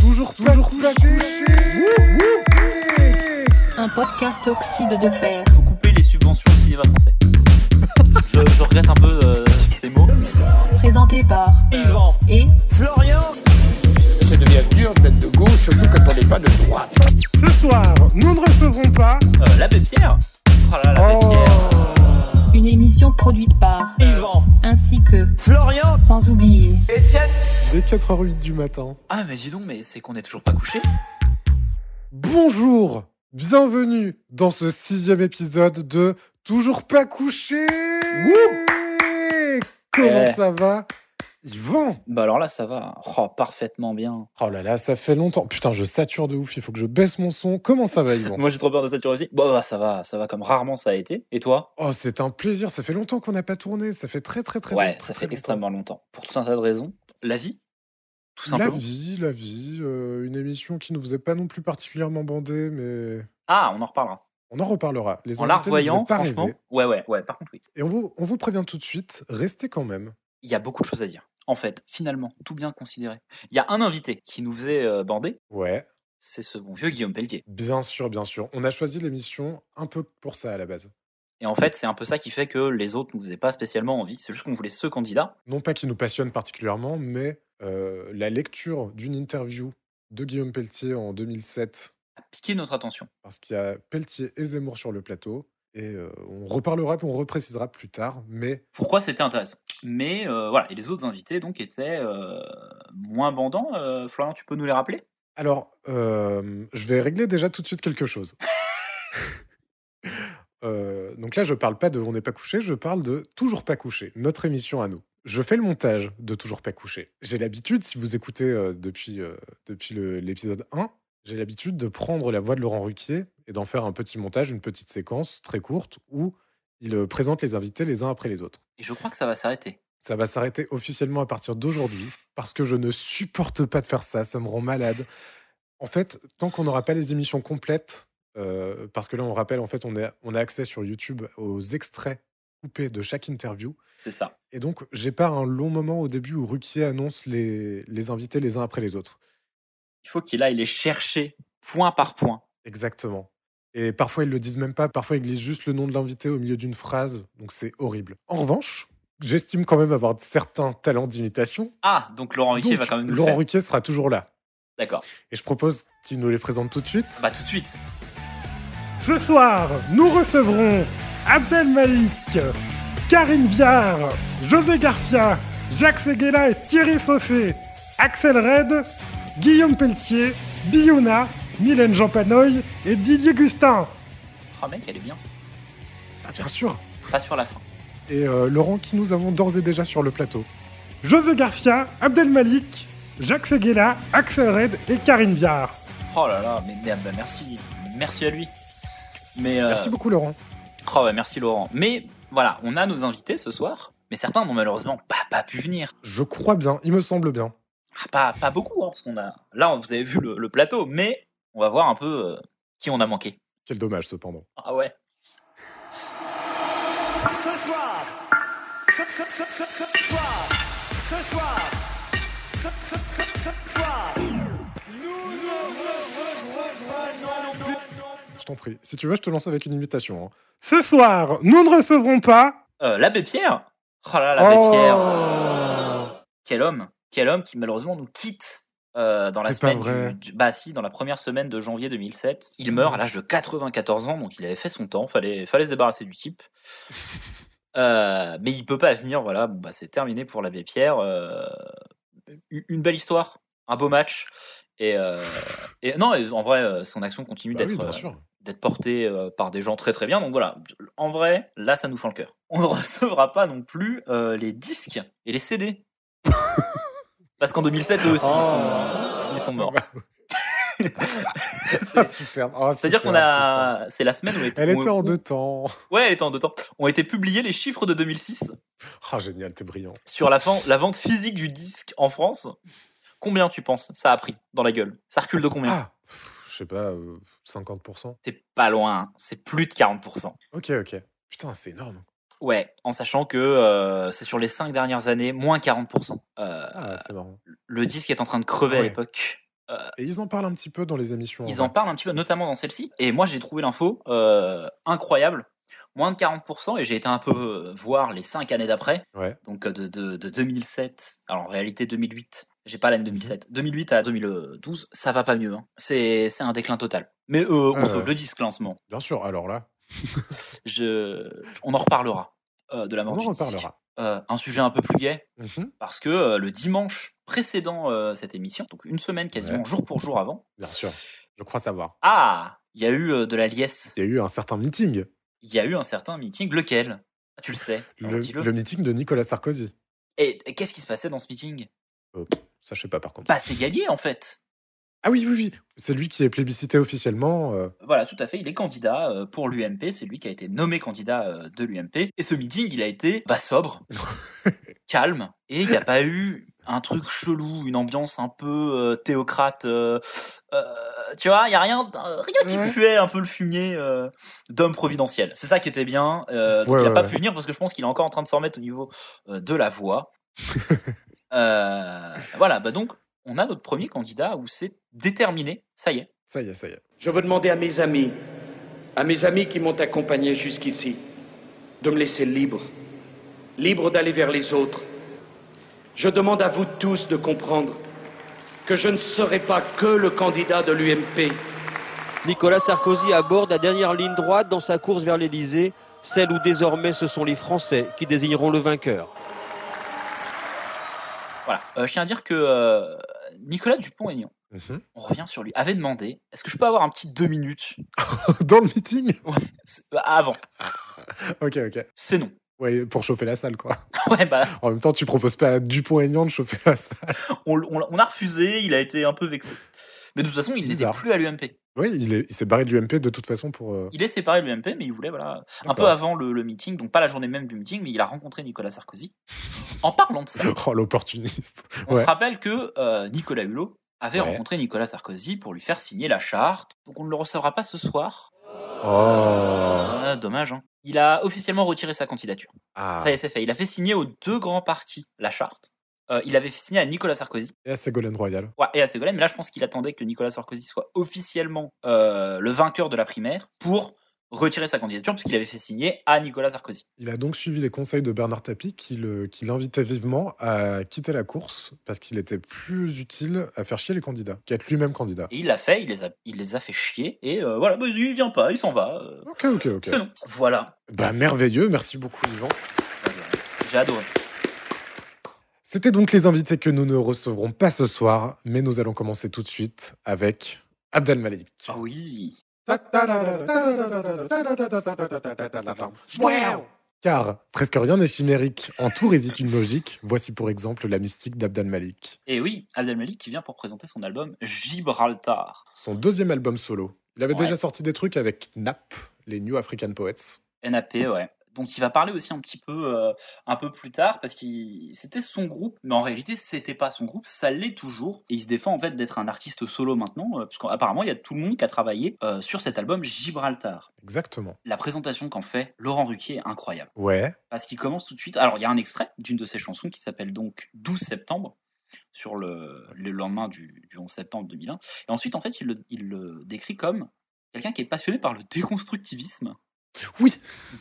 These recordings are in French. toujours, toujours soulagé. Un podcast oxyde de fer. faut couper les subventions au cinéma français. je, je regrette un peu euh, ces mots. Présenté par Yvan, et Florian, Ça devient dur d'être de gauche, surtout quand on n'est pas de droite. Ce soir, nous ne recevrons pas. euh, l'abbé Pierre. Oh là là, l'abbé Pierre. une émission produite par Oh. Yvan, ainsi que Florian. sans oublier Dès 4h08 du matin. Ah mais dis donc, mais c'est qu'on est toujours pas couché. Bonjour, bienvenue dans ce sixième épisode de Toujours pas couché. Comment Ouais. ça va, Yvan Bah alors là, ça va. Oh, parfaitement bien. Oh là là, ça fait longtemps. Putain, je sature de ouf. Il faut que je baisse mon son. Comment ça va, Yvan Moi j'ai trop peur de saturer aussi. Bon bah ça va, ça va comme rarement ça a été. Et toi Oh, c'est un plaisir. Ça fait longtemps qu'on n'a pas tourné. Ça fait très, très, très Ouais, longtemps. ça très fait longtemps. extrêmement longtemps. Pour tout un tas de raisons. La vie, tout La simplement. vie, la vie. euh, une émission qui ne vous est pas non plus particulièrement bandée, mais Ah, on en reparlera. on en reparlera. Les En la invités ne nous aient revoyant, pas franchement. rêvé. Ouais, ouais, ouais. Par contre, oui. Et on vous, on vous prévient tout de suite, restez quand même. il y a beaucoup de choses à dire. En fait, finalement, tout bien considéré. Il y a un invité qui nous faisait euh, bander, Ouais. c'est ce bon vieux Guillaume Pelletier. Bien sûr, bien sûr. On a choisi l'émission un peu pour ça à la base. Et en fait, c'est un peu ça qui fait que les autres ne nous faisaient pas spécialement envie. C'est juste qu'on voulait ce candidat. Non pas qu'il nous passionne particulièrement, mais euh, la lecture d'une interview de Guillaume Pelletier en 2007, Piquer notre attention. parce qu'il y a Pelletier et Zemmour sur le plateau. Et euh, on reparlera puis on reprécisera plus tard, mais Pourquoi c'était intéressant Mais euh, voilà, et les autres invités donc étaient euh, moins bandants. Euh, Florian, tu peux nous les rappeler Alors, euh, je vais régler déjà tout de suite quelque chose. Euh, donc là, je parle pas de On n'est pas couché, je parle de Toujours pas couché, notre émission à nous. Je fais le montage de Toujours pas couché. J'ai l'habitude, si vous écoutez euh, depuis, euh, depuis le- l'épisode 1, j'ai l'habitude de prendre la voix de Laurent Ruquier et d'en faire un petit montage, une petite séquence très courte où il euh, présente les invités les uns après les autres. Et je crois que ça va s'arrêter. Ça va s'arrêter officiellement à partir d'aujourd'hui parce que je ne supporte pas de faire ça, ça me rend malade. En fait, tant qu'on n'aura pas les émissions complètes, euh, parce que là on rappelle, en fait, on, est, on a accès sur YouTube aux extraits coupés de chaque interview. C'est ça. Et donc, j'ai pas un long moment au début où Ruquier annonce les, les invités les uns après les autres. Il faut qu'il aille les chercher point par point. Exactement. Et parfois, ils le disent même pas. Parfois, ils glissent juste le nom de l'invité au milieu d'une phrase. Donc, c'est horrible. En revanche, j'estime quand même avoir certains talents d'imitation. Ah, donc Laurent Riquet Donc, va quand même nous le Laurent faire. Ruquier sera toujours là. D'accord. Et je propose qu'il nous les présente tout de suite. Bah tout de suite. Ce soir, nous recevrons Abdel Malik, Karine Viard, José Garcia, Jacques Seguela et Thierry Fossé, Axel Red, Guillaume Pelletier, Biyouna, Mylène Jean Panoy et Didier Gustin. Ah mec, elle est bien. Bah. Ah, bien sûr. Pas sur la fin. Et euh, Laurent, qui nous avons d'ores et déjà sur le plateau. José Garcia, Abdel Malik, Jacques Seguela, Axel Red et Karine Viard. Oh là là, mais merde, bah merci, merci à lui. Mais euh, Merci beaucoup, Laurent. oh bah merci Laurent. Mais voilà, on a nos invités ce soir, mais certains n'ont malheureusement pas, pas pu venir. Je crois bien, il me semble bien. Ah, pas, pas beaucoup, hein, parce qu'on a là, on- vous avez vu le, le plateau, mais on va voir un peu euh, qui on a manqué. Quel dommage, cependant. Ah ouais. Ce soir, ce, ce, ce, ce, ce soir, ce soir, ce, ce, ce, ce soir, nous ne recevrons Je t'en prie. Si tu veux, je te lance avec une invitation. hein. Ce soir, nous ne recevrons pas Euh, l'abbé Pierre. Oh là là, l'abbé Oh Pierre. Quel homme, quel homme qui malheureusement nous quitte. euh, dans la C'est pas semaine vrai. du- du- bah si dans la première semaine de janvier 2007 il meurt à l'âge de 94 ans donc il avait fait son temps fallait fallait se débarrasser du type Euh, mais il peut pas venir voilà bon, bah, c'est terminé pour l'abbé Pierre Euh, une une belle histoire un beau match et, euh, et non et en vrai euh, son action continue Bah oui, d'être bien euh, sûr. d'être porté euh, par des gens très très bien. Donc voilà, en vrai, là, ça nous fend le cœur. On ne recevra pas non plus euh, les disques et les CD. Parce qu'en 2007, eux aussi, ils, sont, ils sont morts. Ah, C'est- superbe. Ah, C'est-à-dire qu'on superbe, putain. a. C'est la semaine où. Elle où- était en où- deux temps. Ouais, elle était en deux temps. Ont été publiés les chiffres de 2006 Ah, génial, t'es brillant. sur la, fin- la vente physique du disque en France. Combien tu penses ça a pris dans la gueule Ça recule de combien Ah, pff, je sais pas, euh, 50%. T'es pas loin, hein. c'est plus de 40%. Ok, ok. Putain, c'est énorme. Ouais, en sachant que euh, c'est sur les cinq dernières années, moins 40%. Euh, Ah, c'est marrant. le disque est en train de crever à Ouais. l'époque. Et ils en parlent un petit peu dans les émissions. Ils en parlent un petit peu, notamment dans celle-ci. Et moi, j'ai trouvé l'info euh, incroyable. Moins de 40%, et j'ai été un peu euh, voir les cinq années d'après. Ouais. Donc euh, de, de- de 2007, alors en réalité 2008, j'ai pas l'année Mhm. 2007, 2008 à 2012, ça va pas mieux. hein. C'est c'est un déclin total. Mais euh, on Ouais, sauve ouais. le disque lancement. Bien sûr, alors là, Je... On en reparlera euh, de la on mort du en disque. reparlera. Euh, un sujet un peu plus gai, Mhm, parce que euh, le dimanche précédant euh, cette émission, donc une semaine quasiment Ouais. jour pour jour avant, Bien sûr, je crois savoir. ah, il y a eu euh, de la liesse. Il y a eu un certain meeting, Il y a eu un certain meeting, lequel Ah, Tu le sais. Alors, le, dis-le. le meeting de Nicolas Sarkozy. Et, et qu'est-ce qui se passait dans ce meeting Ça, je sais pas par contre. Bah, c'est gagné en fait. Ah oui, oui, oui, c'est lui qui est plébiscité officiellement. euh, Voilà, tout à fait, il est candidat euh, pour l'UMP, c'est lui qui a été nommé candidat euh, de l'UMP. Et ce meeting, il a été bah, sobre, calme, et il n'y a pas eu un truc chelou, une ambiance un peu euh, théocrate. euh, euh, tu vois, il n'y a rien, d- euh, rien qui Ouais. puait un peu le fumier euh, d'homme providentiel. C'est ça qui était bien, euh, donc Ouais, il n'a ouais, pas ouais. pu venir parce que je pense qu'il est encore en train de s'en remettre au niveau euh, de la voix. Euh, voilà, bah donc on a notre premier candidat où c'est déterminé, ça y est. Ça y est, ça y est. Je veux demander à mes amis, à mes amis qui m'ont accompagné jusqu'ici, de me laisser libre, libre d'aller vers les autres. Je demande à vous tous de comprendre que je ne serai pas que le candidat de l'UMP. Nicolas Sarkozy aborde la dernière ligne droite dans sa course vers l'Elysée, celle où désormais ce sont les Français qui désigneront le vainqueur. Voilà. Euh, je tiens à dire que euh, Nicolas Dupont-Aignan, Mhm. on revient sur lui, avait demandé est-ce que je peux avoir un petit deux minutes Mhm. Dans le meeting C'est- bah, avant Ok, ok. C'est non. Ouais, pour chauffer la salle, quoi. Ouais, bah, En même temps, tu proposes pas à Dupont-Aignan de chauffer la salle. on, l- on l- on a refusé, il a été un peu vexé. Mais de toute façon, il n'était Bizarre. plus à l'UMP. Oui, il est- il s'est barré de l'UMP de toute façon pour. euh, Il est séparé de l'UMP, mais il voulait, voilà, un D'accord. peu avant le, le meeting, donc pas la journée même du meeting, mais il a rencontré Nicolas Sarkozy. En parlant de ça, Oh, l'opportuniste. on Ouais. se rappelle que euh, Nicolas Hulot avait Ouais. rencontré Nicolas Sarkozy pour lui faire signer la charte. Donc on ne le recevra pas ce soir. Oh. Ah, dommage, hein. Il a officiellement retiré sa candidature. Ah. Ça y est, c'est fait. Il a fait signer aux deux grands partis la charte. Euh, il avait fait signer à Nicolas Sarkozy Et à Ségolène Royal. ouais, et à Ségolène, mais là je pense qu'il attendait que Nicolas Sarkozy soit officiellement euh, le vainqueur de la primaire pour retirer sa candidature, puisqu'il avait fait signer à Nicolas Sarkozy. Il a donc suivi les conseils de Bernard Tapie qui le- qui l'invitait vivement à quitter la course parce qu'il était plus utile à faire chier les candidats qu'à être lui-même candidat. Et il l'a fait, il les a, il les a fait chier, et euh, voilà, bah, il vient pas, il s'en va. euh, Ok, ok, ok. C'est non. Voilà, Bah merveilleux, merci beaucoup Yvan. j'ai adoré. C'était donc les invités que nous ne recevrons pas ce soir, mais nous allons commencer tout de suite avec Abdel Malik. Ah oui. Car presque rien n'est chimérique, en tout réside une logique. Voici pour exemple la mystique d'Abdel Malik. Et oui, Abdelmalik qui vient pour présenter son album Gibraltar. Son deuxième album solo. Il avait Ouais. déjà sorti des trucs avec NAP, les New African Poets. NAP, ouais. Dont il va parler aussi un petit peu euh, un peu plus tard parce qu'il c'était son groupe, mais en réalité c'était pas son groupe, ça l'est toujours. Et il se défend en fait d'être un artiste solo maintenant, euh, puisqu'apparemment il y a tout le monde qui a travaillé euh, sur cet album Gibraltar. Exactement. La présentation qu'en fait Laurent Ruquier est incroyable Ouais. parce qu'il commence tout de suite. Alors il y a un extrait d'une de ses chansons qui s'appelle donc 12 septembre sur le, le lendemain du, du 11 septembre 2001. Et ensuite en fait il le, il le décrit comme quelqu'un qui est passionné par le déconstructivisme Oui.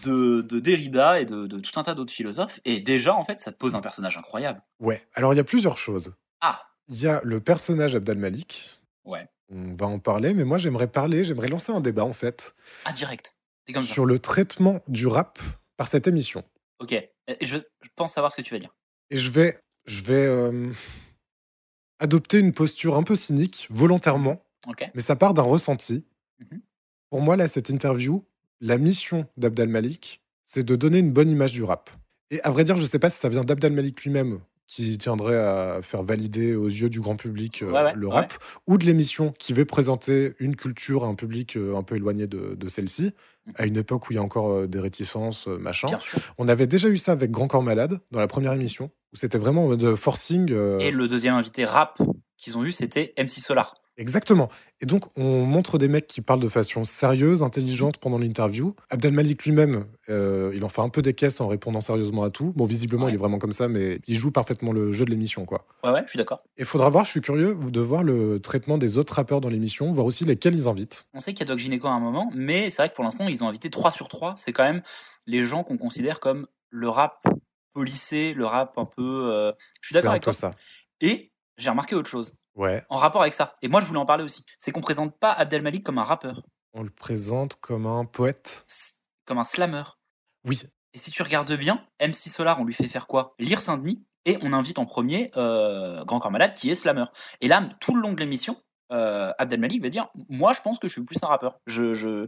de, de Derrida et de, de tout un tas d'autres philosophes. Et déjà, en fait, ça te pose un personnage incroyable. Ouais. Alors, il y a plusieurs choses. Ah. Il y a le personnage Abdel Malik. Ouais. On va en parler, mais moi, j'aimerais parler, j'aimerais lancer un débat, en fait, Ah, direct. C'est comme ça. sur le traitement du rap par cette émission. Ok. Et Je, je pense savoir ce que tu vas dire. Et je vais, je vais euh, adopter une posture un peu cynique, volontairement, Ok. mais ça part d'un ressenti. Mhm. Pour moi, là, cette interview, la mission d'Abdel Malik, c'est de donner une bonne image du rap. Et à vrai dire, je ne sais pas si ça vient d'Abdel Malik lui-même, qui tiendrait à faire valider aux yeux du grand public euh, Ouais, ouais, le ouais. rap, ou de l'émission qui veut présenter une culture à un public euh, un peu éloigné de, de celle-ci, Mhm. à une époque où il y a encore euh, des réticences, euh, machin. Bien sûr. On avait déjà eu ça avec Grand Corps Malade dans la première émission, où c'était vraiment en mode forcing. euh, Et le deuxième invité rap qu'ils ont eu, c'était MC Solar. Exactement. Et donc, on montre des mecs qui parlent de façon sérieuse, intelligente pendant l'interview. Abdelmalik lui-même, euh, il en fait un peu des caisses en répondant sérieusement à tout. Bon, visiblement, Ouais. il est vraiment comme ça, mais il joue parfaitement le jeu de l'émission, quoi. Ouais, ouais, je suis d'accord. Et faudra voir, je suis curieux de voir le traitement des autres rappeurs dans l'émission, voir aussi lesquels ils invitent. On sait qu'il y a Doc Gineco à un moment, mais c'est vrai que pour l'instant, ils ont invité 3 sur 3. C'est quand même les gens qu'on considère comme le rap policé, le rap un peu. euh, Je suis C'est d'accord un avec peu toi. ça. Et j'ai remarqué autre chose Ouais. en rapport avec ça. Et moi, je voulais en parler aussi. C'est qu'on présente pas Abdelmalik comme un rappeur, On le présente comme un poète. s- comme un slammer. Oui. Et si tu regardes bien, MC Solar, on lui fait faire quoi Lire Saint-Denis et on invite en premier euh, Grand Corps Malade qui est slammer. Et là, tout le long de l'émission, euh, Abdelmalik va dire Moi, je pense que je suis plus un rappeur. Je, je,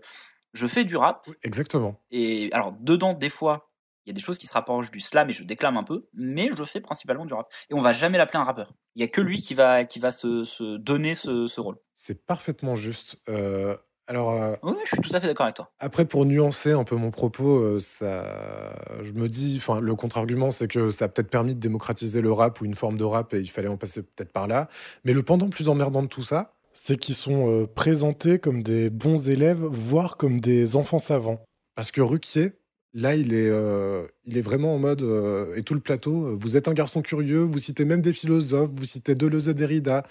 je fais du rap. Exactement. Et alors, dedans, des fois, il y a des choses qui se rapprochent du slam et je déclame un peu, mais je fais principalement du rap. Et on va jamais l'appeler un rappeur. Il y a que lui qui va, qui va se, se donner ce, ce rôle. C'est parfaitement juste. Euh, alors, euh, Oui, je suis tout à fait d'accord avec toi. Après, pour nuancer un peu mon propos, euh, ça, je me dis, enfin, le contre-argument, c'est que ça a peut-être permis de démocratiser le rap ou une forme de rap et il fallait en passer peut-être par là. Mais le pendant plus emmerdant de tout ça, C'est qu'ils sont euh, présentés comme des bons élèves, voire comme des enfants savants. parce que Ruquier, là, il est, euh, il est vraiment en mode, euh, et tout le plateau, euh, vous êtes un garçon curieux, vous citez même des philosophes, vous citez Deleuze et Derrida.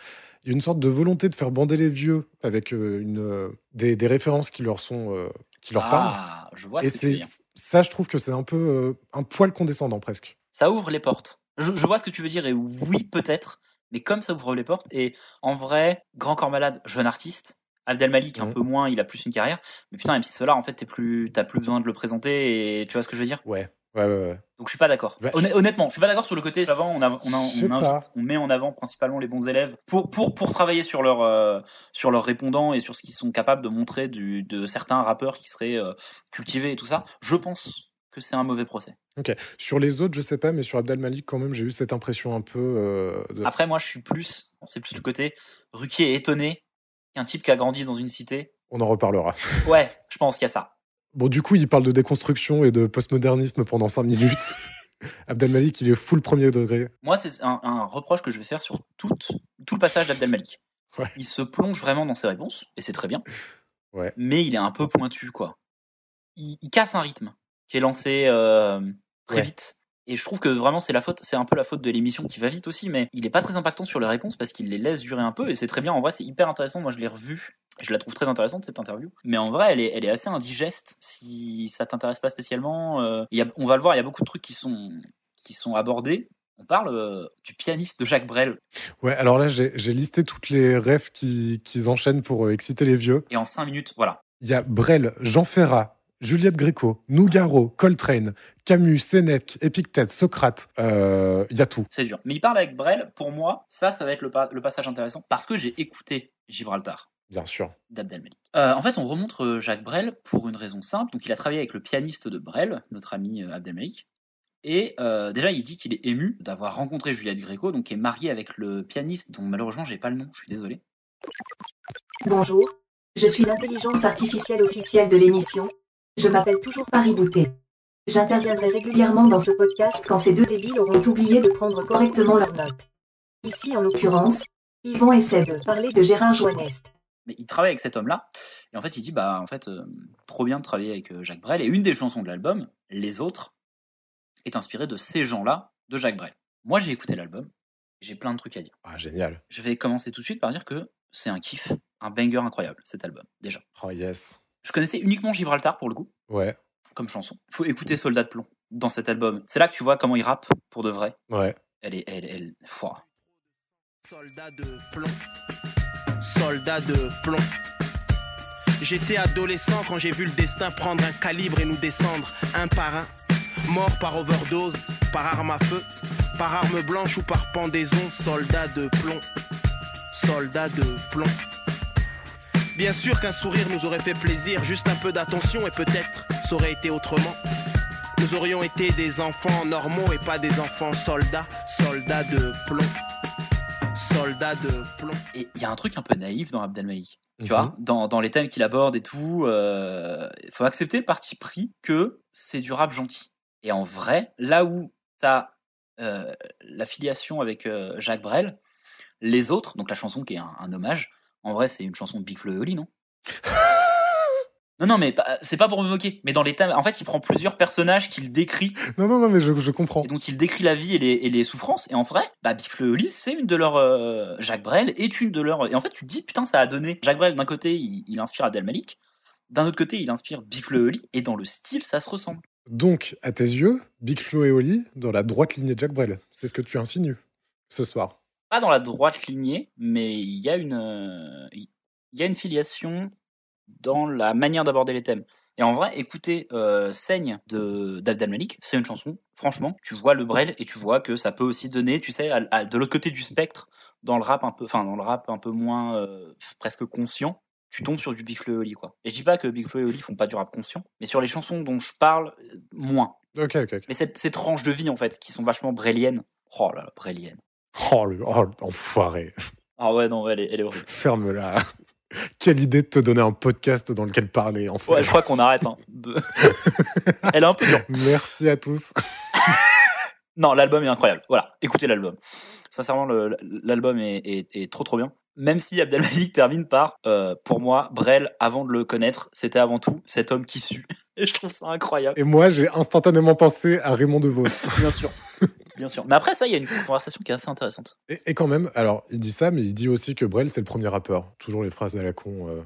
Il y a une sorte de volonté de faire bander les vieux avec euh, une, euh, des, des références qui leur sont, euh, qui leur parlent. Ah, je vois Et ce que tu veux c'est dire. ça, je trouve que c'est un peu euh, un poil condescendant presque. ça ouvre les portes. Je, je vois ce que tu veux dire et oui, peut-être, mais comme ça ouvre les portes, et en vrai, Grand Corps Malade, jeune artiste, Abdelmalik un Mhm. peu moins, il a plus une carrière, mais putain, et puis Solar, en fait, t'es plus, t'as plus besoin de le présenter et tu vois ce que je veux dire Ouais, ouais, ouais. ouais. Donc je suis pas d'accord. Bah, Honn- honnêtement, je suis pas d'accord sur le côté avant, on, a- on, a- on Je sais invite, pas. on met en avant principalement les bons élèves pour, pour, pour travailler sur leur, euh, sur leurs répondants et sur ce qu'ils sont capables de montrer du, de certains rappeurs qui seraient euh, cultivés et tout ça. Je pense que c'est un mauvais procès. Sur les autres, je sais pas, mais sur Abdel Malik, quand même, j'ai eu cette impression un peu. euh, de- Après, moi, je suis plus, c'est plus le côté Ruquier est étonné qu'un type qui a grandi dans une cité. On en reparlera. Ouais, je pense qu'il y a ça. Bon, du coup, il parle de déconstruction et de postmodernisme pendant 5 minutes. Abdel Malik, il est full premier degré. Moi, c'est un, un reproche que je vais faire sur tout, tout le passage d'Abdelmalik. Ouais. Il se plonge vraiment dans ses réponses, et c'est très bien. Ouais. Mais il est un peu pointu, quoi. Il, il casse un rythme qui est lancé euh, très Ouais. vite. Et je trouve que vraiment, c'est la faute, c'est un peu la faute de l'émission qui va vite aussi, mais il est pas très impactant sur les réponses parce qu'il les laisse durer un peu, et c'est très bien. En vrai, c'est hyper intéressant. Moi, je l'ai revu. Je la trouve très intéressante cette interview, mais en vrai, elle est, elle est assez indigeste si ça t'intéresse pas spécialement. Euh, il y a- on va le voir, il y a beaucoup de trucs qui sont qui sont abordés, on parle euh, du pianiste de Jacques Brel. Ouais, alors là, j'ai j'ai listé toutes les rêves qu'ils enchaînent pour euh, exciter les vieux. Et en 5 minutes, voilà. Il y a Brel, Jean Ferrat, Juliette Gréco, Nougaro, Coltrane, Camus, Sénèque, Épictète, Socrate. Euh, Il y a tout. C'est dur. Mais il parle avec Brel. Pour moi, ça, ça va être le, pa- le passage intéressant. Parce que j'ai écouté Gibraltar Bien sûr. d'Abdelmalik. Euh, en fait, on remonte euh, Jacques Brel pour une raison simple. Donc, il a travaillé avec le pianiste de Brel, notre ami euh, Abdelmalik. Et euh, déjà, il dit qu'il est ému d'avoir rencontré Juliette Gréco, donc qui est mariée avec le pianiste, dont malheureusement, j'ai pas le nom, je suis désolé. Bonjour, je suis l'intelligence artificielle officielle de l'émission. Je m'appelle toujours Paris Boutet. J'interviendrai régulièrement dans ce podcast quand ces deux débiles auront oublié de prendre correctement leurs notes. Ici, en l'occurrence, Yvon essaie de parler de Gérard Joannest. mais il travaille avec cet homme-là. Et en fait, il dit, bah, en fait, euh, trop bien de travailler avec euh, Jacques Brel. Et une des chansons de l'album, Les Autres, est inspirée de ces gens-là, de Jacques Brel. Moi, j'ai écouté l'album, et j'ai plein de trucs à dire. Ah, génial. Je vais commencer tout de suite par dire que c'est un kiff, un banger incroyable, cet album, déjà. Oh, yes. Je connaissais uniquement Gibraltar, pour le coup, Ouais, comme chanson. Faut écouter Soldat de plomb dans cet album. C'est là que tu vois comment il rappe, pour de vrai. ouais. Elle est, elle, elle, foire. Soldat de plomb. Soldat de plomb. J'étais adolescent quand j'ai vu le destin prendre un calibre et nous descendre un par un. Mort par overdose, par arme à feu, par arme blanche ou par pendaison, soldat de plomb. Soldat de plomb. Bien sûr qu'un sourire nous aurait fait plaisir, juste un peu d'attention et peut-être ça aurait été autrement. Nous aurions été des enfants normaux et pas des enfants soldats, soldats de plomb. Soldat de plomb. Et il y a un truc un peu naïf dans Abdelmalik. Tu Mhm. vois, dans, dans les thèmes qu'il aborde et tout, euh, faut accepter le parti pris que c'est du rap gentil. Et en vrai, là où t'as euh, la filiation avec euh, Jacques Brel, les autres, donc la chanson qui est un, un hommage, En vrai, c'est une chanson de Big Flo et Oli, non Non, non, mais pas- c'est pas pour me moquer. Mais dans les thèmes, en fait, il prend plusieurs personnages qu'il décrit Non, non, non, mais je, je comprends. et dont il décrit la vie et les, et les souffrances. Et en vrai, bah, Big Flo et Oli, c'est une de leurs. euh, Jacques Brel est une de leurs. Et en fait, tu te dis, putain, ça a donné. Jacques Brel, d'un côté, il, il inspire Adel Malik. D'un autre côté, il inspire Big Flo et Oli. Et dans le style, ça se ressemble. Donc, à tes yeux, Big Flo et Oli dans la droite lignée de Jack Brel. C'est ce que tu insinues ce soir. Pas dans la droite lignée, mais il y a une. euh, Il y a une filiation dans la manière d'aborder les thèmes. Et en vrai, écouter euh, Saigne de- d'Abdel Malik, c'est une chanson. Franchement, tu vois le Brel et tu vois que ça peut aussi donner, tu sais, à- à- de l'autre côté du spectre, dans le rap un peu, enfin dans le rap un peu moins euh, presque conscient, tu tombes sur du Big Flo et Oli quoi. Et je dis pas que Big Flo et Oli font pas du rap conscient, mais sur les chansons dont je parle, euh, moins. Ok, ok, ok. Mais cette, ces tranches de vie en fait, qui sont vachement bréliennes. Oh là là, brélienne. Oh, le, oh, l'enfoiré. Ah ouais non, ouais, elle est, elle est horrible. Ferme-la. Quelle idée de te donner un podcast dans lequel parler, enfin. Ouais, je crois qu'on arrête. hein. De- elle est un peu dure. Merci à tous. Non, l'album est incroyable. Voilà, écoutez l'album. Sincèrement, le- l'album est, est- est trop trop bien. Même si Abdel Malik termine par, euh, pour moi, Brel, avant de le connaître, c'était avant tout cet homme qui sue. Et je trouve ça incroyable. Et moi, j'ai instantanément pensé à Raymond DeVos. Bien sûr. Bien sûr. Mais après ça, il y a une conversation qui est assez intéressante. Et, et quand même, alors, il dit ça, mais il dit aussi que Brel, c'est le premier rappeur. Toujours les phrases à la con. euh,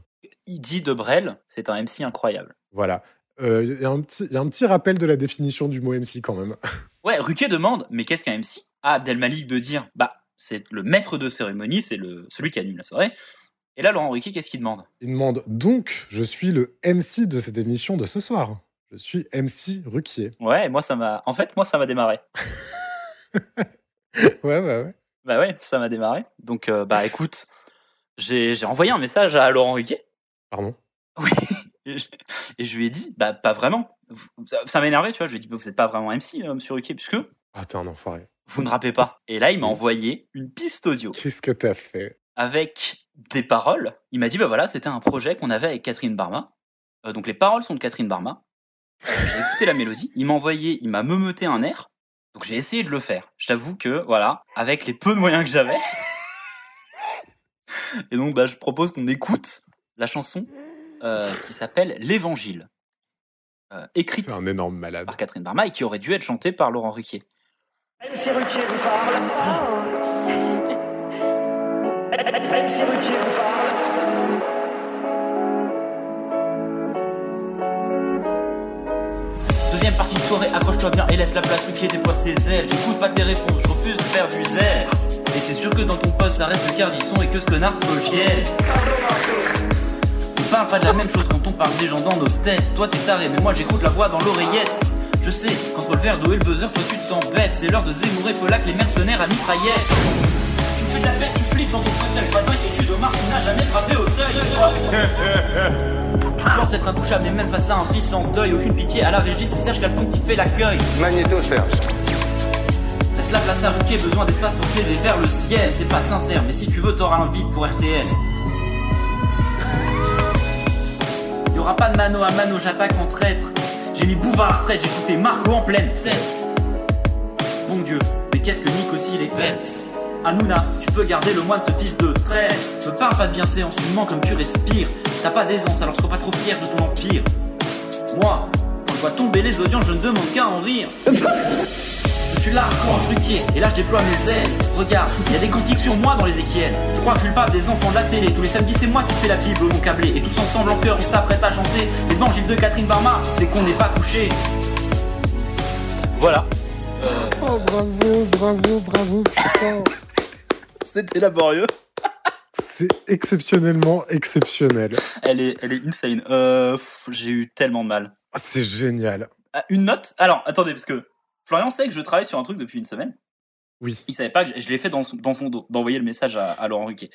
Il dit de Brel, c'est un MC incroyable. voilà. Euh, Il y, a un petit- il y a un petit rappel de la définition du mot MC quand même. Ouais, Ruquet demande, mais qu'est-ce qu'un MC À Abdel Malik de dire, bah, c'est le maître de cérémonie, c'est le celui qui anime la soirée. Et là, Laurent Ruquier, qu'est-ce qu'il demande Il demande donc, je suis le MC de cette émission de ce soir. Je suis MC Ruquier. Ouais, moi, ça m'a. En fait, moi, ça m'a démarré. Ouais, ouais, ouais. Bah ouais, ça m'a démarré. Donc, euh, bah écoute, j'ai j'ai envoyé un message à Laurent Ruquier. Pardon. Oui. Et je- et je lui ai dit, bah pas vraiment. Vous- Ça, ça m'énervait, tu vois. Je lui ai dit, bah, vous n'êtes pas vraiment MC, euh, monsieur Ruquier, puisque Ah, t'es un enfoiré. vous ne rappez pas. Et là, il m'a envoyé une piste audio Qu'est-ce que t'as fait avec des paroles. Il m'a dit, bah voilà, c'était un projet qu'on avait avec Catherine Barma. Euh, donc les paroles sont de Catherine Barma. Euh, J'ai écouté la mélodie. Il m'a envoyé, il m'a meumoté un air. Donc j'ai essayé de le faire. Je t'avoue que, voilà, avec les peu de moyens que j'avais. Et donc, bah, je propose qu'on écoute la chanson euh, qui s'appelle L'Évangile, euh, écrite T'es un énorme malade. par Catherine Barma et qui aurait dû être chantée par Laurent Ruquier. MC Ruquier vous parle. MC Ruquier vous parle. Deuxième partie de soirée, accroche-toi bien et laisse la place Ruquier déploie ses ailes. J'écoute pas tes réponses, je refuse de faire du zèle. Et c'est sûr que dans ton poste, ça reste le cardisson et que ce connard fogiel. On parle pas de la même chose quand on parle des gens dans nos têtes. Toi t'es taré, mais moi j'écoute la voix dans l'oreillette. Je sais, qu'entre le verre d'eau et le buzzer, toi tu te sens bête. C'est l'heure de Zemmour et Polak, les mercenaires à mitraillette. Tu me fais de la peine, tu flippes dans ton fauteuil. Pas d'inquiétude, Omar Sy n'a jamais frappé au deuil. Tu penses être intouchable, mais même face à un fils en deuil, aucune pitié à la régie, c'est Serge Calfon qui fait l'accueil. Magnéto Serge. Laisse la place à Ruquier, besoin d'espace pour s'élever vers le ciel. C'est pas sincère, mais si tu veux, t'auras un vide pour RTL. Y aura pas de mano à mano, j'attaque en traître. J'ai mis Bouvard à retraite, j'ai shooté Marco en pleine tête. Bon Dieu, mais qu'est-ce que Nick aussi il est bête. Hanouna, tu peux garder le moine ce fils de traître. Me parle pas de bienséance, tu mens comme tu respires. T'as pas d'aisance, alors sois pas trop fier de ton empire. Moi, quand je vois tomber les audiences, je ne demande qu'à en rire. Je suis là, orange ruquier, et là je déploie mes ailes. Regarde, il y a des cantiques sur moi dans les équiels. Je crois que je suis le pape des enfants de la télé. Tous les samedis, c'est moi qui fais la Bible au non câblé. Et tous ensemble en chœur, on s'apprête à chanter l'évangile de Catherine Barma. C'est qu'on n'est pas couché. Voilà, Oh, bravo, bravo, bravo, putain. c'était laborieux. C'est exceptionnellement exceptionnel. Elle est, elle est insane. Euh, pff, j'ai eu tellement de mal. Ah, C'est génial. Ah, une note Alors, attendez, parce que Florian sait que je travaille sur un truc depuis une semaine. Oui. Il savait pas que je, je l'ai fait dans son, dans son dos, d'envoyer le message à, à Laurent Ruquier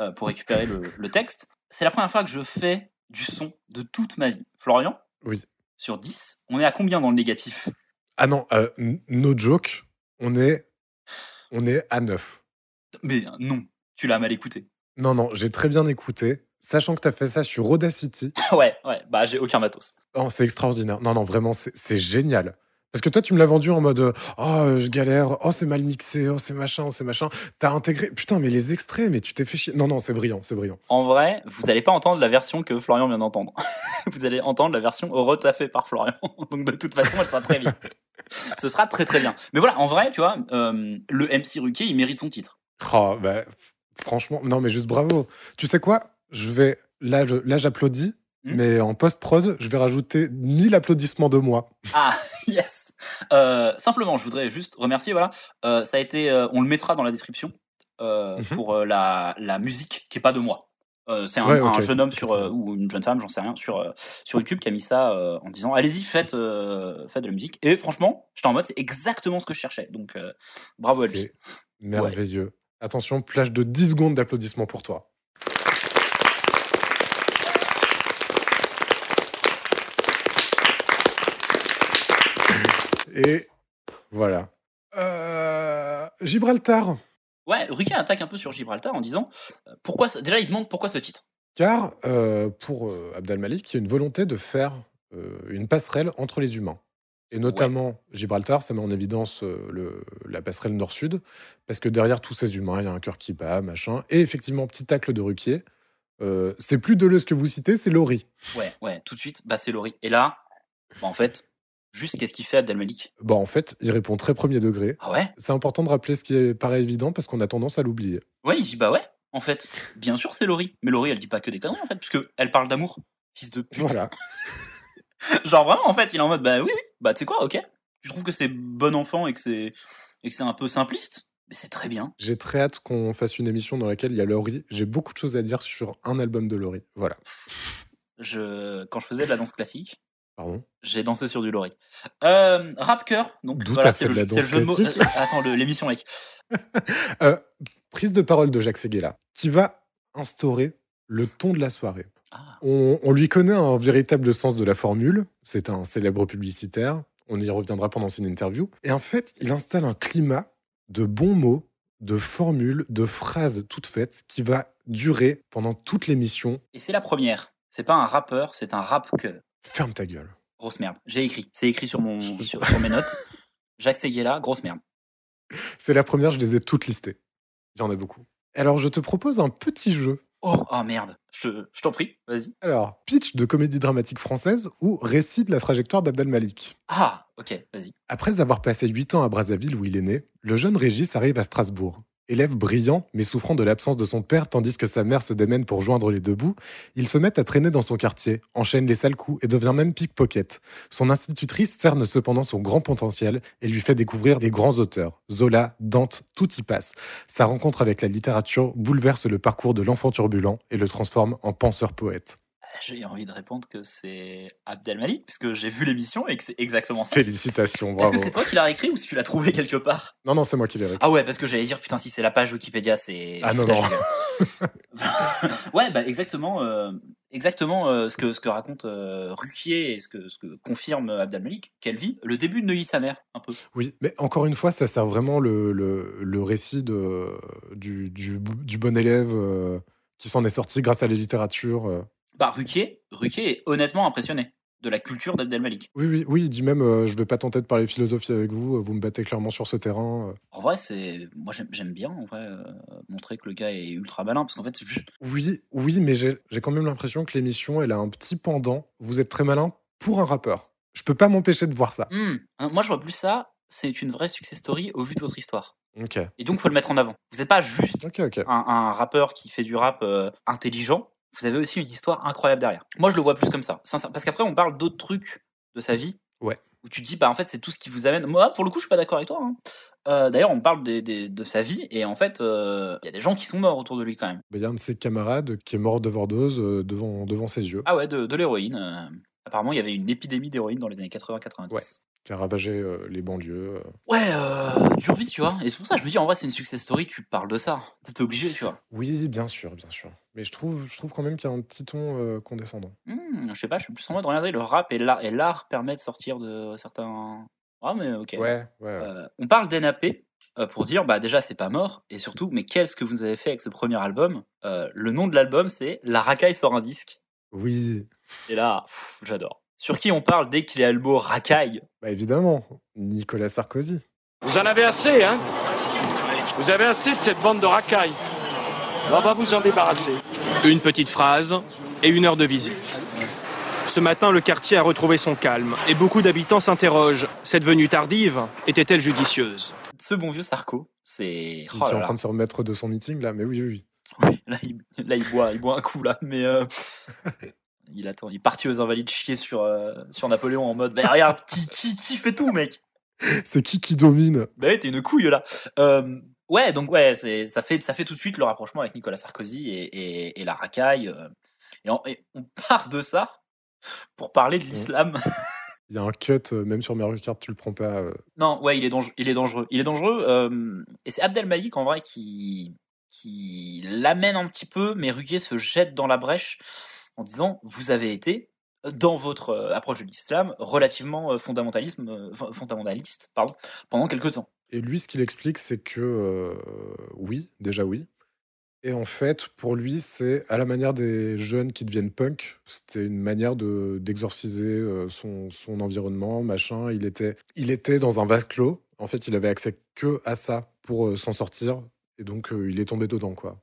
euh, pour récupérer le, le texte. C'est la première fois que je fais du son de toute ma vie. Florian Oui. Sur 10, on est à combien dans le négatif Ah non, euh, n- no joke, on est, on est à 9. Mais non, tu l'as mal écouté. Non, non, j'ai très bien écouté. Sachant que t'as fait ça sur Audacity, ouais, ouais, bah j'ai aucun matos. Oh, c'est extraordinaire. Non, non, vraiment, c'est c'est génial. Parce que toi, tu me l'as vendu en mode euh, Oh, euh, je galère, oh, c'est mal mixé, oh, c'est machin, oh, c'est machin. T'as intégré. Putain, mais les extraits, mais tu t'es fait chier. Non, non, c'est brillant, c'est brillant. En vrai, vous n'allez pas entendre la version que Florian vient d'entendre. vous allez entendre la version retaffée par Florian. Donc de toute façon, elle sera très bien. Ce sera très très bien. Mais voilà, en vrai, tu vois, euh, le MC Ruquier, il mérite son titre. Oh, bah, franchement, non, mais juste bravo. Tu sais quoi Je vais. Là, je- là j'applaudis, Hmm. mais en post-prod, je vais rajouter 1000 applaudissements de moi. Ah, yes. Euh, simplement, je voudrais juste remercier. Voilà, Euh, ça a été. euh, on le mettra dans la description euh, Mhm. pour euh, la, la musique qui est pas de moi. Euh, c'est un, Ouais, un ok. jeune homme sur euh, ou une jeune femme, j'en sais rien, sur euh, sur YouTube qui a mis ça euh, en disant allez-y faites euh, faites de la musique. Et franchement, j'étais en mode c'est exactement ce que je cherchais. Donc euh, bravo à lui. C'est merveilleux. Attention, plage de 10 secondes d'applaudissements pour toi. Et voilà. Euh, Gibraltar. Ouais, Ruki attaque un peu sur Gibraltar en disant euh, pourquoi ce- déjà il demande pourquoi ce titre. Car euh, pour euh, Abd al-Malik, il y a une volonté de faire euh, une passerelle entre les humains. Et notamment Gibraltar, ça met en évidence euh, le- la passerelle nord-sud, parce que derrière tous ces humains, il y a un cœur qui bat, machin. Et effectivement, petit tacle de Ruquier. euh, c'est plus Deleuze que vous citez, c'est Laurie. Ouais, ouais, tout de suite, bah c'est Laurie. Et là, bah, en fait, juste qu'est-ce qu'il fait Abdelmalik Bah, en fait, il répond très premier degré. Ah ouais. C'est important de rappeler ce qui est paraît évident, parce qu'on a tendance à l'oublier. Ouais, il dit bah ouais, en fait. Bien sûr, c'est Laurie. Mais Laurie, elle dit pas que des conneries, en fait, puisque elle parle d'amour. Fils de pute. Voilà. Genre vraiment, en fait, il est en mode bah oui, oui, bah tu sais quoi, ok. Tu trouves que c'est bon enfant et que c'est et que c'est un peu simpliste, mais c'est très bien. J'ai très hâte qu'on fasse une émission dans laquelle il y a Laurie. J'ai beaucoup de choses à dire sur un album de Laurie. Voilà. Je quand je faisais de la danse classique, Pardon. j'ai dansé sur du Laurie. Euh, rap cœur, donc D'où voilà, t'as c'est fait le, de la jeu- c'est le danse jeu de mots. classique Euh, Attends, le- l'émission mec. Euh, prise de parole de Jacques Seguela, qui va instaurer le ton de la soirée. Ah. On, on lui connaît un véritable sens de la formule. C'est un célèbre publicitaire. On y reviendra pendant une interview. Et en fait, il installe un climat de bons mots, de formules, de phrases toutes faites qui va durer pendant toute l'émission. Et c'est la première. C'est pas un rappeur, c'est un rap cœur. Ferme ta gueule. Grosse merde. J'ai écrit, c'est écrit sur mon sur, sur mes notes. Jacques Seguela, grosse merde. C'est la première, je les ai toutes listées. Il y en a beaucoup. Alors, je te propose un petit jeu. Oh, oh merde, je, je t'en prie, vas-y. Alors, pitch de comédie dramatique française ou récit de la trajectoire d'Abdel Malik Ah, ok, vas-y. Après avoir passé 8 ans à Brazzaville où il est né, le jeune Régis arrive à Strasbourg. Élève brillant, mais souffrant de l'absence de son père tandis que sa mère se démène pour joindre les deux bouts, il se met à traîner dans son quartier, enchaîne les sales coups et devient même pickpocket. Son institutrice cerne cependant son grand potentiel et lui fait découvrir des grands auteurs. Zola, Dante, tout y passe. Sa rencontre avec la littérature bouleverse le parcours de l'enfant turbulent et le transforme en penseur-poète. Ah, J'ai envie de répondre que c'est Abdelmalik, puisque j'ai vu l'émission et que c'est exactement ça. Félicitations, Est-ce bravo. que c'est toi qui l'as réécrit ou si tu l'as trouvé quelque part Non, non, c'est moi qui l'ai réécrit. Ah ouais, parce que j'allais dire, putain, si c'est la page Wikipédia, c'est... Ah non, Putain, non. je rigole. ouais, bah exactement, euh, exactement euh, ce, que, ce que raconte euh, Ruquier et ce que, ce que confirme Abdelmalik, qu'elle vit le début de Neuilly sa mère, un peu. Oui, mais encore une fois, ça sert vraiment le, le, le récit de, du, du, du bon élève euh, qui s'en est sorti grâce à la littérature. euh. Bah Ruquier, Ruquier est honnêtement impressionné de la culture d'Abdelmalik. Oui, oui, oui, il dit même euh, Je ne vais pas tenter de parler philosophie avec vous, euh, vous me battez clairement sur ce terrain. euh. En vrai, c'est moi j'aime- j'aime bien en vrai euh, montrer que le gars est ultra malin parce qu'en fait c'est juste Oui, oui, mais j'ai j'ai quand même l'impression que l'émission, elle a un petit pendant. Vous êtes très malin pour un rappeur. Je peux pas m'empêcher de voir ça. Hmm, hein, moi je vois plus ça, c'est une vraie success story au vu de votre histoire. Ok, Et donc faut le mettre en avant. Vous n'êtes pas juste ok, ok. un, un rappeur qui fait du rap euh, intelligent, vous avez aussi une histoire incroyable derrière. Moi je le vois plus comme ça, sincère- parce qu'après on parle d'autres trucs de sa vie. Ouais. Où tu te dis bah en fait c'est tout ce qui vous amène. Moi pour le coup je suis pas d'accord avec toi. hein. Euh, D'ailleurs on parle des- des- de sa vie et en fait euh, il y a des gens qui sont morts autour de lui quand même. Bah, Il y a un de ses camarades qui est mort d'overdose euh, devant, devant ses yeux, Ah ouais, de, de l'héroïne. euh. apparemment, il y avait une épidémie d'héroïne dans les années 80-90. Ouais. qui a ravagé euh, les banlieues. euh. Ouais, euh, dure vie, tu vois. Et c'est pour ça que je me dis, en vrai, c'est une success story, tu parles de ça. T'es obligé, tu vois. Oui, bien sûr, bien sûr. Mais je trouve, je trouve quand même qu'il y a un petit ton euh, condescendant. Hmm, je sais pas, je suis plus en mode, regardez, le rap et l'art, et l'art permet de sortir de certains... Ah, mais ok. Ouais, ouais. ouais. Euh, on parle d'NAP euh, pour dire, bah déjà, c'est pas mort, et surtout, mais qu'est-ce que vous avez fait avec ce premier album Euh, Le nom de l'album, c'est La racaille sort un disque. Oui. Et là, pff, j'adore. Sur qui on parle dès qu'il y a le mot racaille Bah évidemment, Nicolas Sarkozy. Vous en avez assez, hein Vous avez assez de cette bande de racailles. On va vous en débarrasser. Une petite phrase et une heure de visite. Ce matin, le quartier a retrouvé son calme et beaucoup d'habitants s'interrogent. Cette venue tardive était-elle judicieuse Ce bon vieux Sarko, c'est. Qui Oh est là en là. train de se remettre de son meeting là, mais oui, oui, oui. Oui, là, il, là, il boit, il boit un coup, là. Mais euh, il attend. Il est parti aux Invalides chier sur, euh, sur Napoléon en mode bah, regarde, qui, qui, qui fait tout, mec C'est qui qui domine Bah oui, t'es une couille, là. Euh, ouais, donc, ouais, c'est- ça fait, ça fait tout de suite le rapprochement avec Nicolas Sarkozy et, et- et la racaille. euh. Et, en- et on part de ça pour parler de l'islam. Il y a un cut, euh, même sur Mario Kart, tu le prends pas. euh. Non, ouais, il est dangereux. Il est dangereux. Il est dangereux. euh, et c'est Abdel Malik en vrai qui qui l'amène un petit peu, mais Ruquier se jette dans la brèche en disant vous avez été dans votre euh, approche de l'islam relativement euh, fondamentalisme euh, fo- fondamentaliste pardon pendant quelque temps. Et lui, ce qu'il explique, c'est que euh, oui, déjà oui. Et en fait, pour lui, c'est à la manière des jeunes qui deviennent punk. C'était une manière de d'exorciser euh, son, son environnement, machin. Il était, il était dans un vase clos. En fait, il avait accès que à ça pour euh, s'en sortir. Et donc, euh, il est tombé dedans, quoi.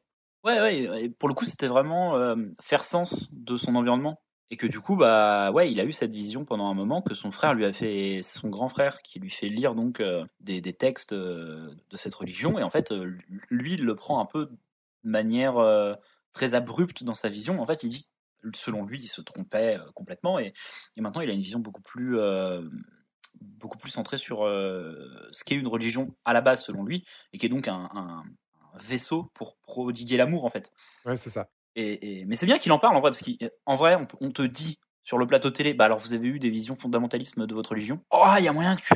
Ouais, ouais. et pour le coup, c'était vraiment euh, faire sens de son environnement. Et que du coup, bah ouais, il a eu cette vision pendant un moment que son frère lui a fait, c'est son grand frère qui lui fait lire donc euh, des, des textes euh, de cette religion. Et en fait, euh, lui, il le prend un peu de manière euh, très abrupte dans sa vision. En fait, il dit, selon lui, il se trompait euh, complètement. Et, et maintenant, il a une vision beaucoup plus, euh, beaucoup plus centrée sur euh, ce qu'est une religion à la base, selon lui, et qui est donc un- un, un vaisseau pour prodiguer l'amour en fait. Ouais, c'est ça. Et, et- Mais c'est bien qu'il en parle en vrai, parce qu'en vrai, on, peut- on te dit sur le plateau télé, bah alors vous avez eu des visions fondamentalismes de votre religion. Oh, il y a moyen que tu,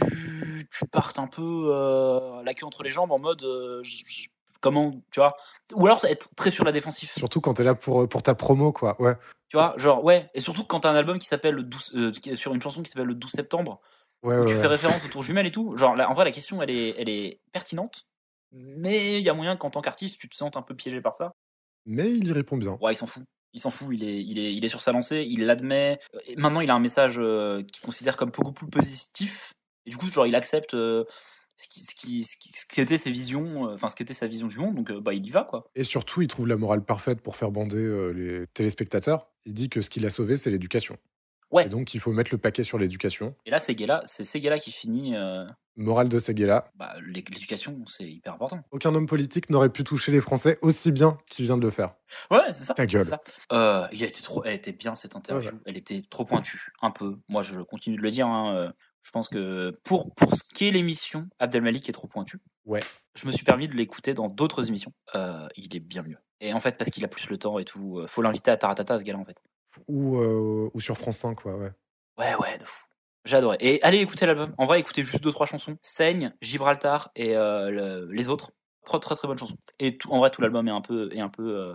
tu partes un peu euh, la queue entre les jambes en mode euh, je- je- comment, tu vois. Ou alors être très sur la défensive. Surtout quand t'es là pour, euh, pour ta promo, quoi. Ouais. Tu vois, genre, ouais. Et surtout quand t'as un album qui s'appelle le 12, euh, qui est sur une chanson qui s'appelle le 12 septembre, Ouais, où ouais, tu fais ouais. référence aux tours jumelles et tout. Genre, là, en vrai, la question, elle est, elle est pertinente. Mais il y a moyen qu'en tant qu'artiste, tu te sentes un peu piégé par ça. Mais il y répond bien. Ouais, il s'en fout. Il s'en fout, il est, il, est, il est sur sa lancée, il l'admet. Et maintenant, il a un message euh, qu'il considère comme beaucoup plus positif. Et du coup, genre, il accepte euh, ce qui, ce qui, ce qui, ce qui était ses visions, euh, enfin, ce qu'était sa vision du monde, donc euh, bah, il y va, quoi. Et surtout, il trouve la morale parfaite pour faire bander euh, les téléspectateurs. Il dit que ce qu'il a sauvé, c'est l'éducation. Ouais. Et donc, il faut mettre le paquet sur l'éducation. Et là, Seguela, c'est Seguela qui finit. euh, Morale de Seguela. bah, l'é- L'éducation, c'est hyper important. Aucun homme politique n'aurait pu toucher les Français aussi bien qu'il vient de le faire. Ouais, c'est ça. Ta gueule. c'est ça. Euh, il a été trop, elle était bien cette interview. Ouais, Elle était trop pointue, un peu. Moi, je continue de le dire. hein, euh, Je pense que pour, pour ce qu'est l'émission, Abdelmalik est trop pointu. Ouais. Je me suis permis de l'écouter dans d'autres émissions. Euh, il est bien mieux. Et en fait, parce qu'il a plus le temps et tout, euh, faut l'inviter à Taratata, ce gars-là, en fait. Ou, euh, ou sur France 5, quoi, ouais. Ouais, ouais, de fou. J'adorais. Et allez écouter l'album. En vrai, écoutez juste deux, trois chansons. Seigne, Gibraltar et euh, le- les autres. Très, très, très bonne chanson. Et tout, en vrai, tout l'album est un peu, est un peu euh,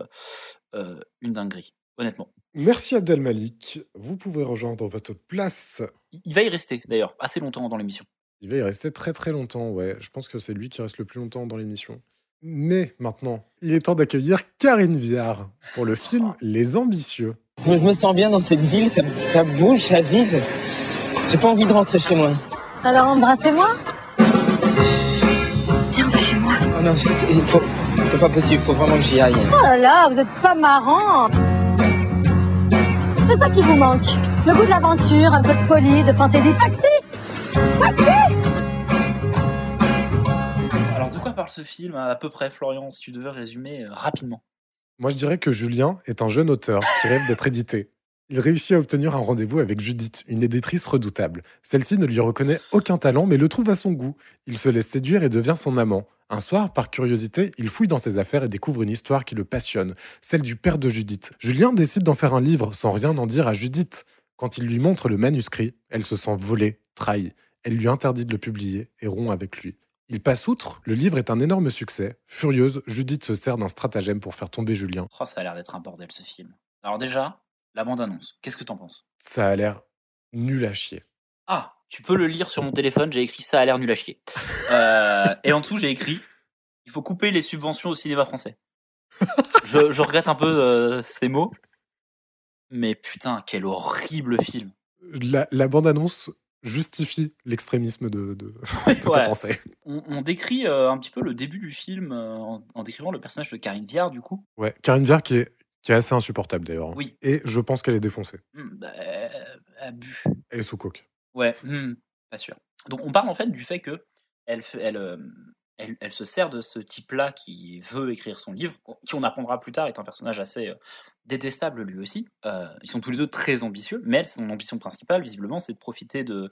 euh, une dinguerie, honnêtement. Merci Abdelmalik. Vous pouvez rejoindre votre place. Il il va y rester d'ailleurs assez longtemps dans l'émission. Il va y rester très très longtemps, ouais. Je pense que c'est lui qui reste le plus longtemps dans l'émission. Mais maintenant, il est temps d'accueillir Karine Viard pour le film Les Ambitieux. Je me sens bien dans cette ville, ça, ça bouge, ça vive. J'ai pas envie de rentrer chez moi. Alors embrassez-moi. Viens, on va chez moi. Oh non, c'est- il faut- c'est pas possible, faut vraiment que j'y aille. Oh là là, vous êtes pas marrant. C'est ça qui vous manque. Le goût de l'aventure, un peu de folie, de fantaisie. Taxi Alors de quoi parle ce film à peu près Florian si tu devais résumer euh, rapidement Moi, je dirais que Julien est un jeune auteur qui rêve d'être édité. Il réussit à obtenir un rendez-vous avec Judith, une éditrice redoutable. Celle-ci ne lui reconnaît aucun talent, mais le trouve à son goût. Il se laisse séduire et devient son amant. Un soir, par curiosité, il fouille dans ses affaires et découvre une histoire qui le passionne, celle du père de Judith. Julien décide d'en faire un livre sans rien en dire à Judith. Quand il lui montre le manuscrit, elle se sent volée, trahie. Elle lui interdit de le publier et rompt avec lui. Il passe outre, le livre est un énorme succès. Furieuse, Judith se sert d'un stratagème pour faire tomber Julien. Oh, ça a l'air d'être un bordel ce film. Alors déjà, la bande-annonce, qu'est-ce que t'en penses Ça a l'air nul à chier. Ah, tu peux le lire sur mon téléphone, j'ai écrit ça a l'air nul à chier. Euh, et en dessous, j'ai écrit il faut couper les subventions au cinéma français. Je, je regrette un peu euh, ces mots, mais putain, quel horrible film. la, la bande-annonce justifie l'extrémisme de, de, de ta Ouais. pensée. On, on décrit euh, un petit peu le début du film euh, en, en décrivant le personnage de Karine Viard, du coup. Ouais, Karine Viard qui est, qui est assez insupportable d'ailleurs. hein. Oui. Et je pense qu'elle est défoncée. Hmm, bah, euh, a bu. Elle est sous coke. Ouais, hmm, pas sûr. Donc on parle en fait du fait que elle, fait- elle, euh, elle, elle se sert de ce type-là qui veut écrire son livre, qui on apprendra plus tard est un personnage assez euh, détestable lui aussi. Euh, ils sont tous les deux très ambitieux, mais elle, son ambition principale, visiblement, c'est de profiter de,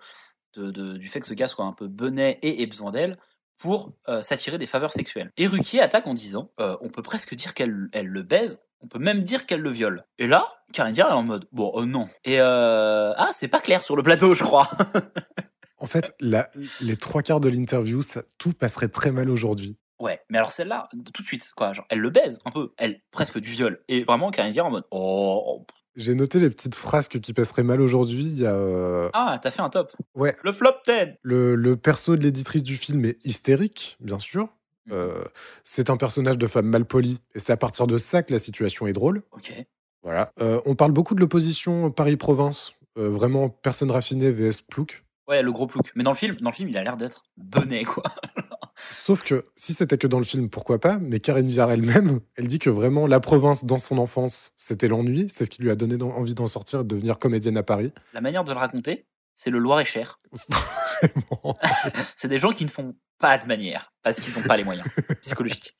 de- de- du fait que ce gars soit un peu benet et ait besoin d'elle pour euh, s'attirer des faveurs sexuelles. Et Ruquier attaque en disant, euh, on peut presque dire qu'elle elle le baise, on peut même dire qu'elle le viole. Et là, Karine Viard est en mode, bon, oh non. Et euh, ah, c'est pas clair sur le plateau, je crois. En Euh. fait, la- les trois quarts de l'interview, ça- tout passerait très mal aujourd'hui. Ouais, mais alors celle-là, tout de suite, quoi, genre, elle le baise un peu, elle presque du viol, et vraiment Karine Viard en mode, oh, J'ai noté les petites frasques qui passeraient mal aujourd'hui. Il y a euh, ah, t'as fait un top. Ouais. Le flop 10 le, le perso de l'éditrice du film est hystérique, bien sûr. Euh, c'est un personnage de femme malpolie, et c'est à partir de ça que la situation est drôle. Ok. Voilà. Euh, on parle beaucoup de l'opposition Paris-Province. Euh, vraiment, personne raffinée vs Plouc. Ouais, le gros plouc. Mais dans le film, dans le film, il a l'air d'être benet, quoi. Sauf que si c'était que dans le film, pourquoi pas Mais Karine Viard elle-même, elle dit que vraiment la province dans son enfance, c'était l'ennui. C'est ce qui lui a donné d'en- envie d'en sortir et de devenir comédienne à Paris. La manière de le raconter, c'est le Loir-et-Cher. c'est des gens qui ne font pas de manière, parce qu'ils n'ont pas les moyens psychologiques.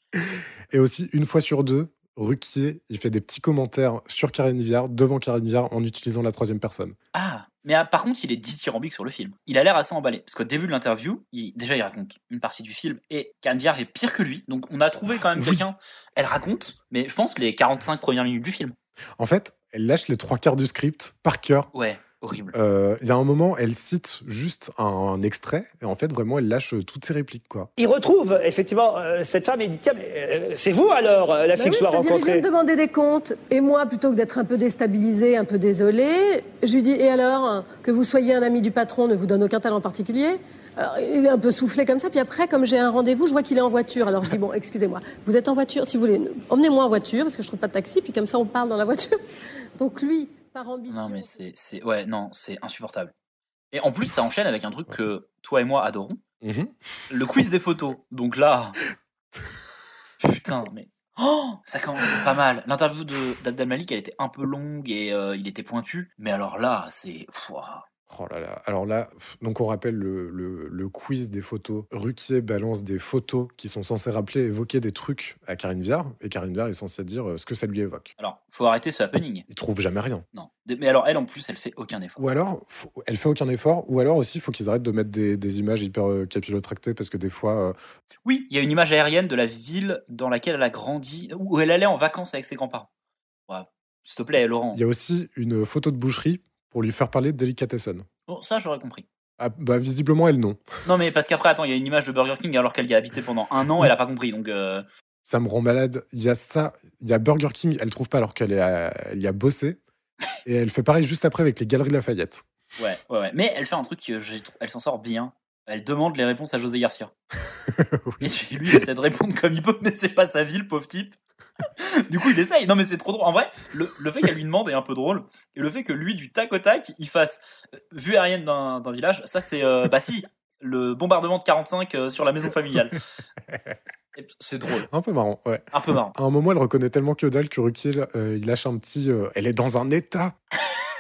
Et aussi, une fois sur deux, Ruquier, il fait des petits commentaires sur Karine Viard, devant Karine Viard, en utilisant la troisième personne. Ah, mais ah, par contre, il est dithyrambique sur le film. Il a l'air assez emballé. Parce qu'au début de l'interview, il, déjà, il raconte une partie du film et Karine Viard est pire que lui. Donc, on a trouvé quand même quelqu'un. Elle raconte, mais je pense les 45 premières minutes du film. En fait, elle lâche les trois quarts du script par cœur. Ouais, horrible. Euh, Il y a un moment, elle cite juste un, un extrait, et en fait, vraiment, elle lâche toutes ses répliques, quoi. Il retrouve effectivement euh, cette femme et il dit Tiens, mais, euh, c'est vous alors euh, la Bah fille que oui, je dois c'est-à-dire, Il rencontrer vient me demander des comptes. Et moi, plutôt que d'être un peu déstabilisée, un peu désolée, je lui dis Et alors Que vous soyez un ami du patron ne vous donne aucun talent particulier Alors, Il est un peu soufflé comme ça. Puis après, comme j'ai un rendez-vous, je vois qu'il est en voiture. Alors je dis Bon, excusez-moi, vous êtes en voiture, si vous voulez, emmenez-moi en voiture, parce que je trouve pas de taxi. Puis comme ça, on parle dans la voiture. Donc lui, par ambition. Non, mais c'est. c'est- Ouais, non, c'est insupportable. Et en plus, ça enchaîne avec un truc que toi et moi adorons le quiz des photos. Donc là. Putain, mais. Oh, ça commence pas mal. L'interview de- d'Abdel Malik, elle était un peu longue et euh, il était pointu. Mais alors là, c'est. Pouah. Oh là là. Alors là, pff, donc on rappelle le, le- le quiz des photos. Ruquier balance des photos qui sont censées rappeler, évoquer des trucs à Karine Viard, et Karine Viard est censée dire euh, ce que ça lui évoque. Alors, faut arrêter ce happening. Il trouve jamais rien. Non. De- Mais alors, elle, en plus, elle fait aucun effort. Ou alors, faut- elle fait aucun effort, ou alors aussi, il faut qu'ils arrêtent de mettre des, des images hyper euh, capillotractées, parce que des fois, euh, Oui, il y a une image aérienne de la ville dans laquelle elle a grandi, où elle allait en vacances avec ses grands-parents. Ouais, S'il te plaît, Laurent. il y a aussi une photo de boucherie pour lui faire parler de délicatessen. Bon, ça, j'aurais compris. Ah, bah, visiblement, elle, non. Non, mais parce qu'après, attends, il y a une image de Burger King alors qu'elle y a habité pendant un an, elle a pas compris, donc... euh, Ça me rend malade. Il y a ça, il y a Burger King, elle trouve pas alors qu'elle est à- elle y a bossé. Et elle fait pareil juste après avec les Galeries Lafayette. ouais, ouais, ouais. Mais elle fait un truc que j'ai trou- Elle s'en sort bien. Elle demande les réponses à José Garcia. Et lui, il essaie de répondre comme il peut, mais c'est pas sa ville, pauvre type. du coup, il essaye. Non, mais c'est trop drôle. En vrai, le, le fait qu'elle lui demande est un peu drôle. Et le fait que lui, du tac au tac, il fasse euh, vue aérienne d'un d'un village, ça, c'est. euh, bah, si, le bombardement de 45 euh, sur la maison familiale. Et C'est drôle. Un peu marrant, ouais. Un peu marrant. À un moment, elle reconnaît tellement que dalle que Ruquier, euh, il lâche un petit. euh, elle est dans un état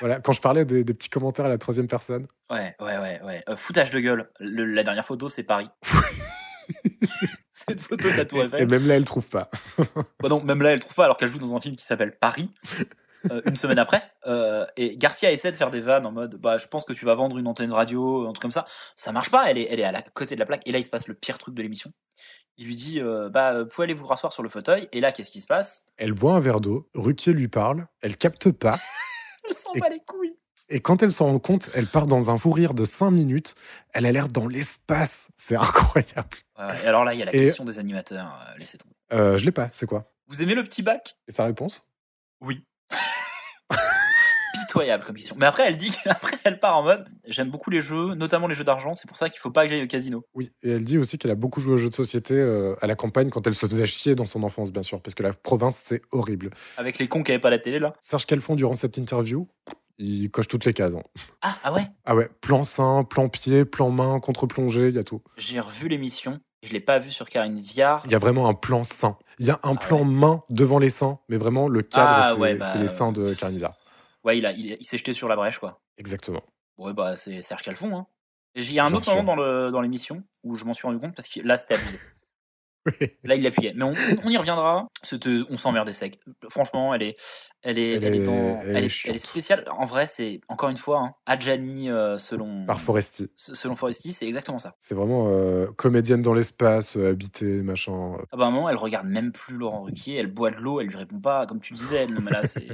Voilà, quand je parlais des, des petits commentaires à la troisième personne. Ouais, ouais, ouais, ouais. Euh, foutage de gueule. Le- la dernière photo, c'est Paris. Cette photo de la Tour Eiffel. Et même là, elle trouve pas. Bah non, même là, elle trouve pas, alors qu'elle joue dans un film qui s'appelle Paris, euh, une semaine après. Euh, et Garcia essaie de faire des vannes en mode bah, je pense que tu vas vendre une antenne radio, un truc comme ça. Ça marche pas, elle est, elle est à la côté de la plaque. Et là, il se passe le pire truc de l'émission. Il lui dit euh, bah, euh, pouvez aller vous rasseoir sur le fauteuil. Et là, qu'est-ce qui se passe Elle boit un verre d'eau, Ruquier lui parle, elle capte pas. Elle s'en Et- bat les couilles. Et quand elle s'en rend compte, elle part dans un fou rire de 5 minutes. Elle a l'air dans l'espace. C'est incroyable. Ouais, ouais. Et alors là, il y a la Et- question des animateurs. euh, laissez tomber. Euh, je l'ai pas, c'est quoi Vous aimez le petit bac Et sa réponse pitoyable comme question. Mais après, elle dit qu'après, elle part en mode j'aime beaucoup les jeux, notamment les jeux d'argent, c'est pour ça qu'il faut pas que j'aille au casino. Oui. Et elle dit aussi qu'elle a beaucoup joué aux jeux de société euh, à la campagne quand elle se faisait chier dans son enfance, bien sûr, parce que la province, c'est horrible. Avec les cons qui avaient pas la télé, là. Serge Calfon, durant cette interview, Il coche toutes les cases. hein. Ah, ah ouais Ah ouais, plan sein, plan pied, plan main, contre-plongée, il y a tout. J'ai revu l'émission. Je l'ai pas vu sur Karine Viard. Il y a vraiment un plan sein. Il y a un plan main devant les seins, mais vraiment le cadre, Ah c'est ouais, bah, c'est les seins de Carnivia. Ouais, il, a, il, il s'est jeté sur la brèche, quoi. Exactement. Ouais, bah, c'est Serge Calfon. Hein. Et j'ai- Il y a un Bien autre sûr. moment dans le- dans l'émission où je m'en suis rendu compte parce que là, c'était abusé. Là, il appuyait. Mais on, on y reviendra. C'était- On s'emmerdait sec. Franchement, elle est, elle est, Elle elle est- est, en- elle est- elle est elle est chiante. spéciale. En vrai, c'est encore une fois hein, Adjani euh, selon Par Foresti. se- selon Foresti, c'est exactement ça. C'est vraiment euh, comédienne dans l'espace, euh, habitée, machin. Ah bah, à un moment, elle regarde même plus Laurent Ruquier. Elle boit de l'eau. Elle lui répond pas. Comme tu disais. Non, mais là, c'est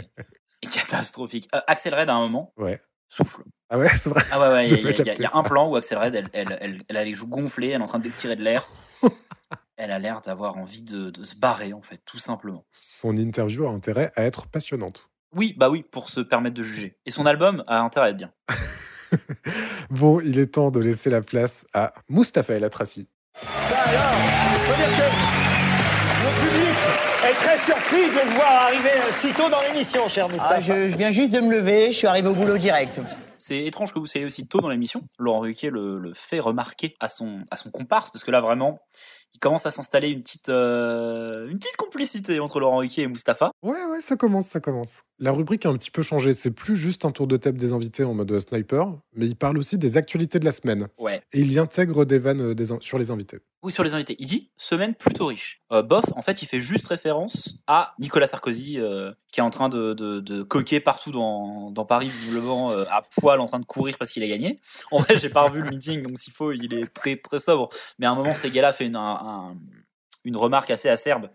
c'est catastrophique. Euh, Axel Red à un moment Ouais. souffle. Ah ouais, c'est vrai. Ah ouais, ouais, J'ai il y, pas a- il y a- il y a- capté il y a un ça. plan où Axel Red, elle, elle, elle- elle a les joues gonflées, elle est en train d'expirer de l'air. elle a l'air d'avoir envie de, de se barrer, en fait, tout simplement. Son interview a intérêt à être passionnante. Oui, bah oui, pour se permettre de juger. Et son album a intérêt à être bien. Bon, il est temps de laisser la place à Mustapha El Atrassi. Faut dire que le public est très surpris de vous voir arriver euh, si tôt dans l'émission, cher Moustapha. Ah, je, je viens juste de me lever, je suis arrivé au boulot direct. C'est étrange que vous soyez aussi tôt dans l'émission. Laurent Ruquier le, le fait remarquer à son, à son comparse, parce que là, vraiment, il commence à s'installer une petite, euh, une petite complicité entre Laurent Ruquier et Mustapha. Ouais, ouais, ça commence, ça commence. La rubrique a un petit peu changé. C'est plus juste un tour de table des invités en mode euh, sniper, mais il parle aussi des actualités de la semaine. Ouais. Et il y intègre des vannes euh, des in- sur les invités. Ou sur les invités. Il dit semaine plutôt riche. Euh, bof, en fait, il fait juste référence à Nicolas Sarkozy euh, qui est en train de, de, de coquer partout dans, dans Paris, visiblement euh, à poil, en train de courir parce qu'il a gagné. En vrai, j'ai pas revu le meeting, donc s'il faut, il est très très sobre. Mais à un moment, ces gars-là fait une, un- un- une remarque assez acerbe.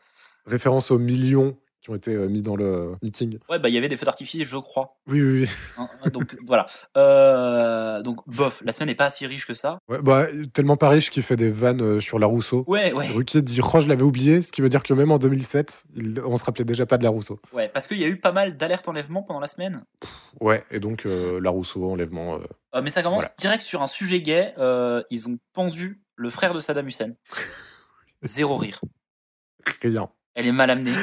Référence aux millions qui ont été euh, mis dans le meeting. Ouais, bah il y avait des feux d'artifice, je crois. Oui, oui, oui. Hein, donc voilà. Euh, donc bof, la semaine n'est pas si riche que ça. Ouais, bah, tellement pas riche qu'il fait des vannes euh, sur la Rousseau. Ouais, ouais. Ruquier dit Oh, je l'avais oublié, ce qui veut dire que même en 2007, il- on se rappelait déjà pas de la Rousseau. Ouais, parce qu'il y a eu pas mal d'alertes enlèvement pendant la semaine. Ouais, et donc euh, la Rousseau, enlèvement. euh, Euh, mais ça commence Voilà. direct sur un sujet gay. euh, ils ont pendu le frère de Saddam Hussein. Zéro rire. rien. Elle est mal amenée.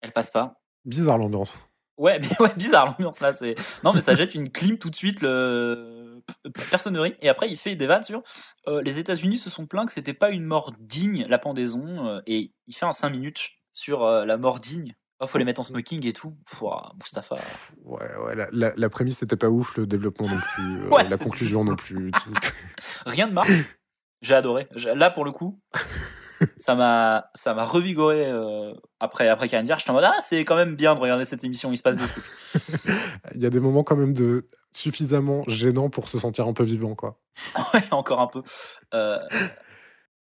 Elle passe pas. Bizarre l'ambiance. Ouais, mais ouais, bizarre l'ambiance là. C'est non, mais ça jette une clim tout de suite. Le... Personne ne rit. Et après, il fait des vannes sur euh, les États-Unis se sont plaints que c'était pas une mort digne la pendaison. euh, et il fait un 5 minutes sur euh, la mort digne. Oh, faut les mettre en smoking et tout. Pouah, Mustapha. Ouais, ouais, la, la- la prémisse n'était pas ouf, le développement non plus, euh, Ouais, la c'était conclusion juste- non plus. tout. Rien ne marche. J'ai adoré. Je- Là, pour le coup, ça m'a, ça m'a revigoré euh, après, après Karine Viard. J'étais en mode, ah, c'est quand même bien de regarder cette émission, il se passe des trucs. Il y a des moments quand même de suffisamment gênants pour se sentir un peu vivant, quoi. Ouais, encore un peu. Euh,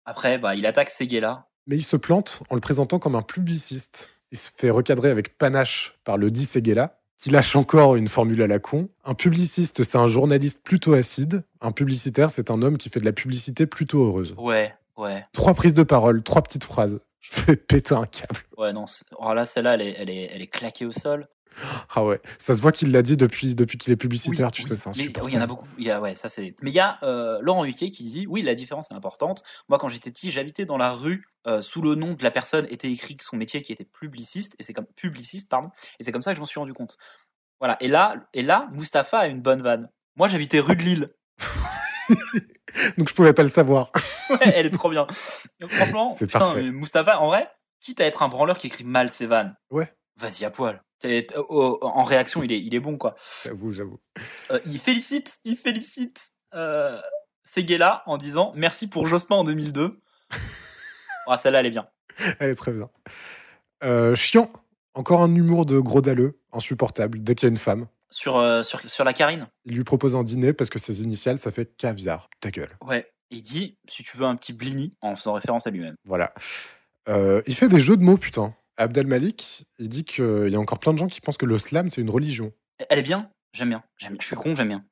après, bah, il attaque Seguela. Mais il se plante en le présentant comme un publiciste. Il se fait recadrer avec panache par le dit Seguela, qui lâche encore une formule à la con. Un publiciste, c'est un journaliste plutôt acide. Un publicitaire, c'est un homme qui fait de la publicité plutôt heureuse. Ouais, ouais, Trois prises de parole, trois petites phrases. Je vais péter un câble. ouais, non. c'est- Oh là, celle-là, elle est, elle, est, elle est claquée au sol. Ah ouais, ça se voit qu'il l'a dit depuis, depuis qu'il est publicitaire, tu sais, c'est Mais insupportable. oui, il y en a beaucoup. Il y a, ouais, ça c'est. Mais il y a euh, Laurent Huquier qui dit oui, la différence est importante. Moi, quand j'étais petit, j'habitais dans la rue. euh, sous le nom de la personne était écrit que son métier qui était publiciste et c'est comme publiciste pardon et c'est comme ça que je m'en suis rendu compte. Voilà. Et là, et là, Mustapha a une bonne vanne. Moi, j'habitais rue de Lille. Donc je pouvais pas le savoir. Ouais, elle est trop bien. Franchement, C'est putain, parfait. mais Mustapha, en vrai, quitte à être un branleur qui écrit mal ses vannes. Ouais. Vas-y à poil. T'es- t'es- oh, oh, en réaction, il est, il est bon quoi. J'avoue, j'avoue. Euh, il félicite, il félicite euh, Seguela en disant merci pour Jospin en 2002. Ah, celle-là, elle est bien. Elle est très bien. Euh, chiant. Encore un humour de gros dalleux, insupportable, dès qu'il y a une femme. Sur, euh, sur, sur la Carine. Il lui propose un dîner parce que ses initiales, ça fait caviar. Ta gueule. Ouais. Il dit si tu veux un petit blini en faisant référence à lui-même. Voilà. Euh, il fait des jeux de mots, putain. Abdel Malik, il dit qu'il y a encore plein de gens qui pensent que le slam, c'est une religion. Elle est bien. J'aime bien. J'aime. Je suis con, j'aime bien.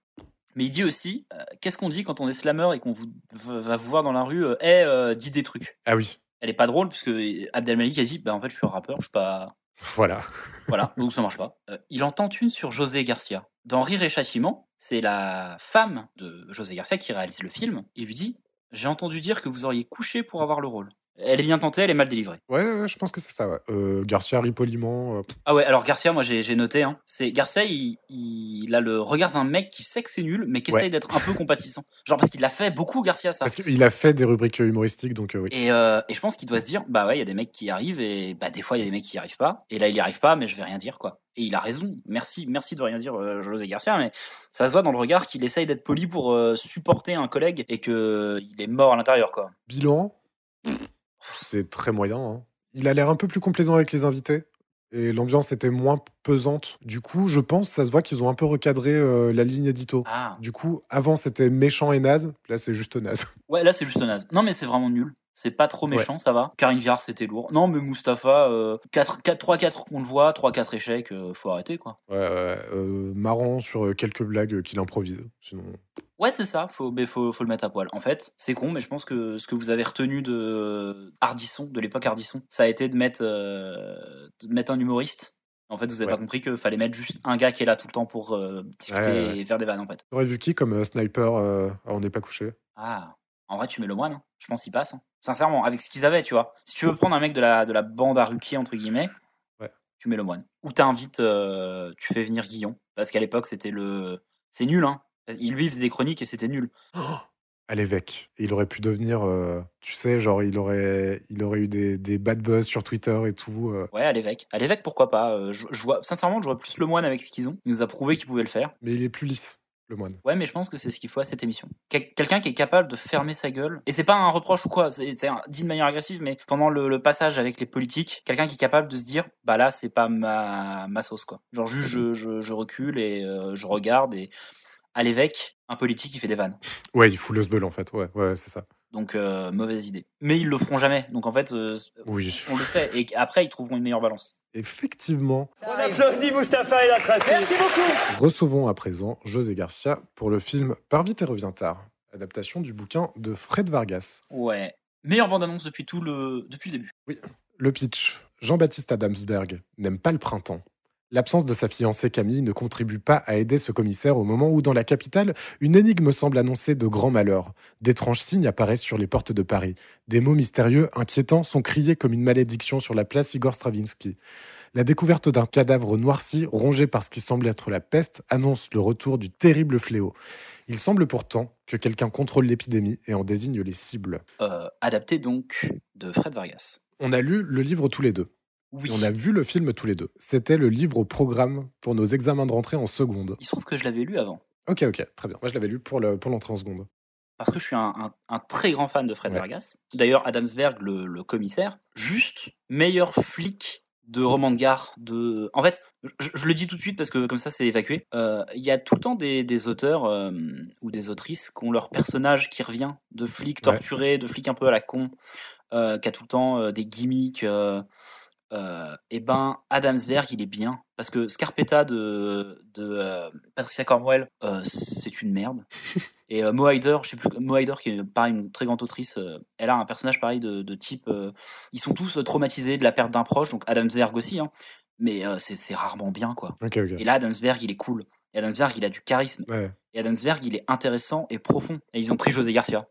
Mais il dit aussi euh, qu'est-ce qu'on dit quand on est slammer et qu'on vous, va va vous voir dans la rue euh, Eh, euh, dis des trucs. Ah oui, elle est pas drôle puisque Abdelmalik a dit bah en fait je suis un rappeur je suis pas voilà. voilà donc ça marche pas Euh, il en tente une sur José Garcia dans Rire et Châtiment c'est la femme de José Garcia qui réalise le film et lui dit j'ai entendu dire que vous auriez couché pour avoir le rôle Elle est bien tentée, elle est mal délivrée. Ouais, ouais, je pense que c'est ça, ouais. Euh, Garcia rit poliment. euh, pff. Ah ouais, alors Garcia, moi j'ai j'ai noté, hein, c'est Garcia, il, il a le regard d'un mec qui sait que c'est nul, mais qui Ouais. essaye d'être un peu compatissant. Genre parce qu'il l'a fait beaucoup, Garcia, ça. Parce qu'il a fait des rubriques humoristiques, donc euh, oui. Et, euh, et je pense qu'il doit se dire, bah ouais, il y a des mecs qui arrivent et bah des fois il y a des mecs qui y arrivent pas. Et là il y arrive pas, mais je vais rien dire quoi. Et il a raison. Merci, merci de rien dire, euh, José Garcia. Mais ça se voit dans le regard qu'il essaye d'être poli pour euh, supporter un collègue et que il est mort à l'intérieur quoi. Bilan, c'est très moyen. hein. Il a l'air un peu plus complaisant avec les invités. Et l'ambiance était moins pesante. Du coup, je pense, ça se voit qu'ils ont un peu recadré euh, la ligne édito. Ah. Du coup, avant c'était méchant et naze. Là, c'est juste naze. Ouais, là c'est juste naze. Non mais c'est vraiment nul. C'est pas trop méchant, ça va. Karine Viard, c'était lourd. Non, mais Mustapha, euh, 3-4 qu'on le voit, 3-4 échecs, euh, faut arrêter quoi. Ouais, ouais, ouais. Euh, marrant sur euh, quelques blagues euh, qu'il improvise. Sinon, Ouais, c'est ça, faut, mais faut, faut le mettre à poil. En fait, c'est con, mais je pense que ce que vous avez retenu de Hardisson, de l'époque Hardisson, ça a été de mettre, euh, de mettre un humoriste. En fait, vous avez Ouais. pas compris qu'il fallait mettre juste un gars qui est là tout le temps pour euh, discuter Ouais, ouais, ouais. et faire des vannes, en fait. t'aurais vu qui comme euh, sniper euh, à On n'est pas couché Ah, en vrai, tu mets le moine, hein. je pense qu'il passe. hein. Sincèrement, avec ce qu'ils avaient, tu vois. Si tu veux prendre un mec de la, de la bande à Ruquier, entre guillemets, Ouais. tu mets le moine. Ou t'invites, euh, tu fais venir Guillon. Parce qu'à l'époque, c'était le. C'est nul, hein. Il lui faisait des chroniques et c'était nul. à l'évêque. Et Il aurait pu devenir, euh, tu sais, genre il aurait, il aurait eu des, des bad buzz sur Twitter et tout. euh. Ouais, à l'évêque. À l'évêque, pourquoi pas Euh, je, je vois, Sincèrement, je vois plus le moine avec ce qu'ils ont. Il nous a prouvé qu'il pouvait le faire. Mais il est plus lisse, le moine. Ouais, mais je pense que c'est ce qu'il faut à cette émission. Quel- Quelqu'un qui est capable de fermer sa gueule. Et c'est pas un reproche ou quoi, c'est c'est un- dit de manière agressive, mais pendant le, le passage avec les politiques, quelqu'un qui est capable de se dire, bah là, c'est pas ma, ma sauce, quoi. Genre, juste, je, je, je recule et euh, je regarde. Et à l'évêque, un politique, il fait des vannes. Ouais, il fout le sbeul en fait. Ouais, ouais, c'est ça. Donc, euh, mauvaise idée. Mais ils le feront jamais. Donc, en fait, euh, Oui. on le sait. Et après, ils trouveront une meilleure balance. Effectivement. On applaudit Mustapha El Atrafi. Merci beaucoup. Recevons à présent José Garcia pour le film Par vite et revient tard, adaptation du bouquin de Fred Vargas. Ouais. Meilleure bande-annonce depuis tout le, depuis le début. Le pitch. Jean-Baptiste Adamsberg n'aime pas le printemps. L'absence de sa fiancée Camille ne contribue pas à aider ce commissaire au moment où, dans la capitale, une énigme semble annoncer de grands malheurs. D'étranges signes apparaissent sur les portes de Paris. Des mots mystérieux, inquiétants, sont criés comme une malédiction sur la place Igor Stravinsky. La découverte d'un cadavre noirci, rongé par ce qui semble être la peste, annonce le retour du terrible fléau. Il semble pourtant que quelqu'un contrôle l'épidémie et en désigne les cibles. Euh, adapté donc de Fred Vargas. On a lu le livre tous les deux. Oui. Et on a vu le film tous les deux. C'était le livre au programme pour nos examens de rentrée en seconde. Il se trouve que je l'avais lu avant. Ok, ok, très bien. Moi, je l'avais lu pour le- pour l'entrée en seconde. Parce que je suis un, un- un très grand fan de Fred Ouais. Vargas. D'ailleurs, Adamsberg, le, le commissaire, juste meilleur flic de roman de gare. De... En fait, je, je le dis tout de suite parce que comme ça, c'est évacué. Euh, Il y a tout le temps des, des auteurs euh, ou des autrices qui ont leur personnage qui revient de flic Ouais. torturé, de flic un peu à la con, euh, qui a tout le temps euh, des gimmicks. euh, euh, eh ben, Adamsberg, il est bien. Parce que Scarpetta de, de euh, Patricia Cornwell, euh, c'est une merde. Et euh, Mo Hyder, je sais plus, Mo Hyder, qui est pareil, une très grande autrice, euh, elle a un personnage pareil de, de type. euh, ils sont tous euh, traumatisés de la perte d'un proche, donc Adamsberg aussi, hein, mais euh, c'est c'est rarement bien, quoi. Ok, ok. Et là, Adamsberg, il est cool. Et Adamsberg, il a du charisme. Ouais. Et Adamsberg, il est intéressant et profond. Et ils ont pris José Garcia.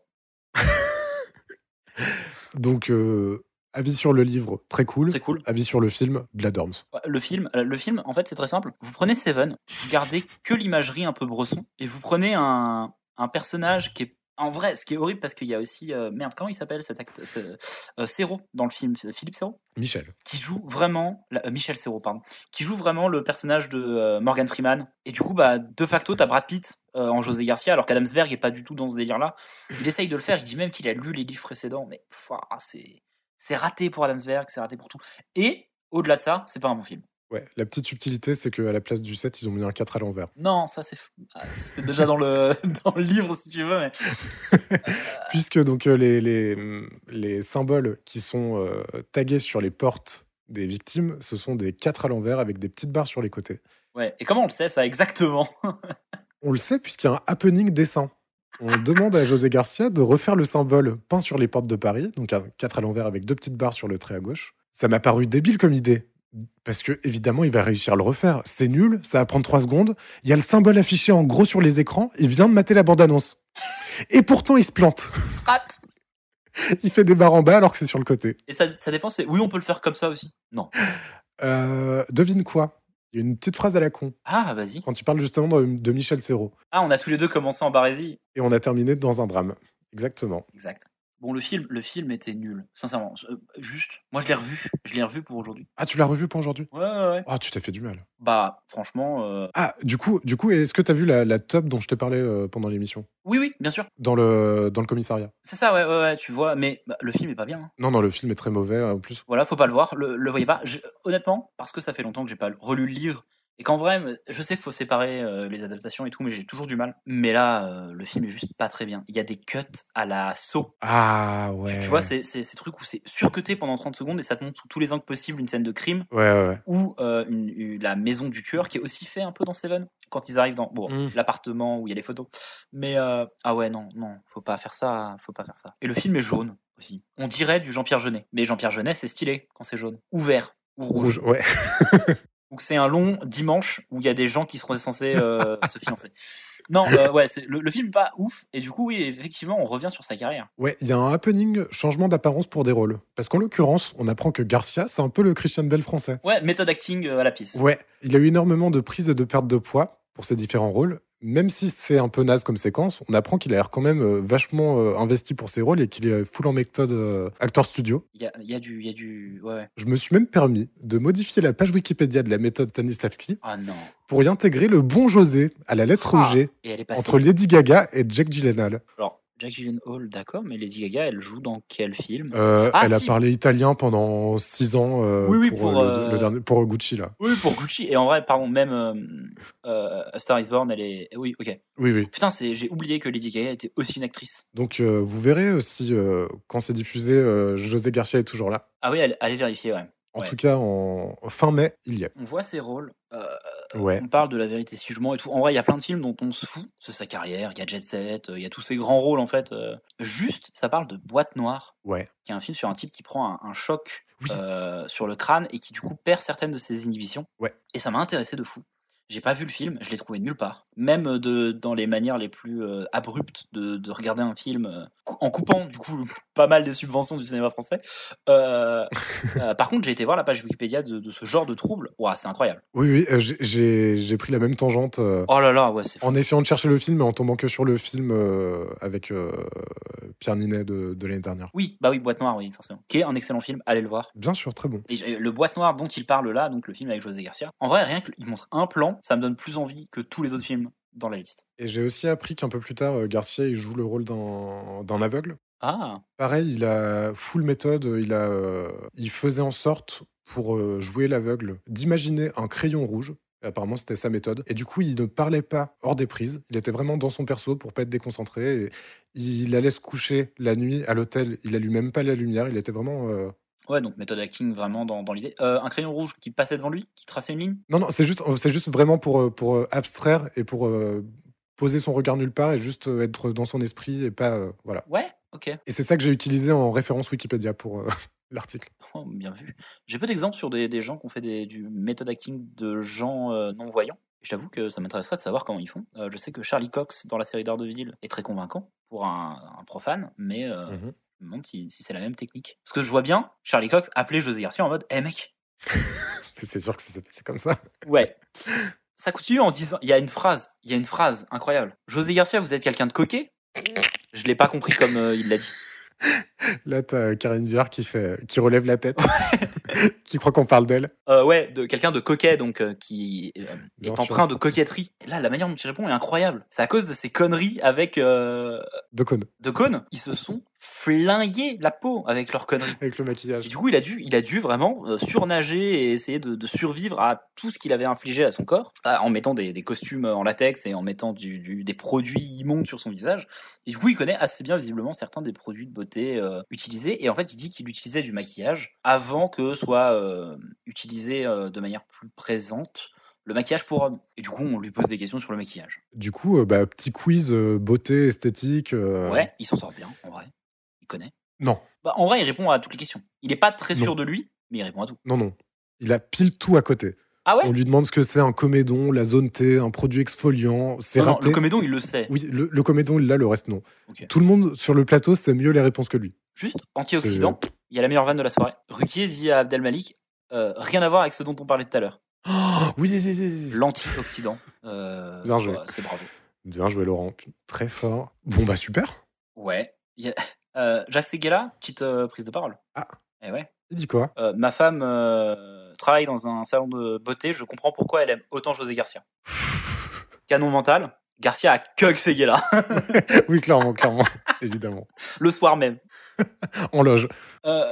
Donc, euh, avis sur le livre, très cool. Très cool. Avis sur le film, de la dorms. Ouais, Le film, euh, le film, en fait, c'est très simple. Vous prenez Seven, vous gardez que l'imagerie un peu bresson, et vous prenez un, un personnage qui est en vrai, ce qui est horrible parce qu'il y a aussi euh, merde, comment il s'appelle cet acte, ce, euh, Serrault dans le film, Philippe Serrault, Michel. qui joue vraiment la- euh, Michel Serrault, pardon, qui joue vraiment le personnage de euh, Morgan Freeman. Et du coup, bah de facto, t'as Brad Pitt euh, en José Garcia, alors qu'Adamsberg est pas du tout dans ce délire-là. Il essaye de le faire. Il dit même qu'il a lu les livres précédents, mais pff, ah, c'est c'est raté pour Adamsberg, c'est raté pour tout. Et au-delà de ça, c'est pas un bon film. Ouais, la petite subtilité, c'est qu'à la place du 7, ils ont mis un 4 à l'envers. Non, ça c'est fou. Ah, c'était déjà dans le dans le livre si tu veux. Mais... Puisque donc euh, les, les, hum, les symboles qui sont euh, tagués sur les portes des victimes, ce sont des 4 à l'envers avec des petites barres sur les côtés. Ouais. Et comment on le sait ça exactement On le sait puisqu'il y a un happening dessin. On demande à José Garcia de refaire le symbole peint sur les portes de Paris, donc un 4 à l'envers avec deux petites barres sur le trait à gauche. Ça m'a paru débile comme idée. Parce que, évidemment, il va réussir à le refaire. C'est nul, ça va prendre 3 secondes. Il y a le symbole affiché en gros sur les écrans, il vient de mater la bande-annonce. Et pourtant, il se plante. Strat. Il fait des barres en bas alors que c'est sur le côté. Et sa, sa défense, c'est oui, on peut le faire comme ça aussi. Non. Euh, devine quoi Il y a une petite phrase à la con. Ah, vas-y. Quand il parle justement de, de Michel Serrault. Ah, on a tous les deux commencé en barésie. Et on a terminé dans un drame. Exactement. Exact. Bon, le film, le film était nul, sincèrement. Euh, Juste, moi je l'ai revu, je l'ai revu pour aujourd'hui. Ah, tu l'as revu pour aujourd'hui Ouais, ouais, ouais. Ah, tu t'es fait du mal. Bah, franchement, euh, Ah, du coup, du coup est-ce que t'as vu la, la top dont je t'ai parlé euh, pendant l'émission oui, oui, bien sûr. dans le, dans le commissariat C'est ça, ouais, ouais, ouais, tu vois, mais bah, le film est pas bien. hein. Non, non, le film est très mauvais euh, en plus. Voilà, faut pas le voir, le, le voyez pas. Je- honnêtement, parce que ça fait longtemps que j'ai pas relu le livre, et qu'en vrai, je sais qu'il faut séparer euh, les adaptations et tout, mais j'ai toujours du mal. Mais là, euh, le film est juste pas très bien. Il y a des cuts à la saut. Ah, ouais. Tu vois, c'est c'est- ces trucs où c'est surcuté pendant 30 secondes et ça te montre sous tous les angles possibles une scène de crime Ouais, ouais, ouais. ou euh, une- une- la maison du tueur qui est aussi fait un peu dans Seven quand ils arrivent dans bon, Mm. l'appartement où il y a les photos. Mais euh, ah ouais non non faut pas faire ça faut pas faire ça. Et le film est jaune aussi. On dirait du Jean-Pierre Jeunet mais Jean-Pierre Jeunet c'est stylé quand c'est jaune ou vert ou rouge. Rouge, ouais. Ou que c'est un long dimanche où il y a des gens qui seraient censés euh, se fiancer. Non euh, ouais c'est le, le film est pas ouf et du coup oui effectivement on revient sur sa carrière. Ouais, il y a un happening, changement d'apparence pour des rôles. Parce qu'en l'occurrence, on apprend que Garcia, c'est un peu le Christian Bell français. Ouais méthode acting euh, à la piste. Ouais, il a eu énormément de prises et de pertes de poids pour ses différents rôles. Même si c'est un peu naze comme séquence, on apprend qu'il a l'air quand même euh, vachement euh, investi pour ses rôles et qu'il est full en méthode euh, acteur studio. Il y a, il y a du il y a du ouais, ouais. Je me suis même permis de modifier la page Wikipédia de la méthode Stanislavski Ah non. pour y intégrer le bon José à la lettre Ah, G et elle est passée. entre Lady Gaga et Jack Gyllenhaal. Alors, Jack Gyllenhaal, d'accord, mais Lady Gaga, elle joue dans quel film Euh, Ah, elle a si. parlé italien pendant six ans euh, Oui, oui, pour, pour, euh, le- euh, le dernier- pour Gucci là. Oui, pour Gucci. Et en vrai, pardon, même euh, euh, A Star is Born, elle est. Oui, ok. Oui, oui. Putain, c'est- j'ai oublié que Lady Gaga était aussi une actrice. Donc euh, vous verrez aussi euh, quand c'est diffusé, euh, José Garcia est toujours là. Ah oui, allez, allez vérifier, ouais. En Ouais. tout cas, en fin mai, il y est. On voit ses rôles. euh, Ouais. on parle de la vérité si jugement et tout. En vrai, il y a plein de films dont on se fout. C'est sa carrière, il y a Jet Set, euh, il y a tous ces grands rôles en fait. euh. Juste, ça parle de Boîte Noire, Ouais. qui est un film sur un type qui prend un, un choc Oui. euh, sur le crâne et qui du coup perd certaines de ses inhibitions. Ouais. Et ça m'a intéressé de fou. J'ai pas vu le film, je l'ai trouvé nulle part. Même euh, de, dans les manières les plus euh, abruptes de, de regarder un film, euh, cou- en coupant du coup pas mal des subventions du cinéma français. Euh, euh, par contre, j'ai été voir la page Wikipédia de, de ce genre de trouble. Ouah, c'est incroyable. Oui, oui, euh, j'ai- j'ai j'ai pris la même tangente euh, Oh là là, ouais, c'est fou. en essayant de chercher le film et en tombant que sur le film euh, avec euh, Pierre Ninet de, de l'année dernière. Oui, bah oui, Boîte Noire, oui, forcément. Qui est un excellent film, allez le voir. Bien sûr, très bon. Et j'ai- le Boîte Noire dont il parle là, donc le film avec José Garcia, en vrai, rien qu'il montre un plan, ça me donne plus envie que tous les autres films dans la liste. Et j'ai aussi appris qu'un peu plus tard, euh, Garcia il joue le rôle d'un d'un aveugle. Ah, Pareil, il a full méthode, il, a, euh, il faisait en sorte, pour euh, jouer l'aveugle, d'imaginer un crayon rouge. Et apparemment, c'était sa méthode. Et du coup, il ne parlait pas hors des prises. Il était vraiment dans son perso pour pas être déconcentré. Et il allait se coucher la nuit à l'hôtel. Il allumait même pas la lumière. Il était vraiment. euh, ouais, donc méthode acting vraiment dans, dans l'idée. Euh, un crayon rouge qui passait devant lui, qui traçait une ligne Non, non, c'est juste, oh, c'est juste vraiment pour, euh, pour euh, abstraire et pour euh, poser son regard nulle part et juste euh, être dans son esprit et pas. euh, voilà. Ouais, ok. Et c'est ça que j'ai utilisé en référence Wikipédia pour euh, l'article. Oh, bien vu. J'ai peu d'exemples sur des, des gens qui ont fait des, du méthode acting de gens euh, non-voyants. Et Je t'avoue que ça m'intéresserait de savoir comment ils font. Euh, je sais que Charlie Cox, dans la série Daredevil, est très convaincant pour un, un profane, mais euh, Mhm. je me demande si, si c'est la même technique. Parce que je vois bien Charlie Cox appeler José Garcia en mode Eh mec C'est sûr que ça s'est passé comme ça. Ouais. Ça continue en disant Il y a une phrase, il y a une phrase incroyable. José Garcia, vous êtes quelqu'un de coquet Je l'ai pas compris comme euh, il l'a dit. Là, t'as euh, Karine Viard qui, fait, euh, qui relève la tête, qui croit qu'on parle d'elle. Euh, ouais, de quelqu'un de coquet, donc euh, qui euh, Bien est sûr. empreint de coquetterie. Et là, la manière dont il répond est incroyable. C'est à cause de ces conneries avec euh, De cône, de Cône. Ils se sont flingués la peau avec leurs conneries. avec le Et maquillage. du coup, il a dû, il a dû vraiment euh, surnager et essayer de, de survivre à tout ce qu'il avait infligé à son corps, euh, en mettant des, des costumes en latex et en mettant du- du- des produits immondes sur son visage. Et du coup, il connaît assez bien visiblement certains des produits de beauté euh, utilisés. Et en fait, il dit qu'il utilisait du maquillage avant que soit euh, utilisé euh, de manière plus présente le maquillage pour hommes. Et du coup, on lui pose des questions sur le maquillage. Du coup, euh, bah, petit quiz euh, beauté, esthétique. euh, Ouais, il s'en sort bien, en vrai. Il connaît. Non, Bah, en vrai, il répond à toutes les questions. Il n'est pas très Non. sûr de lui, mais il répond à tout. non, non. Il a pile tout à côté. Ah ouais On lui demande ce que c'est un comédon, la zone T, un produit exfoliant. C'est Non, non, raté. le comédon, il le sait. Oui, le, le comédon, il l'a, le reste, non. Ok. Tout le monde sur le plateau sait mieux les réponses que lui. Juste antioxydant, il y a la meilleure vanne de la soirée. Ruquier dit à Abdelmalik euh, rien à voir avec ce dont on parlait tout à l'heure. Oh, oui, oui, oui. L'antioxydant. euh, Bien joué. bah, c'est bravo. Bien joué, Laurent. Très fort. Bon, bah super. Ouais. Il y a- euh, Jacques Seguela, petite euh, prise de parole. Ah. Eh ouais. Il dit quoi Euh, ma femme euh, travaille dans un salon de beauté, je comprends pourquoi elle aime autant José Garcia. Canon mental, Garcia a que Seguela, Oui, clairement, clairement. Évidemment. le soir même. En loge. Euh,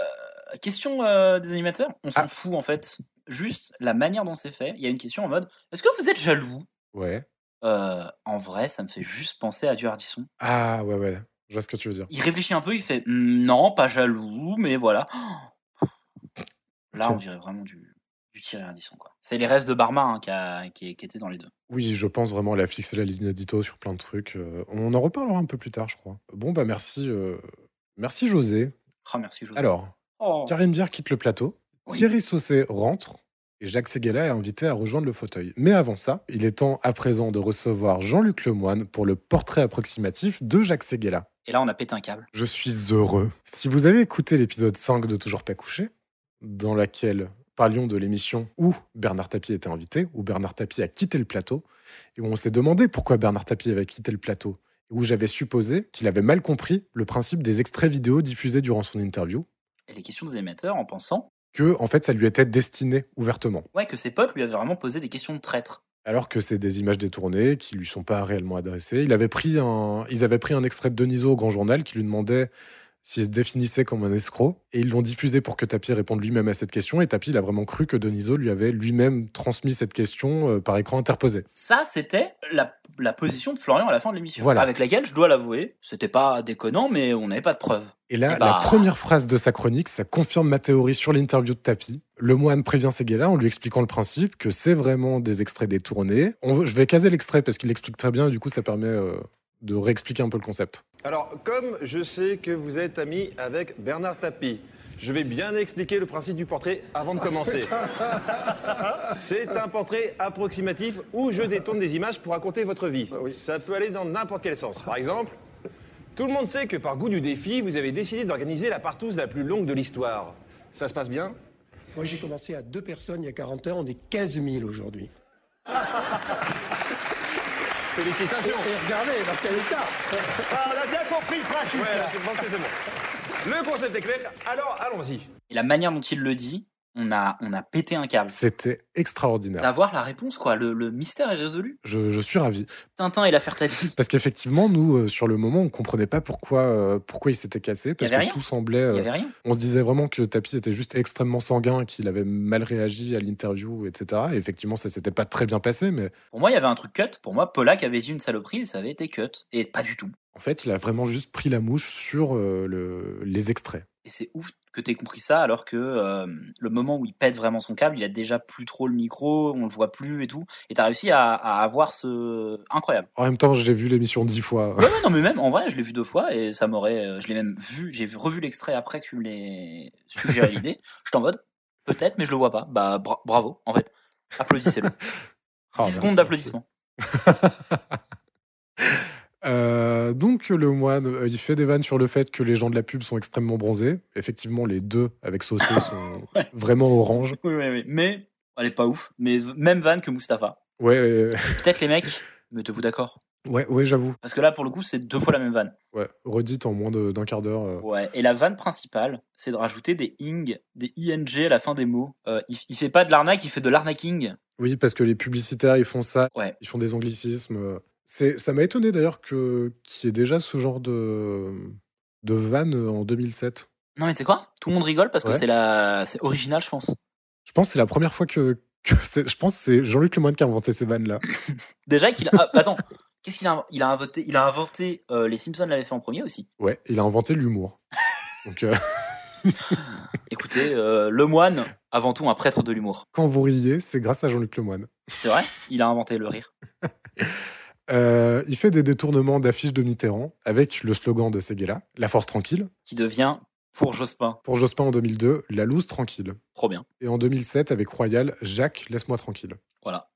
question euh, des animateurs, on s'en Ah. fout en fait. Juste la manière dont c'est fait, il y a une question en mode est-ce que vous êtes jaloux Ouais. Euh, En vrai, ça me fait juste penser à du Hardisson. Ah, ouais, ouais. Je vois ce que tu veux dire. Il réfléchit un peu, il fait Hmm, non, pas jaloux, mais voilà. Là, Ok. on dirait vraiment du, du Thierry Ardisson. quoi. C'est les restes de Barma hein, qui, a- qui- qui étaient dans les deux. Oui, je pense vraiment, elle a fixé la ligne édito sur plein de trucs. Euh, on en reparlera un peu plus tard, je crois. Bon, bah merci. euh, Merci, José. Oh, merci, José. Alors, Oh. Karine Viard quitte le plateau. Thierry Saucet rentre. Et Jacques Seguela est invité à rejoindre le fauteuil. Mais avant ça, il est temps à présent de recevoir Jean-Luc Lemoine pour le portrait approximatif de Jacques Seguela. Et là, on a pété un câble. Je suis heureux. Si vous avez écouté l'épisode 5 de Toujours pas couché, dans laquelle parlions de l'émission où Bernard Tapie était invité, où Bernard Tapie a quitté le plateau, et où on s'est demandé pourquoi Bernard Tapie avait quitté le plateau, et où j'avais supposé qu'il avait mal compris le principe des extraits vidéo diffusés durant son interview, Et les questions des émetteurs en pensant que en fait ça lui était destiné ouvertement, ouais, que ses potes lui avaient vraiment posé des questions de traître. alors que c'est des images détournées qui lui sont pas réellement adressées. Il avait pris un, ils avaient pris un extrait de Denisot au Grand Journal qui lui demandait s'il se définissait comme un escroc, et ils l'ont diffusé pour que Tapi réponde lui-même à cette question, et Tapi il a vraiment cru que Denisot lui avait lui-même transmis cette question euh, par écran interposé. Ça, c'était la, la position de Florian à la fin de l'émission. Voilà. Avec laquelle, je dois l'avouer, c'était pas déconnant, mais on n'avait pas de preuves. Et là, Eh bah. la première phrase de sa chronique, ça confirme ma théorie sur l'interview de Tapi. Le moine prévient Seguela en lui expliquant le principe que c'est vraiment des extraits détournés. On- je vais caser l'extrait parce qu'il l'explique très bien et du coup, ça permet euh, de réexpliquer un peu le concept. Alors, comme je sais que vous êtes ami avec Bernard Tapie, je vais bien expliquer le principe du portrait avant de commencer. C'est un portrait approximatif où je détourne des images pour raconter votre vie. Bah Ça peut aller dans n'importe quel sens. Par exemple, tout le monde sait que par goût du défi, vous avez décidé d'organiser la partouze la plus longue de l'histoire. Ça se passe bien Moi, j'ai commencé à deux personnes il y a 40 ans, on est 15 000 aujourd'hui. Félicitations Ah, Et regardez, dans quel état on a bien compris le principe Je pense que c'est bon. Le concept est clair, alors allons-y. Et la manière dont il le dit, on a, on a pété un câble. C'était extraordinaire. D'avoir la réponse, quoi. Le, le mystère est résolu. Je, je suis ravi. Tintin et l'affaire Tapie. Parce qu'effectivement, nous, euh, sur le moment, on comprenait pas pourquoi, euh, pourquoi il s'était cassé. Parce avait que rien. tout semblait. Il y euh, avait rien. On se disait vraiment que Tapi était juste extrêmement sanguin, qu'il avait mal réagi à l'interview, etc. Et effectivement, ça s'était pas très bien passé, mais Pour moi, il y avait un truc cut. Pour moi, Pollack avait dit une saloperie et ça avait été cut. Et pas du tout. en fait, il a vraiment juste pris la mouche sur euh, le- les extraits. Et c'est ouf que t'aies compris ça alors que euh, le moment où il pète vraiment son câble, il a déjà plus trop le micro, on le voit plus et tout. Et t'as réussi à, à avoir ce. Incroyable. En même temps, j'ai vu l'émission dix fois. Ouais, ouais, non, mais même en vrai, je l'ai vu deux fois et ça m'aurait. euh, Je l'ai même vu, j'ai vu- revu l'extrait après que tu me l'aies suggéré l'idée. Je t'en mode, peut-être, mais je le vois pas. Bah, bra- bravo, en fait. Applaudissez-le. Ah, 10 secondes d'applaudissements. Euh, donc le moine, euh, il fait des vannes sur le fait que les gens de la pub sont extrêmement bronzés. Effectivement, les deux avec Saucé sont vraiment orange. Oui, oui, oui. Mais, elle est pas ouf. Mais v- même vanne que Mustapha. Ouais, euh, Peut-être les mecs, mettez-vous d'accord. ouais, ouais, j'avoue. Parce que là, pour le coup, c'est deux fois la même vanne. Ouais, redite en moins de- d'un quart d'heure. euh. Ouais. Et la vanne principale, c'est de rajouter des ing, des ing à la fin des mots. Euh, il, il fait pas de l'arnaque, il fait de l'arnaquing. Oui, parce que les publicitaires, ils font ça. Ouais. Ils font des anglicismes. euh. C'est, ça m'a étonné d'ailleurs que qu'il y ait déjà ce genre de de vanne en 2007. Non, mais tu sais quoi Tout le monde rigole parce que Ouais. c'est la, c'est original, je pense. Je pense que c'est la première fois que, que c'est- je pense que c'est Jean-Luc Lemoyne qui a inventé ces vannes là. Déjà qu'il a. ah, attends, qu'est-ce qu'il a, il a inventé Il a inventé. euh, les Simpsons l'avaient fait en premier aussi. Ouais, il a inventé l'humour. Donc euh, Écoutez, euh, le moine, avant tout un prêtre de l'humour. quand vous riez, c'est grâce à Jean-Luc Lemoyne. C'est vrai Il a inventé le rire. Euh, il fait des détournements d'affiches de Mitterrand avec le slogan de Seguela, La force tranquille. Qui devient Pour Jospin. Pour Jospin en 2002, La Loose tranquille. Trop bien. Et en 2007, avec Royal, Jacques, Laisse-moi tranquille. Voilà.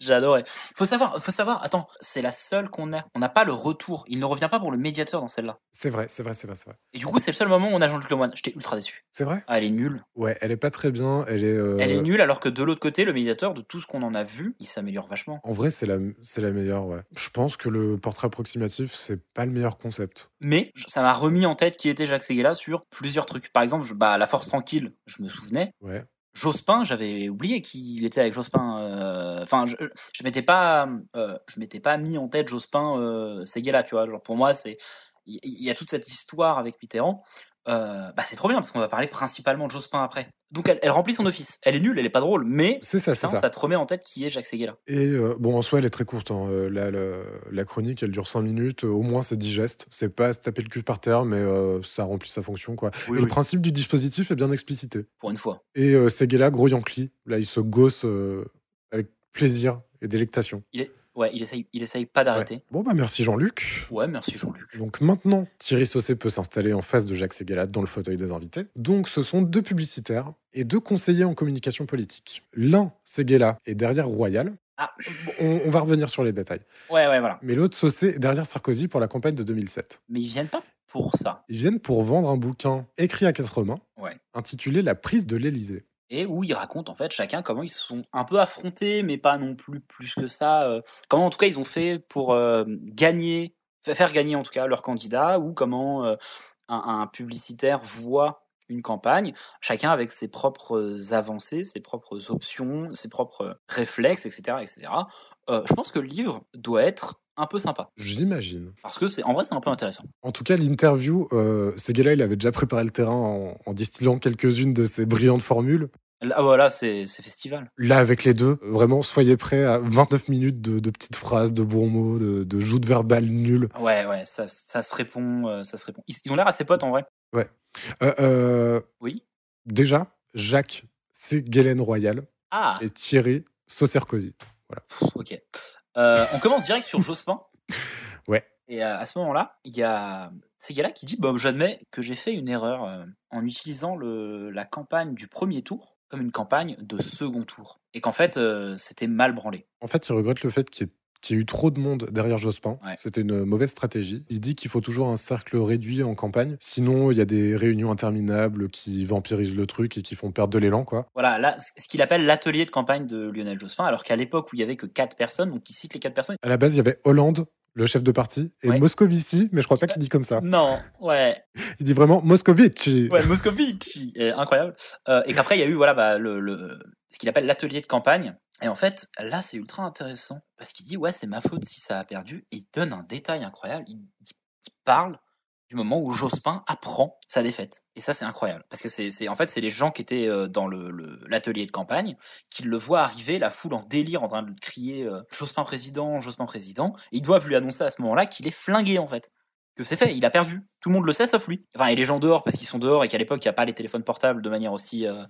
J'ai adoré. Faut savoir, faut savoir. Attends, c'est la seule qu'on a. On n'a pas le retour. Il ne revient pas pour le médiateur dans celle-là. C'est vrai, c'est vrai, c'est vrai, c'est vrai. Et du coup, c'est le seul moment où on a Jean-Luc Lemoyne. J'étais ultra déçu. C'est vrai Ah, elle est nulle. Ouais, elle est pas très bien. Elle est. euh, Elle est nulle, alors que de l'autre côté, le médiateur, de tout ce qu'on en a vu, il s'améliore vachement. En vrai, c'est la, c'est la meilleure, ouais. Je pense que le portrait approximatif, c'est pas le meilleur concept. Mais je- ça m'a remis en tête qui était Jacques Seguela sur plusieurs trucs. Par exemple, je- bah, La Force Tranquille, je me souvenais. Ouais. Jospin, j'avais oublié qu'il était avec Jospin. euh, Enfin, je, je m'étais pas, euh, je m'étais pas mis en tête Jospin euh, Seguela, tu vois. Genre pour moi, c'est, il il y, a toute cette histoire avec Mitterrand. Euh, bah c'est trop bien parce qu'on va parler principalement de Jospin après. Donc elle, elle remplit son office. Elle est nulle, elle est pas drôle, mais C'est ça, c'est putain, ça. te remet en tête qui est Jacques Seguela. Et euh, bon, en soi, elle est très courte. hein. Euh, la, la- la chronique, elle dure 5 minutes. Euh, Au moins, c'est digeste. C'est pas se taper le cul par terre, mais euh, ça remplit sa fonction, quoi. Oui, Et oui. Le principe du dispositif est bien explicité. Pour une fois. Et euh, Seguela, gros Yankee, là, il se gosse euh, avec plaisir et délectation. Il est, ouais, il essaye, il essaye pas d'arrêter. Bon, bah, merci Jean-Luc. Ouais, merci Jean-Luc. Donc maintenant, Thierry Saucé peut s'installer en face de Jacques Ségala dans le fauteuil des invités. Donc ce sont deux publicitaires et deux conseillers en communication politique. L'un, Ségala, est derrière Royal. Ah. Bon, On, on va revenir sur les détails. Ouais, ouais, voilà. Mais l'autre, Saucé, est derrière Sarkozy pour la campagne de 2007. Mais ils viennent pas pour ça. Ils viennent pour vendre un bouquin écrit à quatre mains, Ouais. intitulé La prise de l'Élysée. et où ils racontent en fait chacun comment ils se sont un peu affrontés, mais pas non plus plus que ça. euh, comment en tout cas ils ont fait pour euh, gagner, fa- faire gagner en tout cas leur candidat, ou comment euh, un, un publicitaire voit une campagne, chacun avec ses propres avancées, ses propres options, ses propres réflexes, etc. etc. Euh, je pense que le livre doit être un peu sympa, J'imagine. parce que c'est en vrai c'est un peu intéressant. En tout cas, l'interview, euh, Ségala, il avait déjà préparé le terrain en- en distillant quelques-unes de ses brillantes formules. Là ah, voilà, c'est c'est festival. Là, avec les deux, vraiment, soyez prêts à 29 minutes de, de petites phrases, de bons mots, de, de joutes verbales nulles. Ouais ouais, ça, ça se répond, euh, ça se répond. Ils, ils ont l'air assez potes en vrai. Euh, euh, Oui. Déjà, Jacques, c'est Galen Royal Ah. et Thierry, Saucercosi. Pff, Ok. Euh, on commence direct sur Jospin. Ouais. Et euh, à ce moment-là, il y a ces gars-là qui dit bah, J'admets que j'ai fait une erreur euh, en utilisant le, la campagne du premier tour comme une campagne de second tour. Et qu'en fait, euh, c'était mal branlé. En fait, il regrette le fait qu'il y, ait- qu'il y ait eu trop de monde derrière Jospin. C'était une mauvaise stratégie. Il dit qu'il faut toujours un cercle réduit en campagne. Sinon, il y a des réunions interminables qui vampirisent le truc et qui font perdre de l'élan, quoi. Voilà, là, c- ce qu'il appelle l'atelier de campagne de Lionel Jospin, alors qu'à l'époque où il y avait que quatre personnes, donc il cite les quatre personnes. À la base, il y avait Hollande, le chef de parti, et Ouais. Euh, Moscovici, mais je crois pas qu'il dit comme ça. Non, ouais, Il dit vraiment Moscovici. Ouais, Moscovici, euh, incroyable. Euh, et qu'après, il y a eu voilà, bah, le, le- ce qu'il appelle l'atelier de campagne. Et en fait, là, c'est ultra intéressant. Parce qu'il dit, ouais, c'est ma faute si ça a perdu. Et il donne un détail incroyable. Il, il parle du moment où Jospin apprend sa défaite. Et ça, c'est incroyable. Parce que c'est, c'est- en fait, c'est les gens qui étaient euh, dans le, le- l'atelier de campagne qui le voient arriver, la foule en délire, en train de crier euh, Jospin président, Jospin président. Et ils doivent lui annoncer à ce moment-là qu'il est flingué, en fait que c'est fait, il a perdu. Tout le monde le sait sauf lui. Enfin, et les gens dehors parce qu'ils sont dehors et qu'à l'époque, il n'y a pas les téléphones portables de manière aussi euh,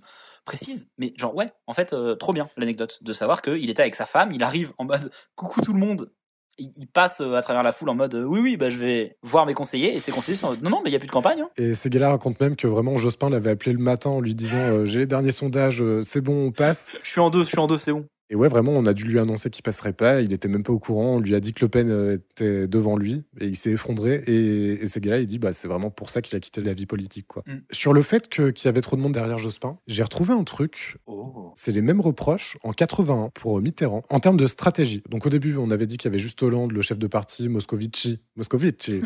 précise. Mais genre, ouais, en fait, euh, trop bien l'anecdote de savoir qu'il était avec sa femme, il arrive en mode coucou tout le monde. Il il passe euh, à travers la foule en mode euh, oui, oui, bah, je vais voir mes conseillers. Et ses conseillers sont en mode non, non, mais il n'y a plus de campagne. hein. Et Ségala raconte même que vraiment Jospin l'avait appelé le matin en lui disant euh, J'ai les derniers sondages, euh, c'est bon, on passe. Je suis en deux, je suis en deux, c'est bon. Et ouais, vraiment, on a dû lui annoncer qu'il passerait pas. Il était même pas au courant. On lui a dit que Le Pen euh, était devant lui et il s'est effondré. Et, et Ségala, il dit Bah, c'est vraiment pour ça qu'il a quitté la vie politique, quoi. Mm. Sur le fait que- qu'il y avait trop de monde derrière Jospin, j'ai retrouvé un truc. C'est les mêmes reproches en 81 pour euh, Mitterrand en termes de stratégie. Donc au début, on avait dit qu'il y avait juste Hollande, le chef de parti, Moscovici. Moscovici.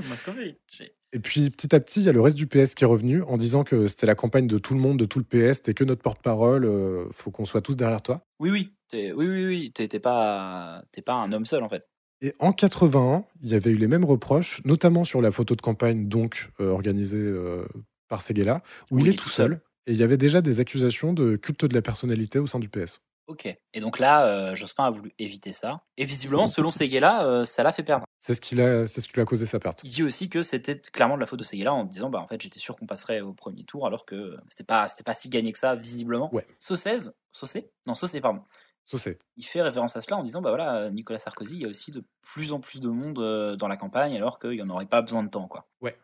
Et puis petit à petit, il y a le reste du PS qui est revenu en disant que c'était la campagne de tout le monde, de tout le PS, t'es que notre porte-parole, euh, faut qu'on soit tous derrière toi. Oui, oui, t'es, oui, oui, oui, t'es, t'es pas, t'es pas un homme seul en fait. Et en 81, il y avait eu les mêmes reproches, notamment sur la photo de campagne, donc euh, organisée euh, par Seguela, où il est tout seul. Et il y avait déjà des accusations de culte de la personnalité au sein du PS. Ok. Et donc là, euh, Jospin a voulu éviter ça. Et visiblement, selon Seguela, euh, ça l'a fait perdre. C'est ce, qu'il a- c'est ce qui lui a causé sa perte. Il dit aussi que c'était clairement de la faute de Seguela en disant bah en fait j'étais sûr qu'on passerait au premier tour alors que c'était pas c'était pas si gagné que ça visiblement. Ouais. Saucez, Saucé non Saucé pardon. Saucé. Il fait référence à cela en disant bah voilà Nicolas Sarkozy il y a aussi de plus en plus de monde euh, dans la campagne alors qu'il n'y en aurait pas besoin de temps quoi. Ouais.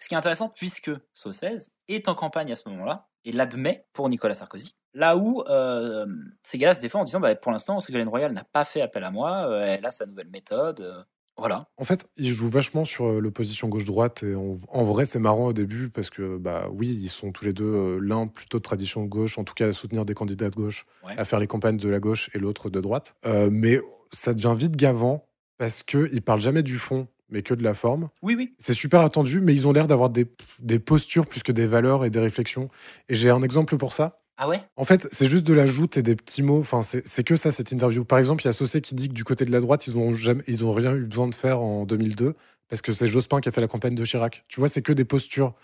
Ce qui est intéressant, puisque Saussaise est en campagne à ce moment-là et l'admet pour Nicolas Sarkozy. Là où euh, ces gars-là se défendent en disant bah, pour l'instant, Ségolène Royal n'a pas fait appel à moi, euh, elle a sa nouvelle méthode. euh, voilà. En fait, ils jouent vachement sur euh, l'opposition gauche-droite. Et on- en vrai, c'est marrant au début parce que, bah oui, ils sont tous les deux, euh, l'un plutôt de tradition de gauche, en tout cas à soutenir des candidats de gauche, Ouais. à faire les campagnes de la gauche et l'autre de droite. Euh, mais ça devient vite gavant parce qu'ils parlent jamais du fond, mais que de la forme. Oui, oui. C'est super attendu, mais ils ont l'air d'avoir des, des postures plus que des valeurs et des réflexions. Et j'ai un exemple pour ça. Ah ouais En fait, c'est juste de la joute et des petits mots. Enfin, c'est c'est que ça, cette interview. Par exemple, il y a Saucé qui dit que du côté de la droite, ils n'ont ils ont rien eu besoin de faire en 2002 parce que c'est Jospin qui a fait la campagne de Chirac. Tu vois, c'est que des postures.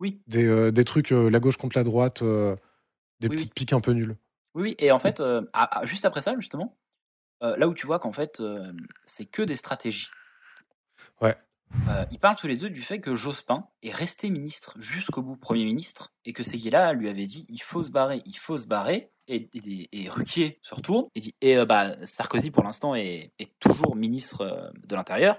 Oui. Des, euh, des trucs, euh, la gauche contre la droite, euh, des Oui, petites piques un peu nulles. Oui, oui. Et en fait, euh, ah, ah, juste après ça, justement, euh, là où tu vois qu'en fait, euh, c'est que des stratégies. Ouais. Euh, ils parlent tous les deux du fait que Jospin est resté ministre jusqu'au bout Premier ministre et que Seguela lui avait dit il faut se barrer, il faut se barrer. Et, et, et Ruquier se retourne et dit et euh, bah, Sarkozy pour l'instant est, est toujours ministre euh, de l'Intérieur.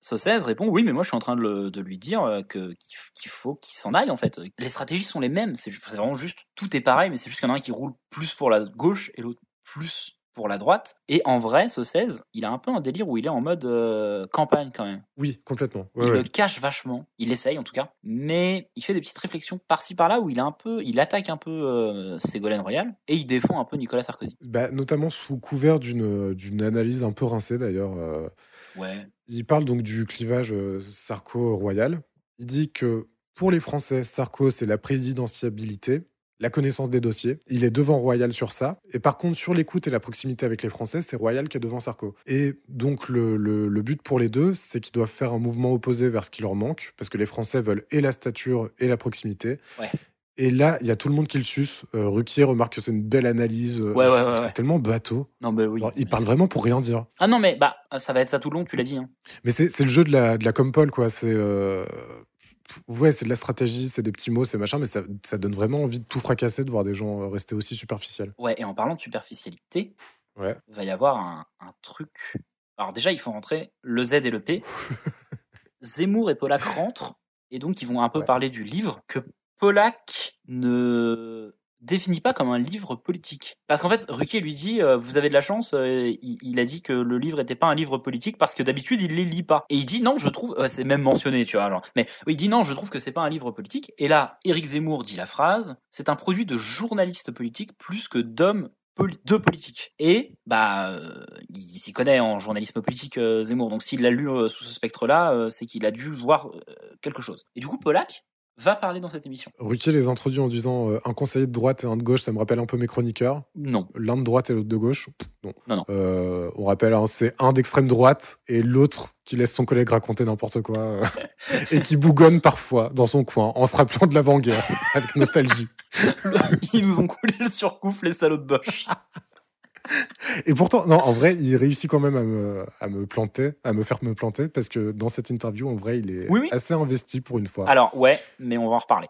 Saucez répond oui, mais moi je suis en train de, le- de lui dire euh, que- qu'il f- qu'il faut qu'il s'en aille en fait. Les stratégies sont les mêmes, c'est ju- c'est vraiment juste tout est pareil, mais c'est juste qu'il y en a un qui roule plus pour la gauche et l'autre plus pour la droite. Et en vrai, Saucez, il a un peu un délire où il est en mode euh, campagne quand même Oui, complètement. Ouais, il ouais. le cache vachement, il essaye en tout cas, mais il fait des petites réflexions par-ci par-là où il a un peu, il attaque un peu euh, Ségolène Royal et il défend un peu Nicolas Sarkozy. Bah, notamment sous couvert d'une euh, d'une analyse un peu rincée d'ailleurs. euh, Ouais. Il parle donc du clivage euh, Sarko-Royal. Il dit que pour les Français, Sarko, c'est la présidentiabilité, la connaissance des dossiers. Il est devant Royal sur ça. Et par contre, sur l'écoute et la proximité avec les Français, c'est Royal qui est devant Sarko. Et donc, le, le- le but pour les deux, c'est qu'ils doivent faire un mouvement opposé vers ce qui leur manque, parce que les Français veulent et la stature et la proximité. Ouais. Et là, il y a tout le monde qui le suce. Euh, Ruquier remarque que c'est une belle analyse. Euh, Ouais, ouais, je ouais, trouve ouais. C'est tellement bateau. Non mais oui. Genre, il parle vraiment pour rien dire. Ah non mais bah ça va être ça tout le long, tu l'as dit. hein. Mais c'est c'est le jeu de la, de la compole, quoi. C'est. euh, Ouais, c'est de la stratégie, c'est des petits mots, c'est machin, mais ça, ça donne vraiment envie de tout fracasser, de voir des gens euh, rester aussi superficiels. Ouais. Et en parlant de superficialité, Ouais. il va y avoir un, un truc. Alors déjà, il faut rentrer le Z et le P. Zemmour et Pollack rentrent, et donc ils vont un peu parler du livre que Pollack ne définit pas comme un livre politique. Parce qu'en fait, Ruquier lui dit, euh, vous avez de la chance, euh, il, il a dit que le livre n'était pas un livre politique parce que d'habitude, il les lit pas. Et il dit, non, je trouve, euh, c'est même mentionné, tu vois, genre, mais oui, il dit, non, je trouve que c'est pas un livre politique. Et là, Éric Zemmour dit la phrase, c'est un produit de journaliste politique plus que d'homme poli- de politique. Et bah, euh, il s'y connaît en journalisme politique, euh, Zemmour. Donc s'il l'a lu euh, sous ce spectre-là, euh, c'est qu'il a dû voir euh, quelque chose. Et du coup, Pollack va parler dans cette émission. Ruquier les introduit en disant euh, un conseiller de droite et un de gauche, ça me rappelle un peu mes chroniqueurs. Non. L'un de droite et l'autre de gauche. Pff, non. Non, non. Euh, on rappelle, hein, c'est un d'extrême droite et l'autre qui laisse son collègue raconter n'importe quoi euh, et qui bougonne parfois dans son coin en se rappelant de l'avant-guerre avec nostalgie. Ils nous ont coulé le surcouf, les salauds de Ah. Bosch. Et pourtant, non, en vrai, il réussit quand même à me, à me planter, à me faire me planter, parce que dans cette interview, en vrai, il est Oui, oui. assez investi pour une fois. Alors, ouais, mais on va en reparler.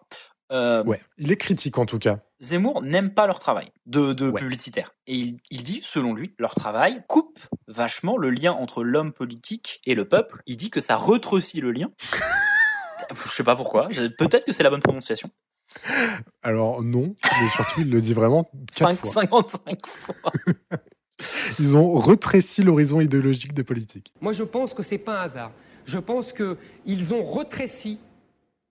Euh, Ouais, il est critique en tout cas. Zemmour n'aime pas leur travail de, de Ouais. publicitaire. Et il, il dit, selon lui, leur travail coupe vachement le lien entre l'homme politique et le peuple. Il dit que ça retrécit le lien. Je sais pas pourquoi. Je- Peut-être que c'est la bonne prononciation. Alors non, mais surtout, il le dit vraiment Cinq- quatre fois. 55 fois. Ils ont retréci l'horizon idéologique des politiques. Moi, je pense que c'est pas un hasard. Je pense qu'ils ont retréci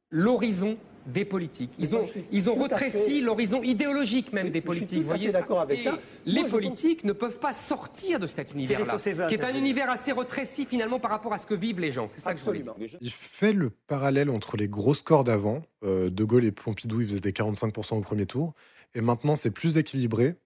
l'horizon des politiques. Ils Moi, ont, je suis ils ont tout à retréci fait- l'horizon idéologique même des je suis politiques. tout à voyez. fait d'accord avec Et ça. Moi, je Les pense- politiques ne peuvent pas sortir de cet univers-là, Saucéval, qui est ça un veut dire. univers assez retréci finalement par rapport à ce que vivent les gens. C'est ça que je voulais Il dire. fait le parallèle entre les grosses corps d'avant, euh, De Gaulle et Pompidou, ils faisaient des 45% au premier tour, et maintenant c'est plus équilibré.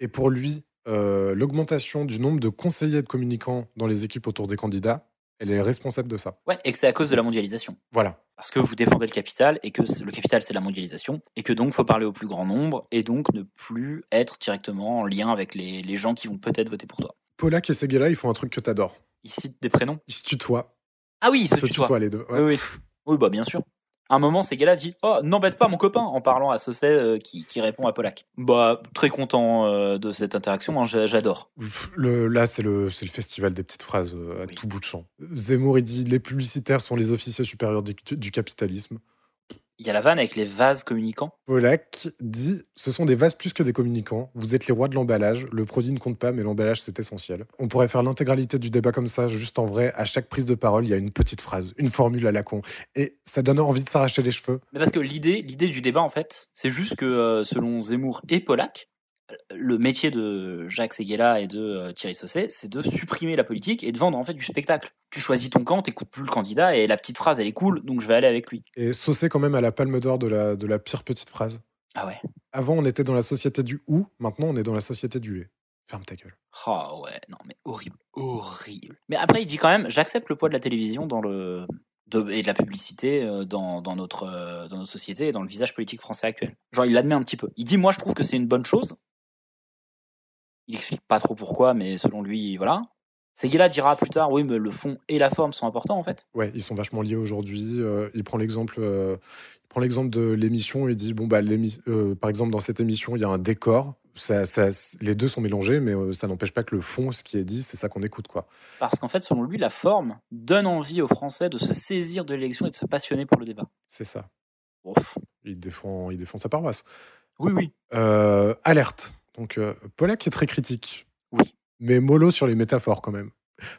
Et pour lui, euh, l'augmentation du nombre de conseillers et de communicants dans les équipes autour des candidats, elle est responsable de ça. Ouais, et que c'est à cause de la mondialisation. Voilà. Parce que vous défendez le capital et que c'est- le capital c'est la mondialisation et que donc faut parler au plus grand nombre et donc ne plus être directement en lien avec les, les gens qui vont peut-être voter pour toi. Polak et Seguela, ils font un truc que t'adores. Ils citent des prénoms. Ils se tutoient. Ah oui, ils se Ils se tutoient. Euh. tutoient les deux. ouais. Oui, oui. Oui, bah bien sûr. À un moment, ces gars-là disent Oh, n'embête pas mon copain en parlant à Sosé euh, qui, qui répond à Polak. Bah, très content euh, de cette interaction, hein, j'a- j'adore. Pff, le- là, c'est le, c'est le festival des petites phrases euh, à tout bout de champ. Zemmour, il dit Les publicitaires sont les officiers supérieurs du, du capitalisme. Il y a la vanne avec les vases communicants. Polak dit Ce sont des vases plus que des communicants. Vous êtes les rois de l'emballage. Le produit ne compte pas, mais l'emballage, c'est essentiel. On pourrait faire l'intégralité du débat comme ça, juste en vrai. À chaque prise de parole, il y a une petite phrase, une formule à la con. Et ça donne envie de s'arracher les cheveux. Mais parce que l'idée, l'idée du débat, en fait, c'est juste que euh, selon Zemmour et Polak, le métier de Jacques Seguela et de euh, Thierry Sausset, c'est de supprimer la politique et de vendre en fait du spectacle. Tu choisis ton camp, t'écoutes plus le candidat et la petite phrase elle est cool, donc je vais aller avec lui. Et saucé quand même à la palme d'or de la, de la pire petite phrase. Ah ouais. Avant, on était dans la société du ou maintenant, on est dans la société du et. Ferme ta gueule. Ah ouais, non mais horrible, horrible. Mais après il dit quand même, j'accepte le poids de la télévision dans le de- et de la publicité euh, dans, dans notre euh, dans notre société et dans le visage politique français actuel. Genre il l'admet un petit peu. Il dit moi je trouve que c'est une bonne chose. Il explique pas trop pourquoi, mais selon lui voilà. Seguela dira plus tard, oui mais le fond et la forme sont importants en fait. Ouais, ils sont vachement liés aujourd'hui. Euh, il prend l'exemple, euh, il prend l'exemple de l'émission et il dit bon bah l'émi- euh, par exemple dans cette émission il y a un décor. Ça, ça- les deux sont mélangés, mais euh, ça n'empêche pas que le fond, ce qui est dit, c'est ça qu'on écoute quoi. Parce qu'en fait, selon lui, la forme donne envie aux Français de se saisir de l'élection et de se passionner pour le débat. C'est ça. Ouf. Il défend, il défend sa paroisse. Oui, oui. Euh, alerte. Donc euh, Pollack est très critique. Oui. Mais mollo sur les métaphores quand même.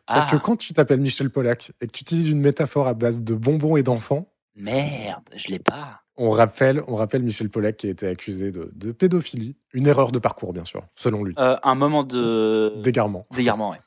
Parce que Ah. quand tu t'appelles Michel Pollack et que tu utilises une métaphore à base de bonbons et d'enfants, Merde, je l'ai pas. on rappelle, on rappelle Michel Pollack qui a été accusé de, de pédophilie. Une erreur de parcours, bien sûr, selon lui. Euh, un moment de. D'égarement. D'égarement, ouais.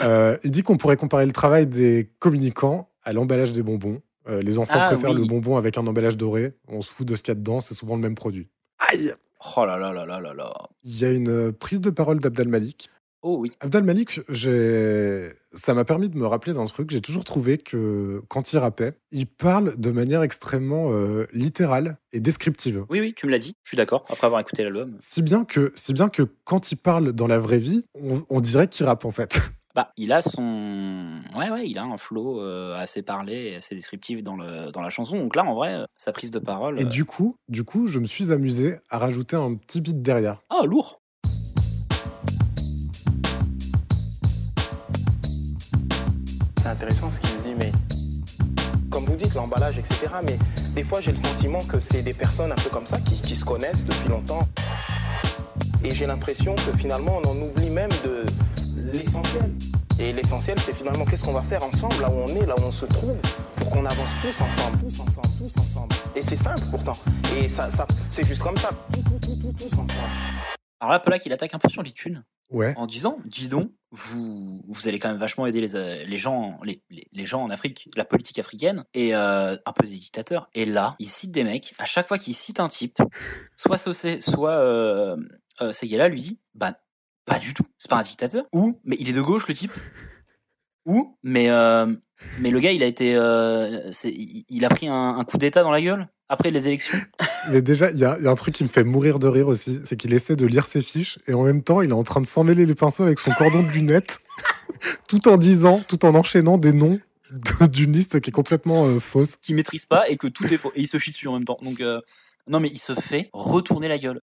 Euh, il dit qu'on pourrait comparer le travail des communicants à l'emballage des bonbons. Euh, les enfants Ah, préfèrent oui. le bonbon avec un emballage doré. On se fout de ce qu'il y a dedans, c'est souvent le même produit. Aïe Oh là là là là là là. Il y a une euh, prise de parole d'Abdel Malik. Oh oui. Abdel Malik, j'ai- ça m'a permis de me rappeler d'un truc. J'ai toujours trouvé que quand il rappait, il parle de manière extrêmement euh, littérale et descriptive. Oui, oui, tu me l'as dit, je suis d'accord, après avoir écouté l'album. Si bien que, si bien que quand il parle dans la vraie vie, on, on dirait qu'il rappe en fait. Bah, il a son. Ouais, ouais, il a un flow euh, assez parlé et assez descriptif dans, le... dans la chanson. Donc là, en vrai, euh, sa prise de parole. Et euh, du coup, du coup, je me suis amusé à rajouter un petit beat derrière. Ah, lourd C'est intéressant ce qu'il se dit, mais comme vous dites, l'emballage, etc. Mais des fois, j'ai le sentiment que c'est des personnes un peu comme ça qui, qui se connaissent depuis longtemps. Et j'ai l'impression que finalement, on en oublie même de l'essentiel. Et l'essentiel, c'est finalement qu'est-ce qu'on va faire ensemble, là où on est, là où on se trouve, pour qu'on avance tous ensemble, tous ensemble, tous ensemble. Et c'est simple pourtant. Et ça, ça c'est juste comme ça. Tout, tout, tout, tout, tous ensemble. Alors là, Polak, il attaque un peu sur les thunes. Ouais. En disant, dis donc, vous, vous allez quand même vachement aider les, euh, les gens, les, les- les gens en Afrique, la politique africaine, et euh, un peu des dictateurs. Et là, il cite des mecs, à chaque fois qu'il cite un type, soit Sossé, soit euh, euh, Seguela lui dit, bah, pas du tout, c'est pas un dictateur. Ou, mais il est de gauche le type. Ou, mais, euh, mais le gars, il a été. euh, c'est- il il a pris un, un coup d'État dans la gueule après les élections. Mais déjà, il y, a il y a un truc qui me fait mourir de rire aussi, c'est qu'il essaie de lire ses fiches et en même temps, il est en train de s'emmêler les pinceaux avec son cordon de lunettes, tout en disant, tout en enchaînant des noms de- d'une liste qui est complètement euh, fausse. qui maîtrise pas et que tout est faux. Et il se chie dessus en même temps. Donc, euh, non, mais il se fait retourner la gueule.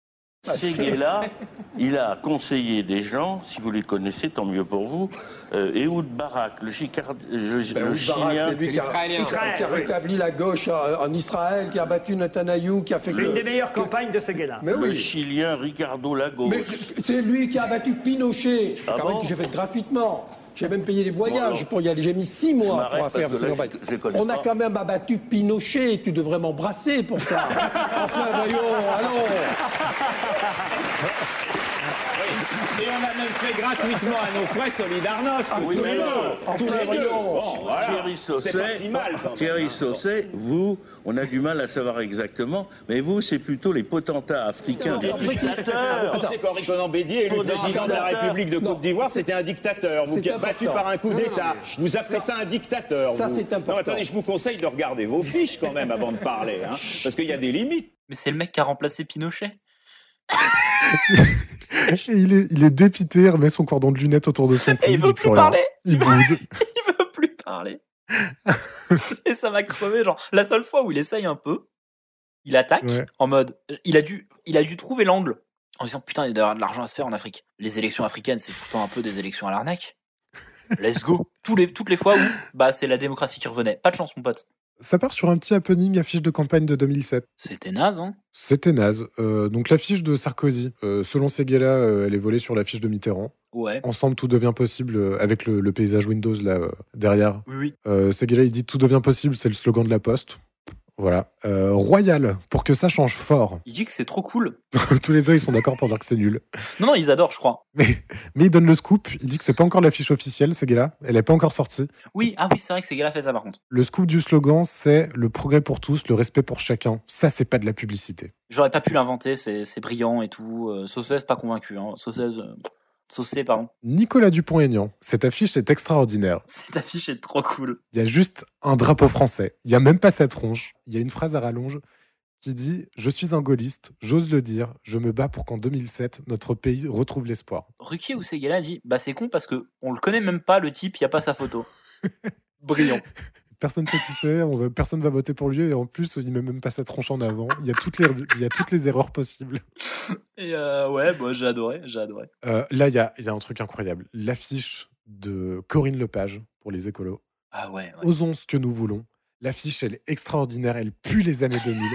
Bah, Séguéla, il a conseillé des gens, si vous les connaissez, tant mieux pour vous, euh, Ehud Barak, le, Chicard, le, Ben, le Oud Barak, Chilien. c'est lui qui a, qui a rétabli la gauche euh, en Israël, qui a battu Netanyahou, qui a fait. L'une que- des meilleures campagnes de Seguela. Mais Le oui. Chilien Ricardo Lagos. Mais c'est lui qui a battu Pinochet. Je fais Ah quand même bon que j'ai fait gratuitement. J'ai même payé les Bon, voyages alors. pour y aller. J'ai mis six Je mois m'arrête pour faire parce que ces là, campagnes. je- je connais On a pas. quand même abattu Pinochet. Tu devrais m'embrasser pour ça. enfin, voyons, allons. Et on a même fait gratuitement à nos frais Solidarnosc. Absolument. Tous Enfin, les deux. voyons. Bon, voilà. Thierry C'est pas Sausset, si mal quand même. hein. Thierry Sausset, vous, on a du mal à savoir exactement, mais vous, c'est plutôt les potentats africains des Vous dictateurs. pensez qu'Henri Conan Bédier, élu Non, président attends. de la République de Côte d'Ivoire, c'était un dictateur, vous C'est qui êtes battu important. par un coup Non, non, d'État. mais- Vous appelez ça un dictateur. Ça, vous. c'est important. Non, attendez, je vous conseille de regarder vos fiches quand même avant de parler, hein, parce qu'il y a des limites. Mais c'est le mec qui a remplacé Pinochet. Et il, est, il est dépité, il remet son cordon de lunettes autour de son cou. Et il veut dit plus rien. parler. Il boude. Il veut plus parler. et ça m'a crevé. Genre, la seule fois où il essaye un peu, il attaque Ouais. en mode. Il a dû, il a dû trouver l'angle en disant putain, il doit y avoir de l'argent à se faire en Afrique. Les élections africaines, c'est tout le temps un peu des élections à l'arnaque. Let's go. Tous les, toutes les fois où bah c'est la démocratie qui revenait. Pas de chance, mon pote. Ça part sur un petit happening affiche de campagne de 2007. C'était naze, hein. C'était naze. Euh, donc l'affiche de Sarkozy, euh, selon Seguela, euh, elle est volée sur l'affiche de Mitterrand. Ouais. Ensemble, tout devient possible euh, avec le, le paysage Windows là euh, derrière. Oui, oui. Euh, Seguela, il dit tout devient possible, c'est le slogan de la Poste. Voilà. Euh, Royal, pour que ça change fort. Il dit que c'est trop cool. Tous les deux, ils sont d'accord pour dire que c'est nul. Non, non, ils adorent, je crois. Mais il donne le scoop, il dit que c'est pas encore l'affiche officielle, Seguela. Elle est pas encore sortie. Oui, ah oui, c'est vrai que ces gars-là fait ça par contre. Le scoop du slogan, c'est le progrès pour tous, le respect pour chacun. Ça, c'est pas de la publicité. J'aurais pas pu l'inventer, c'est c'est brillant et tout. Euh, Saucesse, pas convaincu. Hein. Saucesse, euh, Saucé, pardon. Nicolas Dupont-Aignan, cette affiche est extraordinaire. Cette affiche est trop cool. Il y a juste un drapeau français. Il y a même pas cette ronge. Il y a une phrase à rallonge qui dit Je suis un gaulliste, j'ose le dire, je me bats pour qu'en 2007, notre pays retrouve l'espoir. Ruquier ou Seguela dit Bah, c'est con parce que on le connaît même pas, le type, y a pas sa photo. Brillant. Personne ne sait qui c'est, on va- personne va voter pour lui, et en plus, il met même pas sa tronche en avant. Il y a toutes les, il y a toutes les erreurs possibles. Et euh, ouais, bah, j'ai adoré, j'ai adoré. Euh, là, il y a, il y a un truc incroyable l'affiche de Corinne Lepage pour les écolos. Ah ouais, ouais. Osons ce que nous voulons. L'affiche, elle est extraordinaire, elle pue les années 2000.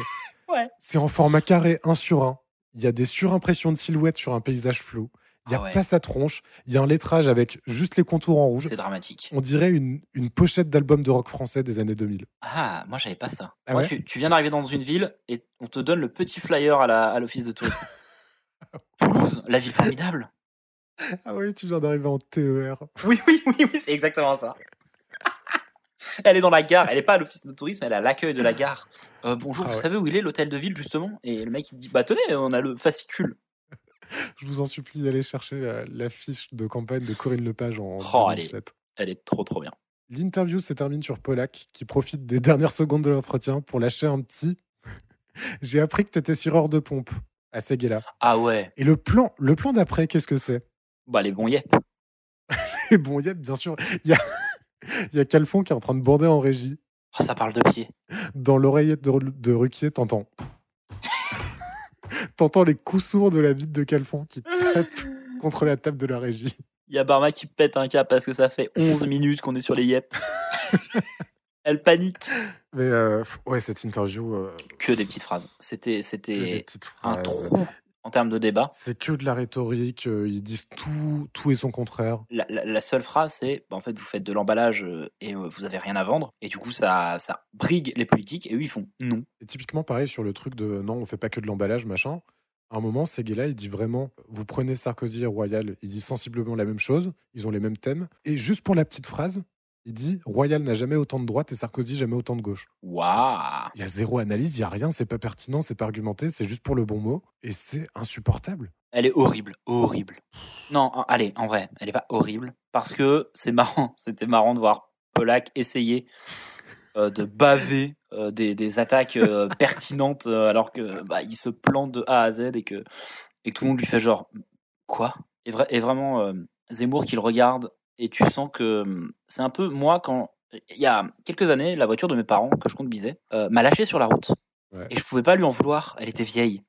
Ouais. C'est en format carré, 1 sur 1. Il y a des surimpressions de silhouettes sur un paysage flou. Il n'y a Ah ouais. pas sa tronche. Il y a un lettrage avec juste les contours en rouge. C'est dramatique. On dirait une, une pochette d'album de rock français des années 2000. Ah, moi j'avais pas ça. Ah moi, ouais tu, tu viens d'arriver dans une ville et on te donne le petit flyer à la- à l'office de tourisme. Toulouse, la ville formidable. Ah oui, tu viens d'arriver en E TER. Oui, oui, oui, oui, c'est exactement ça. Elle est dans la gare, elle est pas à l'office de tourisme, elle est à l'accueil de la gare. Euh, bonjour, Ah vous ouais. savez où il est l'hôtel de ville justement Et le mec il dit Bah tenez, on a le fascicule. Je vous en supplie d'aller chercher la- l'affiche de campagne de Corinne Lepage en Oh, elle est- 2007. Elle est trop trop bien. L'interview se termine sur Polak qui profite des dernières secondes de l'entretien pour lâcher un petit J'ai appris que t'étais sireur de pompe à Seguela. Ah ouais, Et le plan, le plan d'après, qu'est-ce que c'est bah les bons yep. Et bon, Yep, bien sûr, il y a, il y a Calfon qui est en train de bander en régie. Oh, ça parle de pied. Dans l'oreillette de, de Ruquier, t'entends. t'entends les coups sourds de la bite de Calfon qui tape contre la table de la régie. Il y a Barma qui pète un cap parce que ça fait 11 minutes qu'on est sur les yep. Elle panique. Mais euh, ouais, cette interview, euh, Que des petites phrases. C'était que des c'était petites phrases. un trou en termes de débat. C'est que de la rhétorique, euh, ils disent tout, tout et son contraire. La, la- la seule phrase, c'est bah, en fait, vous faites de l'emballage euh, et euh, vous avez rien à vendre. Et du coup, ça, ça brigue les politiques. Et eux, ils font non. Et typiquement, pareil sur le truc de euh, non, on fait pas que de l'emballage, machin. À un moment, Seguela, il dit vraiment vous prenez Sarkozy et Royal, il dit sensiblement la même chose, ils ont les mêmes thèmes. Et juste pour la petite phrase, il dit Royal n'a jamais autant de droite et Sarkozy jamais autant de gauche. Waouh Il y a zéro analyse, il y a rien, c'est pas pertinent, c'est pas argumenté, c'est juste pour le bon mot et c'est insupportable. Elle est horrible, horrible. Non, en- allez, en vrai, elle est pas horrible. Parce que c'est marrant, c'était marrant de voir Polak essayer euh, de baver euh, des, des attaques euh, pertinentes euh, alors que bah, il se plante de A à Z et que, et que tout le monde lui fait genre quoi et, vra- et vraiment, euh, Zemmour qui le regarde et tu sens que hum, c'est un peu moi quand. Il y a quelques années, la voiture de mes parents, que je compte biser, euh, m'a lâché sur la route. Ouais. Et je pouvais pas lui en vouloir, elle était vieille.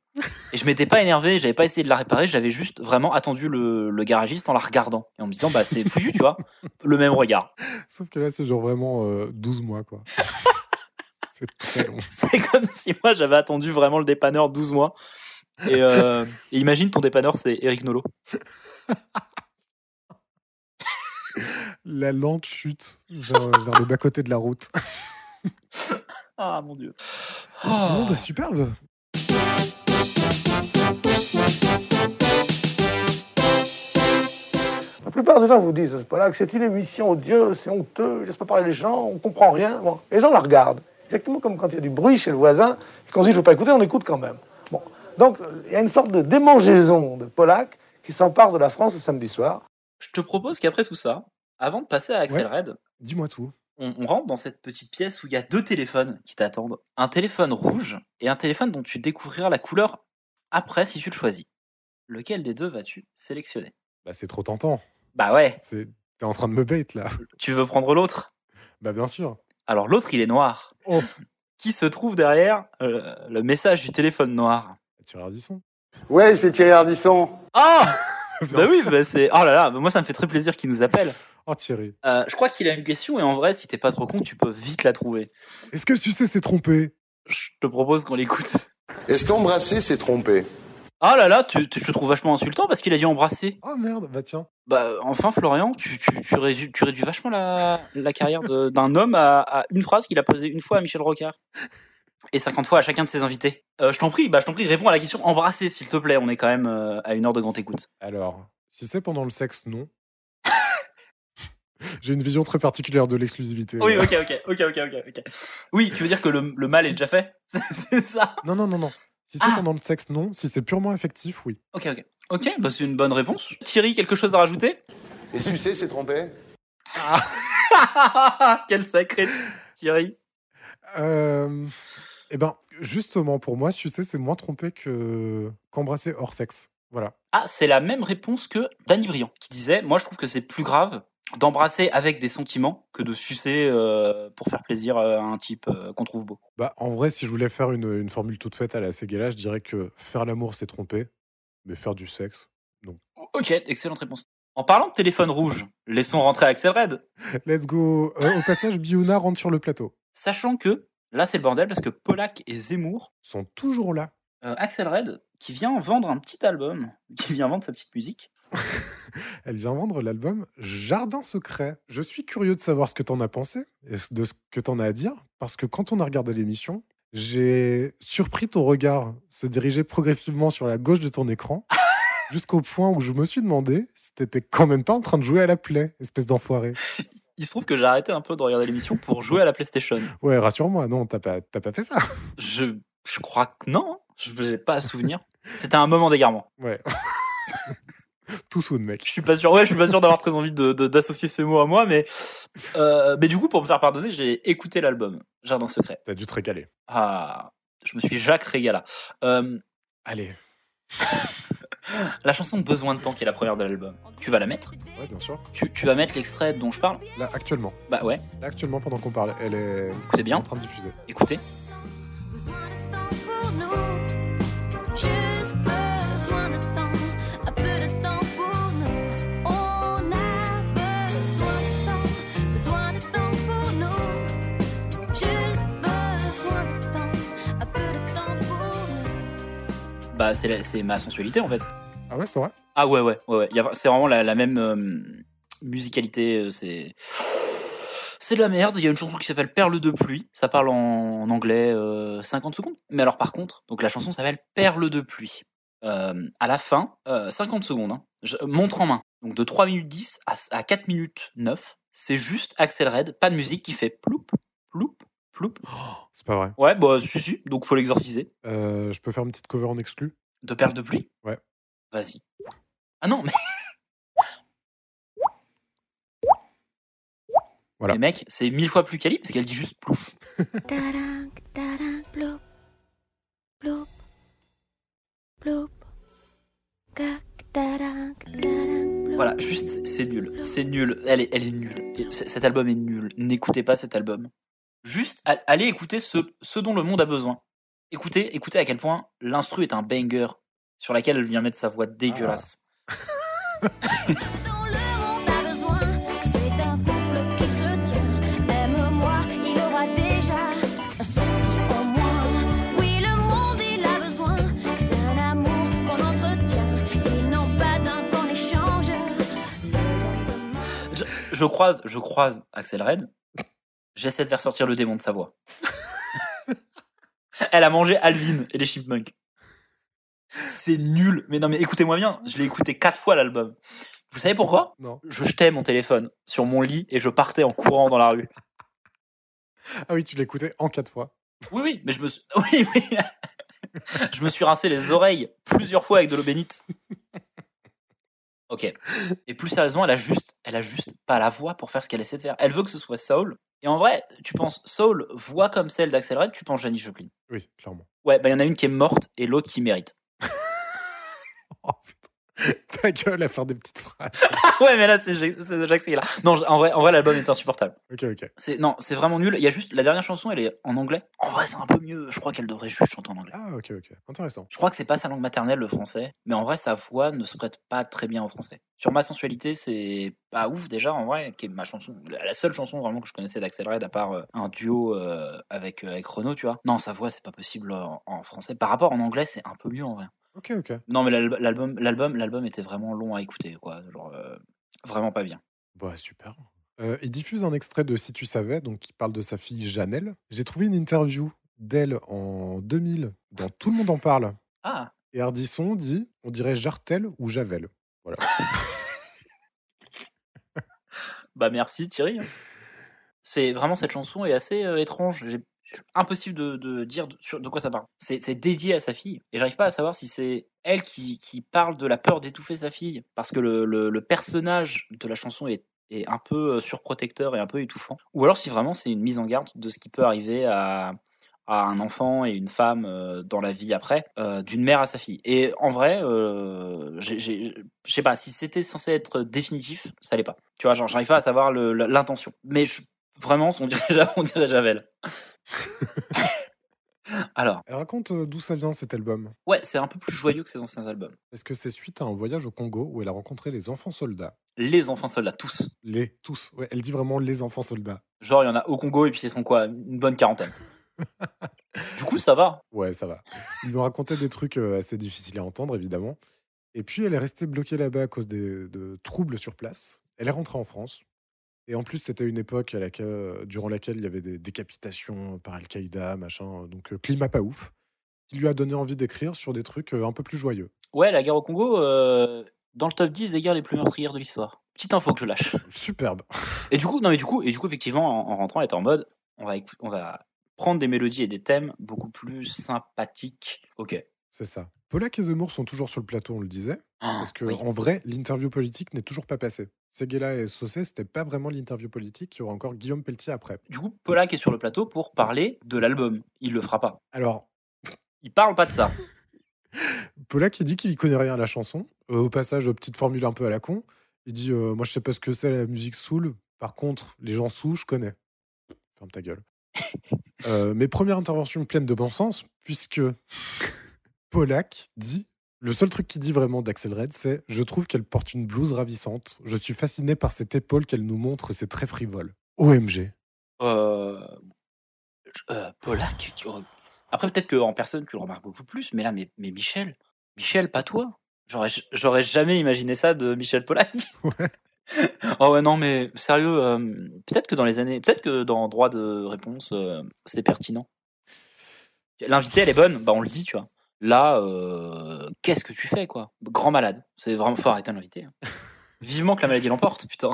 Et je m'étais pas énervé, j'avais pas essayé de la réparer, j'avais juste vraiment attendu le, le garagiste en la regardant et en me disant bah c'est foutu, tu vois, le même regard. Sauf que là, c'est genre vraiment euh, 12 mois, quoi. c'est très long. C'est comme si moi j'avais attendu vraiment le dépanneur 12 mois. Et, euh, et imagine ton dépanneur c'est Eric Nolot. La lente chute vers, euh, vers le bas-côté de la route. Ah mon dieu. Bon, bah, superbe La plupart des gens vous disent, c'est pas là que c'est une émission odieuse, c'est honteux, laisse pas parler les gens, on comprend rien. Bon, les gens la regardent. Exactement comme quand il y a du bruit chez le voisin, et qu'on se dit, je veux pas écouter, on écoute quand même. Bon. Donc, il y a une sorte de démangeaison de Polak qui s'empare de la France le samedi soir. Je te propose qu'après tout ça, avant de passer à Axel Red, Dis-moi tout. on, on rentre dans cette petite pièce où il y a deux téléphones qui t'attendent. Un téléphone rouge et un téléphone dont tu découvriras la couleur après si tu le choisis. Lequel des deux vas-tu sélectionner Bah, c'est trop tentant. Bah ouais, C'est- T'es en train de me bait, là. tu veux prendre l'autre Bah, bien sûr. Alors l'autre, il est noir. Oh. Qui se trouve derrière euh, le message du téléphone noir Thierry Ardisson. Ouais, c'est Thierry Ardisson. Ah Bah oui, bah c'est. Oh là là, bah moi ça me fait très plaisir qu'il nous appelle. Oh Thierry. Euh, je crois qu'il a une question et en vrai, si t'es pas trop con, tu peux vite la trouver. Est-ce que tu sais s'est trompé Je te propose qu'on l'écoute. Est-ce qu'embrasser s'est trompé Ah là là, tu, tu- je te trouve vachement insultant parce qu'il a dit embrasser. Oh merde, bah tiens. Bah enfin, Florian, tu, tu, tu, réduis, tu réduis vachement la, la carrière de- d'un homme à, à une phrase qu'il a posée une fois à Michel Rocard. Et 50 fois à chacun de ses invités. Euh, je t'en prie, bah je t'en prie, réponds à la question embrasser, s'il te plaît. On est quand même euh, à une heure de grande écoute. Alors, si c'est pendant le sexe, non. J'ai une vision très particulière de l'exclusivité. Oui, ok, ok, ok, ok, ok, ok. Oui, tu veux dire que le, le mal est déjà fait C'est ça Non, non, non, non. Si c'est Ah. pendant le sexe, non. Si c'est purement affectif, oui. Ok, ok. Ok, bah c'est une bonne réponse. Thierry, quelque chose à rajouter Et sucer s'est trompé Ah, Quel sacré Thierry. Euh, eh ben, justement, pour moi, sucer, c'est moins trompé que qu'embrasser hors sexe. Voilà. Ah, c'est la même réponse que Danny Briand, qui disait Moi, je trouve que c'est plus grave d'embrasser avec des sentiments que de sucer euh, pour faire plaisir à un type euh, qu'on trouve beau. Bah, en vrai, si je voulais faire une, une formule toute faite à la Ségala, je dirais que faire l'amour, c'est tromper, mais faire du sexe, non. Ok, excellente réponse. En parlant de téléphone rouge, laissons rentrer Axel Red. Let's go. Euh, au passage, Biouna rentre sur le plateau. Sachant que, là, c'est le bordel parce que Polak et Zemmour sont toujours là. euh, Axel Red, qui vient vendre un petit album, qui vient vendre sa petite musique. Elle vient vendre l'album Jardin secret. Je suis curieux de savoir ce que t'en as pensé et de ce que t'en as à dire, parce que quand on a regardé l'émission, j'ai surpris ton regard se diriger progressivement sur la gauche de ton écran, jusqu'au point où je me suis demandé si t'étais quand même pas en train de jouer à la plaie, espèce d'enfoiré. Il se trouve que j'ai arrêté un peu de regarder l'émission pour jouer à la PlayStation. Ouais, rassure-moi, non, t'as pas, t'as pas fait ça. Je, je crois que non, hein. je n'ai pas à souvenir. C'était un moment d'égarement. Ouais. Tout soon, mec. Je suis pas sûr, ouais, je suis pas sûr d'avoir très envie de- de- d'associer ces mots à moi, mais, euh, mais du coup, pour me faire pardonner, j'ai écouté l'album Jardin Secret. T'as dû te régaler. Ah, je me suis Jacques Régala. Euh, Allez. la chanson Besoin de temps, qui est la première de l'album, tu vas la mettre Ouais, bien sûr. tu, tu vas mettre l'extrait dont je parle Là, actuellement. Bah ouais, Là, actuellement, pendant qu'on parle, elle est Écoutez bien. en train de diffuser. écoutez. pour nous. Juste besoin de temps, un peu de temps pour nous. On a besoin de temps, besoin de temps pour nous. Juste besoin de temps, un peu de temps pour nous. Bah, c'est la- c'est ma sensualité en fait. Ah ouais, c'est vrai. Ah ouais, ouais, ouais. ouais. Il y a- C'est vraiment la, la même euh, musicalité. euh, C'est. C'est de la merde. Il y a une chanson qui s'appelle Perle de pluie. Ça parle en, en anglais euh, 50 secondes. Mais alors, par contre, donc la chanson s'appelle Perle de pluie. Euh, à la fin, euh, 50 secondes, hein, je- montre en main. Donc de 3 minutes 10 à, à 4 minutes 9, c'est juste Axel Red, pas de musique qui fait ploup, ploup, ploup. C'est pas vrai. Ouais, bah, si, si. Donc faut l'exorciser. Euh, je peux faire une petite cover en exclu De Perle de pluie Ouais. Vas-y. Ah non, mais. Voilà. Les mecs, c'est mille fois plus quali parce qu'elle dit juste plouf. Tadam, tadam, ploup, ploup, ploup, cac, tadam, tadam. Voilà, juste, c'est- c'est nul. C'est nul. Elle est, elle est nulle. Et c- Cet album est nul. N'écoutez pas cet album. Juste, a- allez écouter ce, ce dont le monde a besoin. Écoutez, écoutez à quel point l'instru est un banger sur laquelle elle vient mettre sa voix dégueulasse. On a besoin, c'est un couple qui se tient. Aime-moi, il aura déjà ceci au moins. Oui, le monde, il a besoin d'un amour qu'on entretient et non pas d'un qu'on échange. Je, je croise, je croise Axel Red. J'essaie de faire sortir le démon de sa voix. Elle a mangé Alvin et les Chipmunks. C'est nul. Mais non, mais écoutez-moi bien. Je l'ai écouté quatre fois l'album. Vous savez pourquoi Non. Je jetais mon téléphone sur mon lit et je partais en courant dans la rue. Ah oui, tu l'écoutais en quatre fois. Oui, oui, mais je me suis... Oui, oui. je me suis rincé les oreilles plusieurs fois avec de l'eau bénite. Ok. Et plus sérieusement, elle a juste, elle a juste pas la voix pour faire ce qu'elle essaie de faire. Elle veut que ce soit soul. Et en vrai, tu penses soul, voix comme celle d'Axel Red, tu penses Janis Joplin. Oui, clairement. Ouais, bah il y en a une qui est morte et l'autre qui mérite. ta gueule à faire des petites phrases. Ah ouais, mais là, c'est Ja- c'est Jacques Seguela. Non, je- en vrai, en vrai l'album est insupportable. Ok, ok. C'est non, c'est vraiment nul. Il y a juste la dernière chanson, elle est en anglais. En vrai, c'est un peu mieux. Je crois qu'elle devrait juste chanter en anglais. Ah, ok, ok. Intéressant. Je crois que c'est pas sa langue maternelle le français, mais en vrai sa voix ne se prête pas très bien au français. Sur ma sensualité, c'est pas ouf déjà en vrai, qui est ma chanson, la la seule chanson vraiment que je connaissais d'Axel Red à part euh, un duo euh, avec euh, avec Renaud, tu vois. Non, sa voix c'est pas possible euh, en, en français. Par rapport en anglais, c'est un peu mieux en vrai. Ok, ok. Non, mais l'al- l'album l'album l'album était vraiment long à écouter quoi, genre euh, vraiment pas bien. Bah, super. Euh, il diffuse un extrait de Si tu savais, donc qui parle de sa fille Janelle. J'ai trouvé une interview d'elle en 2000, dans Tout le monde en parle. Ah, Et Ardisson dit on dirait Jartel ou Javel. Voilà. bah merci Thierry. C'est vraiment cette chanson est assez euh, étrange. J'ai j'ai- impossible de, de dire de, sur- de quoi ça parle. C'est c'est dédié à sa fille et j'arrive pas à savoir si c'est elle qui, qui parle de la peur d'étouffer sa fille parce que le, le- le personnage de la chanson est est un peu euh, surprotecteur et un peu étouffant ou alors si vraiment c'est une mise en garde de ce qui peut arriver à à un enfant et une femme euh, dans la vie après, euh, d'une mère à sa fille. Et en vrai, euh, j'ai- j'ai- je sais pas, si c'était censé être euh, définitif, ça l'est pas. Tu vois, genre, j'arrive pas à savoir le- le- l'intention. Mais je- vraiment, on dirait, Ja- on dirait Javel. Alors, Elle raconte euh, d'où ça vient cet album. ouais, c'est un peu plus joyeux que ses anciens albums. Est-ce que c'est suite à un voyage au Congo où elle a rencontré les enfants soldats Les enfants soldats, tous. Les, tous. Ouais, elle dit vraiment les enfants soldats. Genre, il y en a au Congo et puis ils sont quoi Une bonne quarantaine. du coup, ça va. Ouais, ça va. Ils nous racontaient des trucs euh, assez difficiles à entendre, évidemment. Et puis, elle est restée bloquée là-bas à cause des, de troubles sur place. Elle est rentrée en France. Et en plus, c'était une époque à laquelle- euh, durant laquelle il y avait des décapitations par Al-Qaïda, machin. euh, Donc, euh, climat pas ouf. Qui lui a donné envie d'écrire sur des trucs euh, un peu plus joyeux. Ouais, la guerre au Congo, euh, dans le top 10 des guerres les plus meurtrières de l'histoire. Petite info que je lâche. Superbe. Et du coup, non, mais du coup, et du coup, effectivement, en, en rentrant, elle était en mode, on va, écou- on va prendre des mélodies et des thèmes beaucoup plus sympathiques. Ok. C'est ça. Polak et Zemmour sont toujours sur le plateau, on le disait. Ah, Parce que, oui. en vrai, l'interview politique n'est toujours pas passée. Seguela et Saucé, c'était pas vraiment l'interview politique. Il y aura encore Guillaume Pelletier après. Du coup, Polak est sur le plateau pour parler de l'album. Il le fera pas. Alors, Il parle pas de ça. Polak, il dit qu'il connaît rien à la chanson. Euh, au passage, euh, petite formule un peu à la con. Il dit euh, Moi, je sais pas ce que c'est la musique soul. Par contre, les gens sous, je connais. Ferme ta gueule. Euh, mes premières interventions pleines de bon sens, puisque Polak dit Le seul truc qu'il dit vraiment d'Axel Red, c'est Je trouve qu'elle porte une blouse ravissante. Je suis fasciné par cette épaule qu'elle nous montre. C'est très frivole. OMG. Euh, je- euh, Polak. tu re- Après, peut-être qu'en personne, tu le remarques beaucoup plus. Mais là, mais, mais Michel, Michel, pas toi. J'aurais, j'aurais jamais imaginé ça de Michel Polak. oh ouais, non, mais sérieux. euh, peut-être que dans les années, peut-être que dans droit de réponse, euh, c'était pertinent. L'invité, elle est bonne. Bah, on le dit, tu vois. Là, euh, qu'est-ce que tu fais, quoi Grand malade. C'est vraiment fort arrêter un invité. hein. Vivement que la maladie l'emporte, putain.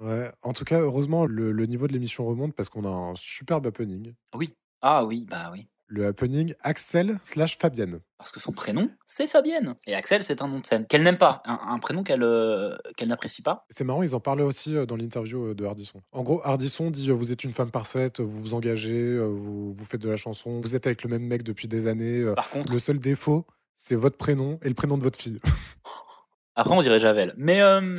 Ouais. En tout cas, heureusement, le, le niveau de l'émission remonte parce qu'on a un superbe happening. Oui. Ah oui, bah oui. Le happening Axel slash Fabienne. Parce que son prénom, c'est Fabienne. Et Axel, c'est un nom de scène qu'elle n'aime pas, un, un prénom qu'elle euh, qu'elle n'apprécie pas. C'est marrant, ils en parlaient aussi euh, dans l'interview euh, de Hardisson. En gros, Hardisson dit euh, Vous êtes une femme parfaite, euh, vous vous engagez, euh, vous, vous faites de la chanson, vous êtes avec le même mec depuis des années. euh, Par contre, Le seul défaut, c'est votre prénom et le prénom de votre fille. après on dirait Javel. Mais euh,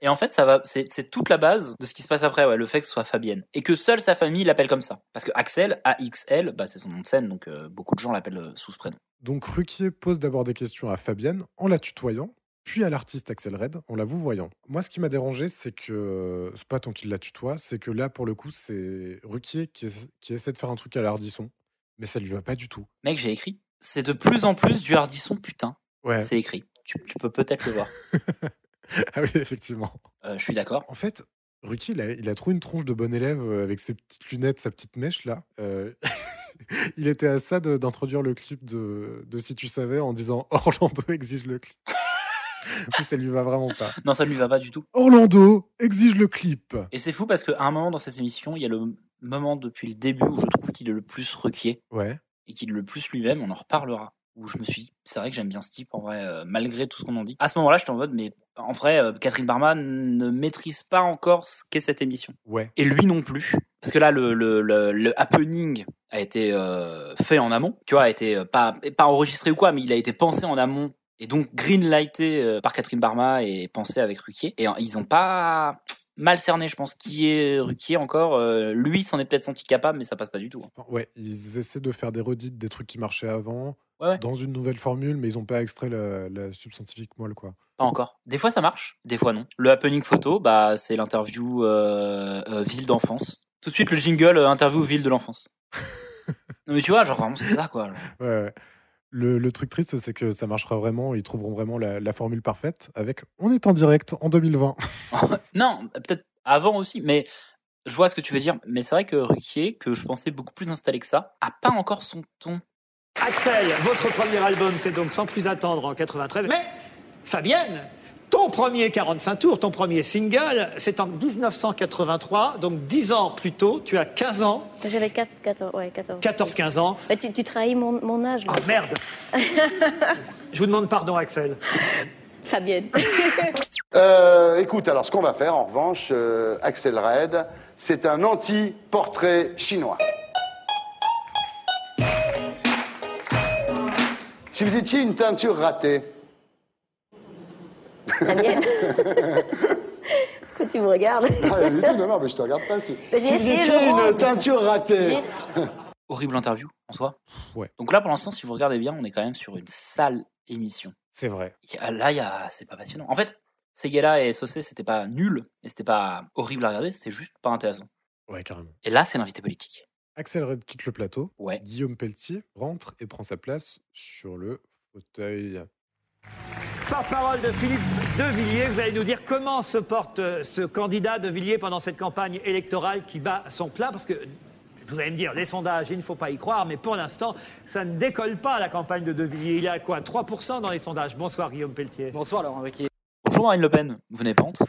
et en fait, ça va, c'est c'est toute la base de ce qui se passe après, ouais, le fait que ce soit Fabienne et que seule sa famille l'appelle comme ça. Parce que Axel, AXL, bah c'est son nom de scène, donc euh, beaucoup de gens l'appellent euh, sous ce prénom. Donc Ruquier pose d'abord des questions à Fabienne en la tutoyant, puis à l'artiste Axel Red en la vous voyant. Moi, ce qui m'a dérangé, c'est que c'est pas tant qu'il la tutoie, c'est que là, pour le coup, c'est Ruquier qui, essa- qui essaie de faire un truc à la Hardisson, mais ça lui va pas du tout. Mec, j'ai écrit. C'est de plus en plus du hardisson, putain. Ouais. C'est écrit. Tu, tu peux peut-être le voir. ah oui, effectivement. Euh, je suis d'accord. En fait, Ruki, il a, il a trouvé une tronche de bon élève euh, avec ses petites lunettes, sa petite mèche là. Euh, il était à ça de- d'introduire le clip de, de Si tu savais en disant Orlando exige le clip. Mais ça lui va vraiment pas. Non, ça lui va pas du tout. Orlando exige le clip. Et c'est fou parce qu'à un moment dans cette émission, il y a le moment depuis le début où je trouve qu'il est le plus requier Ouais. et qu'il est le plus lui-même, on en reparlera. Où je me suis dit, c'est vrai que j'aime bien ce type, en vrai, euh, malgré tout ce qu'on en dit. À ce moment-là, j'étais en mode, mais en vrai, euh, Catherine Barma ne maîtrise pas encore ce qu'est cette émission. Ouais. Et lui non plus. Parce que là, le, le, le, le happening a été euh, fait en amont, tu vois, a été euh, pas, pas enregistré ou quoi, mais il a été pensé en amont Et donc, greenlighté euh, par Catherine Barma et pensé avec Ruquier. Et euh, ils ont pas mal cerné, je pense, qui est Ruquier encore. Euh, lui, s'en est peut-être senti capable, mais ça passe pas du tout. hein. Enfin, Ouais, ils essaient de faire des redites des trucs qui marchaient avant, Ouais, ouais. dans une nouvelle formule, mais ils n'ont pas extrait la, la subscientifique moelle, quoi. Pas encore. Des fois, ça marche, des fois non. Le happening photo, bah, c'est l'interview euh, euh, ville d'enfance. Tout de suite, le jingle euh, interview ville de l'enfance. non, mais tu vois, genre vraiment, c'est ça, quoi. Ouais, ouais. Le, le truc triste, c'est que ça marchera vraiment, ils trouveront vraiment la, la formule parfaite avec On est en direct en 2020. Non, peut-être avant aussi, mais je vois ce que tu veux dire. Mais c'est vrai que Ruquier, que je pensais beaucoup plus installé que ça, a pas encore son ton. Axel, votre premier album, c'est donc sans plus attendre en 93. Mais, Fabienne, ton premier 45 tours, ton premier single, c'est en 1983, donc 10 ans plus tôt, tu as 15 ans, J'avais 4, 14, ouais, 14. 14-15 ans. Bah, tu, tu trahis mon, mon âge. là. Ah merde Je vous demande pardon, Axel. Fabienne. Euh, écoute, alors ce qu'on va faire en revanche, euh, Axel Red, c'est un anti-portrait chinois. Si vous étiez une teinture ratée, Quand Ah tu me regardes. Ah, du tout, non, non, mais je te regarde pas. Si Bah, j'ai Si vous essayé, étiez Laurent. une teinture ratée. Horrible interview, en soi. Ouais. Donc là, pour l'instant, si vous regardez bien, on est quand même sur une sale émission. C'est vrai. Il y a- Là, il y a... c'est pas passionnant. En fait, ces gars-là et SOC, c'était pas nul, et c'était pas horrible à regarder, c'est juste pas intéressant. Ouais, carrément. Et là, c'est l'invité politique. Axel Red quitte le plateau. Ouais. Guillaume Pelletier rentre et prend sa place sur le fauteuil. Par parole de Philippe De Villiers, vous allez nous dire comment se porte euh, ce candidat De Villiers pendant cette campagne électorale qui bat son plein, parce que vous allez me dire, les sondages, il ne faut pas y croire, mais pour l'instant, ça ne décolle pas la campagne de De Villiers. Il est à quoi 3% dans les sondages. Ah, Bonsoir Guillaume Pelletier. Bonsoir Laurent Ruquier. Bonjour Marine Le Pen, vous n'êtes pas honte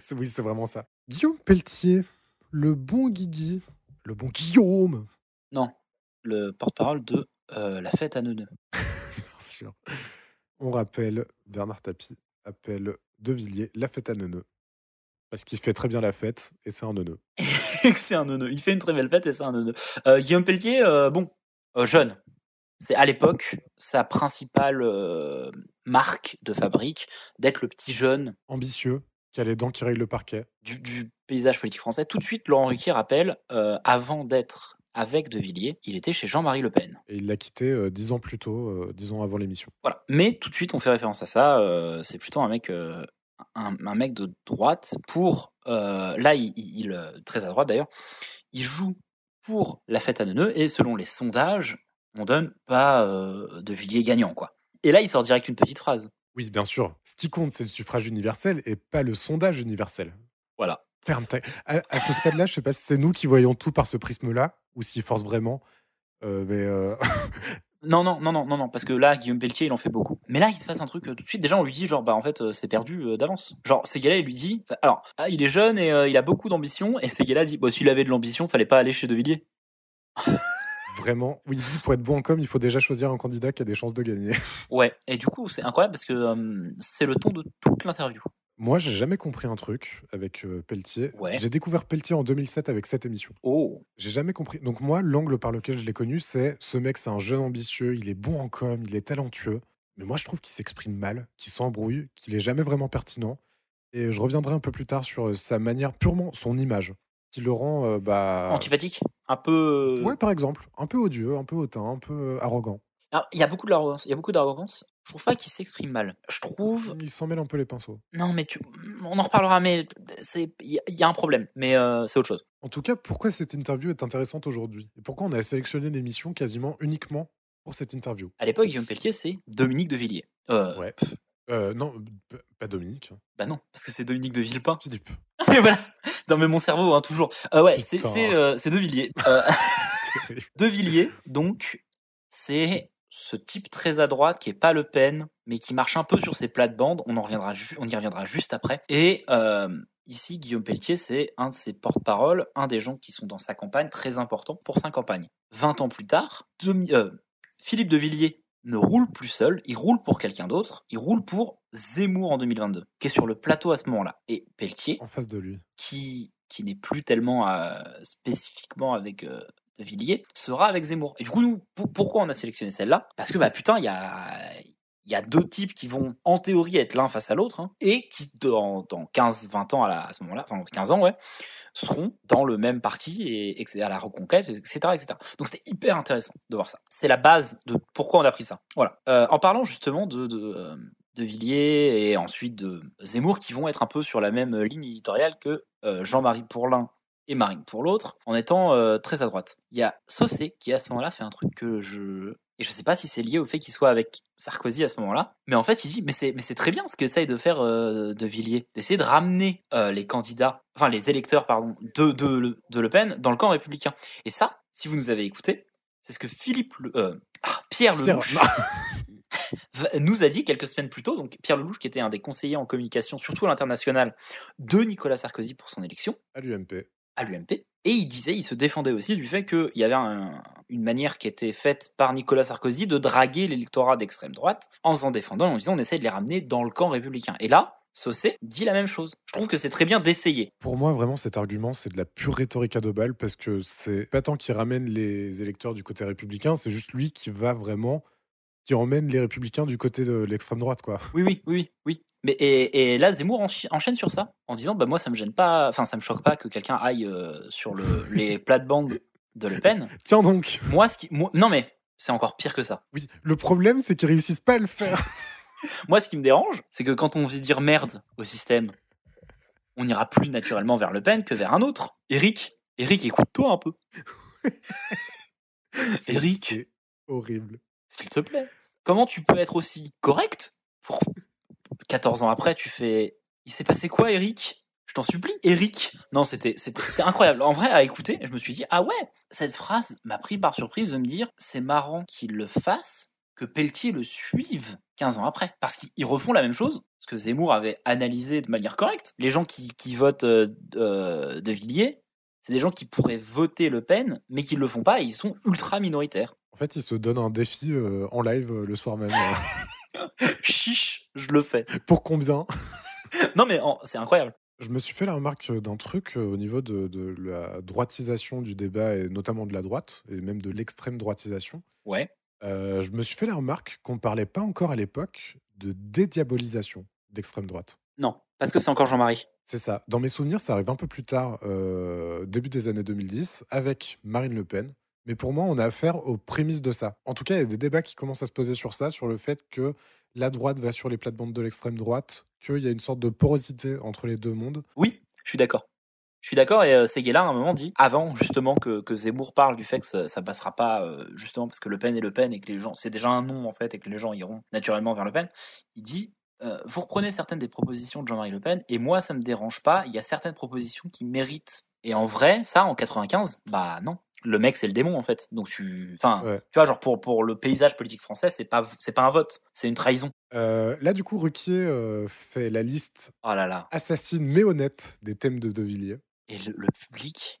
C'est- Oui, c'est vraiment ça. Guillaume Pelletier, le bon Guigui, le bon Guillaume, Non, le porte-parole de euh, la fête à Neuneu. bien sûr. On rappelle, Bernard Tapie appelle De Villiers la fête à Neuneu. Parce qu'il fait très bien la fête et c'est un neuneu. c'est un neuneu. Il fait une très belle fête et c'est un neuneu. Euh, Guillaume Pelletier, euh, bon, euh, jeune. C'est à l'époque sa principale euh, marque de fabrique d'être le petit jeune Ambitieux, qui a les dents qui rayent le parquet. du, du paysage politique français. Tout de suite, Laurent Ruquier rappelle, euh, avant d'être avec De Villiers, il était chez Jean-Marie Le Pen. Et il l'a quitté euh, dix ans plus tôt, euh, dix ans avant l'émission. Voilà. Mais tout de suite, on fait référence à ça. euh, c'est plutôt un mec, euh, un, un mec de droite pour. euh, là, il, il- il, euh, très à droite d'ailleurs. Il joue pour la fête à Neuneu et selon les sondages, on donne pas euh, de Villiers gagnant quoi. Et là, il sort direct une petite phrase. Oui, bien sûr. Ce qui compte, c'est le suffrage universel et pas le sondage universel. Voilà. Ferme ta- À, à ce stade-là, je sais pas si c'est nous qui voyons tout par ce prisme-là ou s'il force vraiment. Euh, mais euh, Non, non, non, non, non, non, parce que là, Guillaume Pelletier, il en fait beaucoup. Mais là, il se passe un truc euh, tout de suite. Déjà, on lui dit, genre, bah, en fait, euh, c'est perdu euh, d'avance. Genre, Ségala, il lui dit, euh, alors, ah, il est jeune et euh, il a beaucoup d'ambition. Et Ségala dit, bah, s'il avait de l'ambition, fallait pas aller chez De Villiers. vraiment, oui, dit, pour être bon en com, il faut déjà choisir un candidat qui a des chances de gagner. Ouais, et du coup, c'est incroyable parce que euh, c'est le ton de toute l'interview. Moi, j'ai jamais compris un truc avec euh, Pelletier. Ouais. J'ai découvert Pelletier en 2007 avec cette émission. Oh, J'ai jamais compris. Donc moi, l'angle par lequel je l'ai connu, c'est ce mec, c'est un jeune ambitieux, il est bon en com, il est talentueux. Mais moi, je trouve qu'il s'exprime mal, qu'il s'embrouille, qu'il est jamais vraiment pertinent. Et je reviendrai un peu plus tard sur euh, sa manière, purement son image, qui le rend, euh, bah, antipathique, un peu. euh, ouais, par exemple, un peu odieux, un peu hautain, un peu euh, arrogant. Alors, il y a beaucoup de l'arrogance. Il y a beaucoup d'arrogance. Je trouve pas qu'il s'exprime mal. Je trouve. Il s'en mêle un peu les pinceaux. Non, mais tu. On en reparlera, mais c'est. Il y, a- il y a un problème. Mais euh, c'est autre chose. En tout cas, pourquoi cette interview est intéressante aujourd'hui Et pourquoi on a sélectionné l'émission quasiment uniquement pour cette interview À l'époque, Guillaume Pelletier, c'est Dominique de Villiers. Euh, Ouais. Euh, non, p- pas Dominique, Bah non, parce que c'est Dominique de Villepin. Philippe. Mais voilà. Dans mais mon cerveau, hein, toujours. Euh, ouais, c'est Putain. c'est, euh, c'est De Villiers. Euh, de Villiers, donc, c'est ce type très à droite qui est pas Le Pen, mais qui marche un peu sur ses plates-bandes. On, en reviendra ju- on y reviendra juste après. Et euh, ici, Guillaume Pelletier, c'est un de ses porte-parole, un des gens qui sont dans sa campagne, très important pour sa campagne. 20 ans plus tard, demi- euh, Philippe de Villiers ne roule plus seul, il roule pour quelqu'un d'autre, il roule pour Zemmour en 2022, qui est sur le plateau à ce moment-là. Et Pelletier, en face de lui. qui, qui n'est plus tellement euh, spécifiquement avec euh, De Villiers, sera avec Zemmour. Et du coup, nous, pour- pourquoi on a sélectionné celle-là Parce que, bah putain, il y a, il y a deux types qui vont en théorie être l'un face à l'autre hein, et qui dans, dans 15-20 ans à, la- à ce moment-là, enfin 15 ans ouais, seront dans le même parti et, et à la reconquête, etc., etc. Donc c'était hyper intéressant de voir ça. C'est la base de pourquoi on a pris ça. Voilà. Euh, en parlant justement de, de, euh, de Villiers et ensuite de Zemmour qui vont être un peu sur la même ligne éditoriale que euh, Jean-Marie pour l'un et Marine pour l'autre, en étant euh, très à droite. Il y a Saucé qui à ce moment-là fait un truc que je et je sais pas si c'est lié au fait qu'il soit avec Sarkozy à ce moment-là, mais en fait il dit mais c'est mais c'est très bien ce qu'essaye de faire euh, De Villiers, d'essayer de ramener euh, les candidats, enfin les électeurs pardon de, de Le- de Le Pen dans le camp républicain. Et ça, si vous nous avez écouté, c'est ce que Philippe Le- euh, ah, Pierre Pierre, Lelouch non. va- nous a dit quelques semaines plus tôt. Donc Pierre Lelouch qui était un des conseillers en communication surtout à l'international de Nicolas Sarkozy pour son élection à l'UMP. à l'UMP. Et il disait, il se défendait aussi du fait qu'il y avait un- une manière qui était faite par Nicolas Sarkozy de draguer l'électorat d'extrême droite en s'en défendant, en disant on essaie de les ramener dans le camp républicain. Et là, Saucé dit la même chose. Je trouve que c'est très bien d'essayer. Pour moi, vraiment, cet argument, c'est de la pure rhétorique à deux balles parce que c'est pas tant qu'il ramène les électeurs du côté républicain, c'est juste lui qui va vraiment, qui emmène les républicains du côté de l'extrême droite, quoi. Oui, oui, oui, oui. Mais et, et là, Zemmour enchi- enchaîne sur ça en disant bah moi ça me gêne pas, enfin ça me choque pas que quelqu'un aille euh, sur le, les plates-bandes de Le Pen. Tiens donc, Moi, ce qui, moi- non mais c'est encore pire que ça. oui, le problème, c'est qu'ils réussissent pas à le faire. Moi, ce qui me dérange, c'est que quand on veut dire merde au système, on n'ira plus naturellement vers Le Pen que vers un autre. Eric, Eric, écoute-toi un peu. C'est- Eric, c'est horrible. s'il te plaît. Comment tu peux être aussi correct pour 14 ans après, tu fais il s'est passé quoi Eric Je t'en supplie, Eric. Non, c'était c'était c'est incroyable. En vrai, à écouter, je me suis dit ah ouais, cette phrase m'a pris par surprise de me dire c'est marrant qu'il le fasse que Pelletier le suive 15 ans après parce qu'ils refont la même chose ce que Zemmour avait analysé de manière correcte. Les gens qui, qui votent euh, euh, de Villiers, c'est des gens qui pourraient voter Le Pen mais qui le font pas et ils sont ultra minoritaires. En fait, ils se donnent un défi euh, en live euh, le soir même. euh, Chiche, je le fais. pour combien Non mais en- c'est incroyable. Je me suis fait la remarque d'un truc euh, au niveau de, de la droitisation du débat, et notamment de la droite, et même de l'extrême droitisation. Ouais. Euh, je me suis fait la remarque qu'on ne parlait pas encore à l'époque de dédiabolisation d'extrême droite. Non, parce que c'est encore Jean-Marie. C'est ça. Dans mes souvenirs, ça arrive un peu plus tard, euh, début des années 2010, avec Marine Le Pen. Mais pour moi, on a affaire aux prémices de ça. En tout cas, il y a des débats qui commencent à se poser sur ça, sur le fait que la droite va sur les plates-bandes de l'extrême droite, qu'il y a une sorte de porosité entre les deux mondes. Oui, je suis d'accord. Je suis d'accord et euh, Seguela à un moment dit avant justement que, que Zemmour parle du fait que ça, ça passera pas euh, justement parce que Le Pen est Le Pen et que les gens c'est déjà un nom en fait et que les gens iront naturellement vers Le Pen. Il dit euh, vous reprenez certaines des propositions de Jean-Marie Le Pen et moi ça me dérange pas. Il y a certaines propositions qui méritent et en vrai ça en 95 bah non le mec c'est le démon en fait donc tu enfin Ouais. tu vois genre pour pour le paysage politique français c'est pas c'est pas un vote c'est une trahison. Euh, là, du coup, Ruquier euh, fait la liste Oh là là assassine mais honnête des thèmes de De Villiers. et le- le public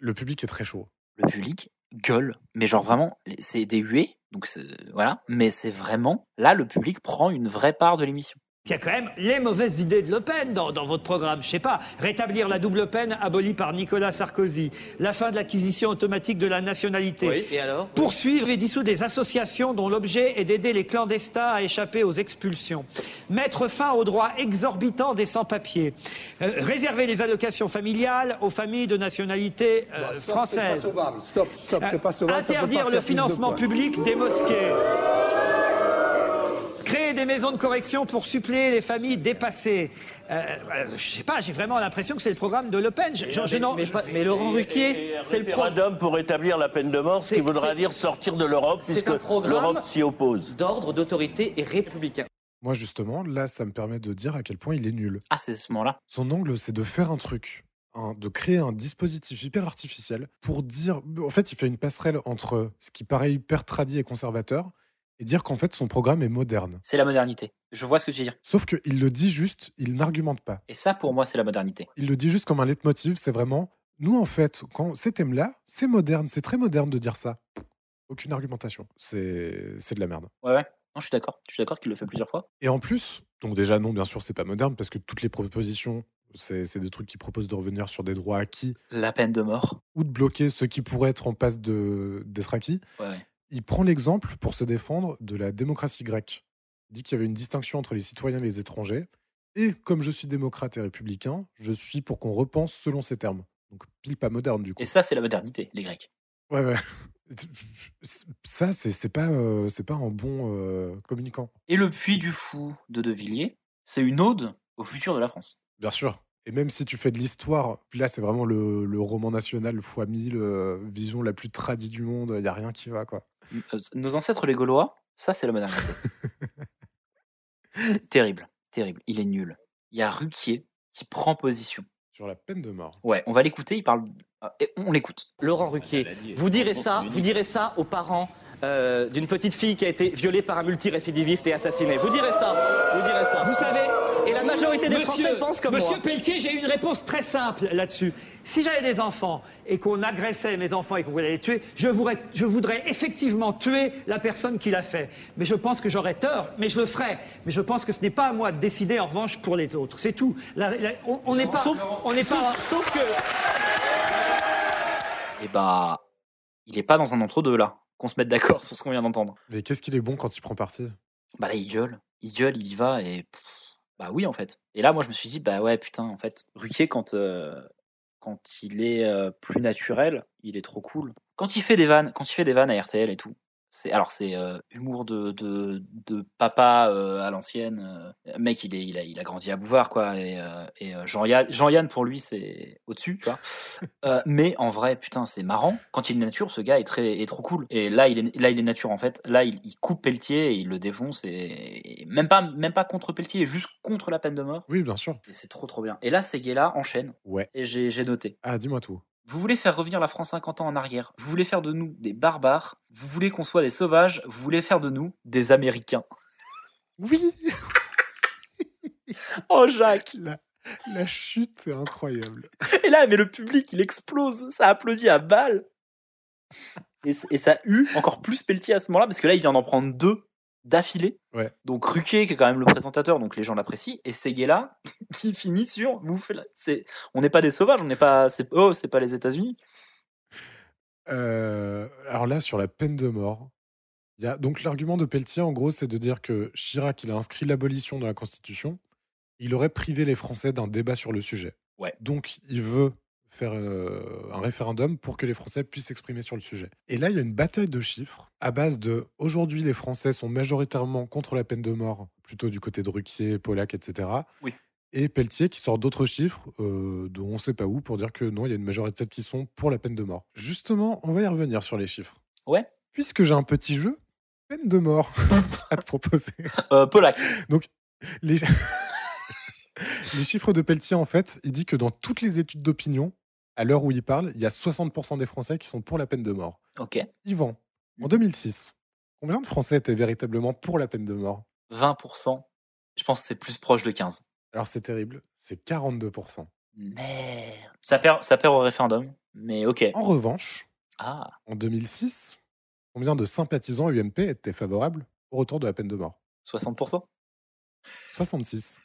Le public est très chaud. le public gueule, mais genre vraiment, les- c'est des huées, donc c'est- voilà, mais c'est vraiment, là, le public prend une vraie part de l'émission. Il y a quand même les mauvaises idées de Le Pen dans, dans votre programme. Je sais pas, rétablir la double peine abolie par Nicolas Sarkozy, la fin de l'acquisition automatique de la nationalité, et alors poursuivre et dissoudre des associations dont l'objet est d'aider les clandestins à échapper aux expulsions, mettre fin aux droits exorbitants des sans-papiers, euh, réserver les allocations familiales aux familles de nationalité euh, française, Bah, C'est pas sauvable. Stop, stop, c'est pas sauvable. ça peut pas interdire faire le plus de financement points. public des mosquées. Créer des maisons de correction pour suppléer les familles dépassées. Euh, euh, je sais pas, j'ai vraiment l'impression que c'est le programme de Le Pen. Je- je- je n'en- Laurent Et- et un référendum pour établir la peine de mort, ce C'est- qui voudra c'est- dire sortir de l'Europe, c'est puisque un programme l'Europe s'y oppose. d'ordre, d'autorité et républicain. Moi, justement, là, ça me permet de dire à quel point il est nul. Ah, c'est ce moment-là. Son angle, c'est de faire un truc, hein, de créer un dispositif hyper artificiel pour dire. En fait, il fait une passerelle entre ce qui paraît hyper tradit et conservateur et dire qu'en fait, son programme est moderne. C'est la modernité. Je vois ce que tu veux dire. Sauf qu'il le dit juste, il n'argumente pas. Et ça, pour moi, c'est la modernité. Il le dit juste comme un leitmotiv, c'est vraiment. Nous, en fait, quand ces thèmes-là, c'est moderne, c'est très moderne de dire ça. Aucune argumentation. C'est c'est de la merde. Ouais, ouais. Non, je suis d'accord. Je suis d'accord qu'il le fait plusieurs fois. Et en plus, donc déjà, non, bien sûr, c'est pas moderne parce que toutes les propositions, c'est c'est des trucs qui proposent de revenir sur des droits acquis La peine de mort. ou de bloquer ceux qui pourraient être en passe de- d'être acquis. Ouais, ouais. Il prend l'exemple pour se défendre de la démocratie grecque. dit qu'il y avait une distinction entre les citoyens et les étrangers. Et comme je suis démocrate et républicain, je suis pour qu'on repense selon ces termes. Donc pile pas moderne du coup. Et ça, c'est la modernité, les Grecs. Ouais, ouais. Ça, c'est c'est pas, euh, c'est pas un bon euh, communicant. Et le Puy du Fou de De Villiers, c'est une ode au futur de la France. Bien sûr. Et même si tu fais de l'histoire, puis là, c'est vraiment le, le roman national fois 1000, euh, vision la plus tradie du monde, il n'y a rien qui va, quoi. Euh, Nos ancêtres les Gaulois, ça c'est la modernité. terrible, terrible. Il est nul. Il y a Ruquier qui prend position. Sur la peine de mort. Ouais, on va l'écouter. Il parle. ah, et on l'écoute. Laurent Ruquier, vous direz ça, vous direz ça aux parents euh, d'une petite fille qui a été violée par un multirécidiviste et assassinée. Vous direz ça, vous direz ça. Vous savez, et la majorité des Français pensent comme Monsieur moi. Pelletier, j'ai eu une réponse très simple là-dessus. Si j'avais des enfants et qu'on agressait mes enfants et qu'on voulait les tuer, je voudrais, je voudrais effectivement tuer la personne qui l'a fait. Mais je pense que j'aurais tort, mais je le ferais. Mais je pense que ce n'est pas à moi de décider en revanche pour les autres. C'est tout. La- la- on- on n'est pas. Sauf- on n'est pas. Sauf que. Et bah, il est pas dans un entre-deux là. Qu'on se mette d'accord sur ce qu'on vient d'entendre. Mais qu'est-ce qu'il est bon quand il prend parti Bah là, il gueule. Il gueule, il y va et. pff, bah oui, en fait. Et là, moi, je me suis dit, bah ouais, putain, en fait. Ruquier, quand, euh, quand il est euh, plus naturel, il est trop cool. Quand il fait des vannes, quand il fait des vannes à RTL et tout. C'est, alors c'est euh, humour de, de, de papa euh, à l'ancienne. euh, mec, il, est, il, a, il a grandi à Bouvard, quoi. Et, euh, et euh, Jean-Yann, Jean-Yann, pour lui, c'est au-dessus, tu vois. Euh, mais en vrai, putain, c'est marrant. Quand il est nature, ce gars est très, est trop cool. Et là, il est, là, il est nature en fait. Là, il, il coupe Pelletier et il le défonce et, et même pas, même pas contre Pelletier, juste contre la peine de mort. Oui, bien sûr. Et c'est trop, trop bien. Et là, ces gars-là enchaînent. Ouais. Et j'ai j'ai noté. Ah, dis-moi tout. Vous voulez faire revenir la France 50 ans en arrière. Vous voulez faire de nous des barbares. Vous voulez qu'on soit des sauvages. Vous voulez faire de nous des Américains. Oui Oh Jacques la, la chute est incroyable. Et là, mais le public, il explose. Ça applaudit à balles. Et, c- et ça eut encore plus Pelletier à ce moment-là, parce que là, il vient d'en prendre deux d'affilée. Ouais. Donc Ruquier, qui est quand même le présentateur, donc les gens l'apprécient. Et Seguela, qui finit sur vous faites la- c'est- On n'est pas des sauvages, on n'est pas. c'est- Oh, c'est pas les États-Unis. Euh, alors là, sur la peine de mort, il y a, donc l'argument de Pelletier, en gros, c'est de dire que Chirac, il a inscrit l'abolition dans la Constitution, il aurait privé les Français d'un débat sur le sujet. Ouais. Donc, il veut faire euh, un référendum pour que les Français puissent s'exprimer sur le sujet. Et là, il y a une bataille de chiffres à base de aujourd'hui, les Français sont majoritairement contre la peine de mort, plutôt du côté de Ruquier, Pollack, etc. Oui. Et Pelletier qui sort d'autres chiffres, euh, de on ne sait pas où, pour dire que non, il y a une majorité qui sont pour la peine de mort. Justement, on va y revenir sur les chiffres. Ouais. Puisque j'ai un petit jeu, peine de mort, à te proposer. Euh, Polak. Les... les chiffres de Pelletier, en fait, il dit que dans toutes les études d'opinion, à l'heure où il parle, il y a 60% des Français qui sont pour la peine de mort. Ok. Yvan, en 2006, combien de Français étaient véritablement pour la peine de mort 20%. Je pense que c'est plus proche de 15. Alors c'est terrible, c'est 42%. Merde. Ça perd, ça perd au référendum. Mais ok. En revanche, Ah. en 2006, combien de sympathisants UMP étaient favorables au retour de la peine de mort 60%. 66.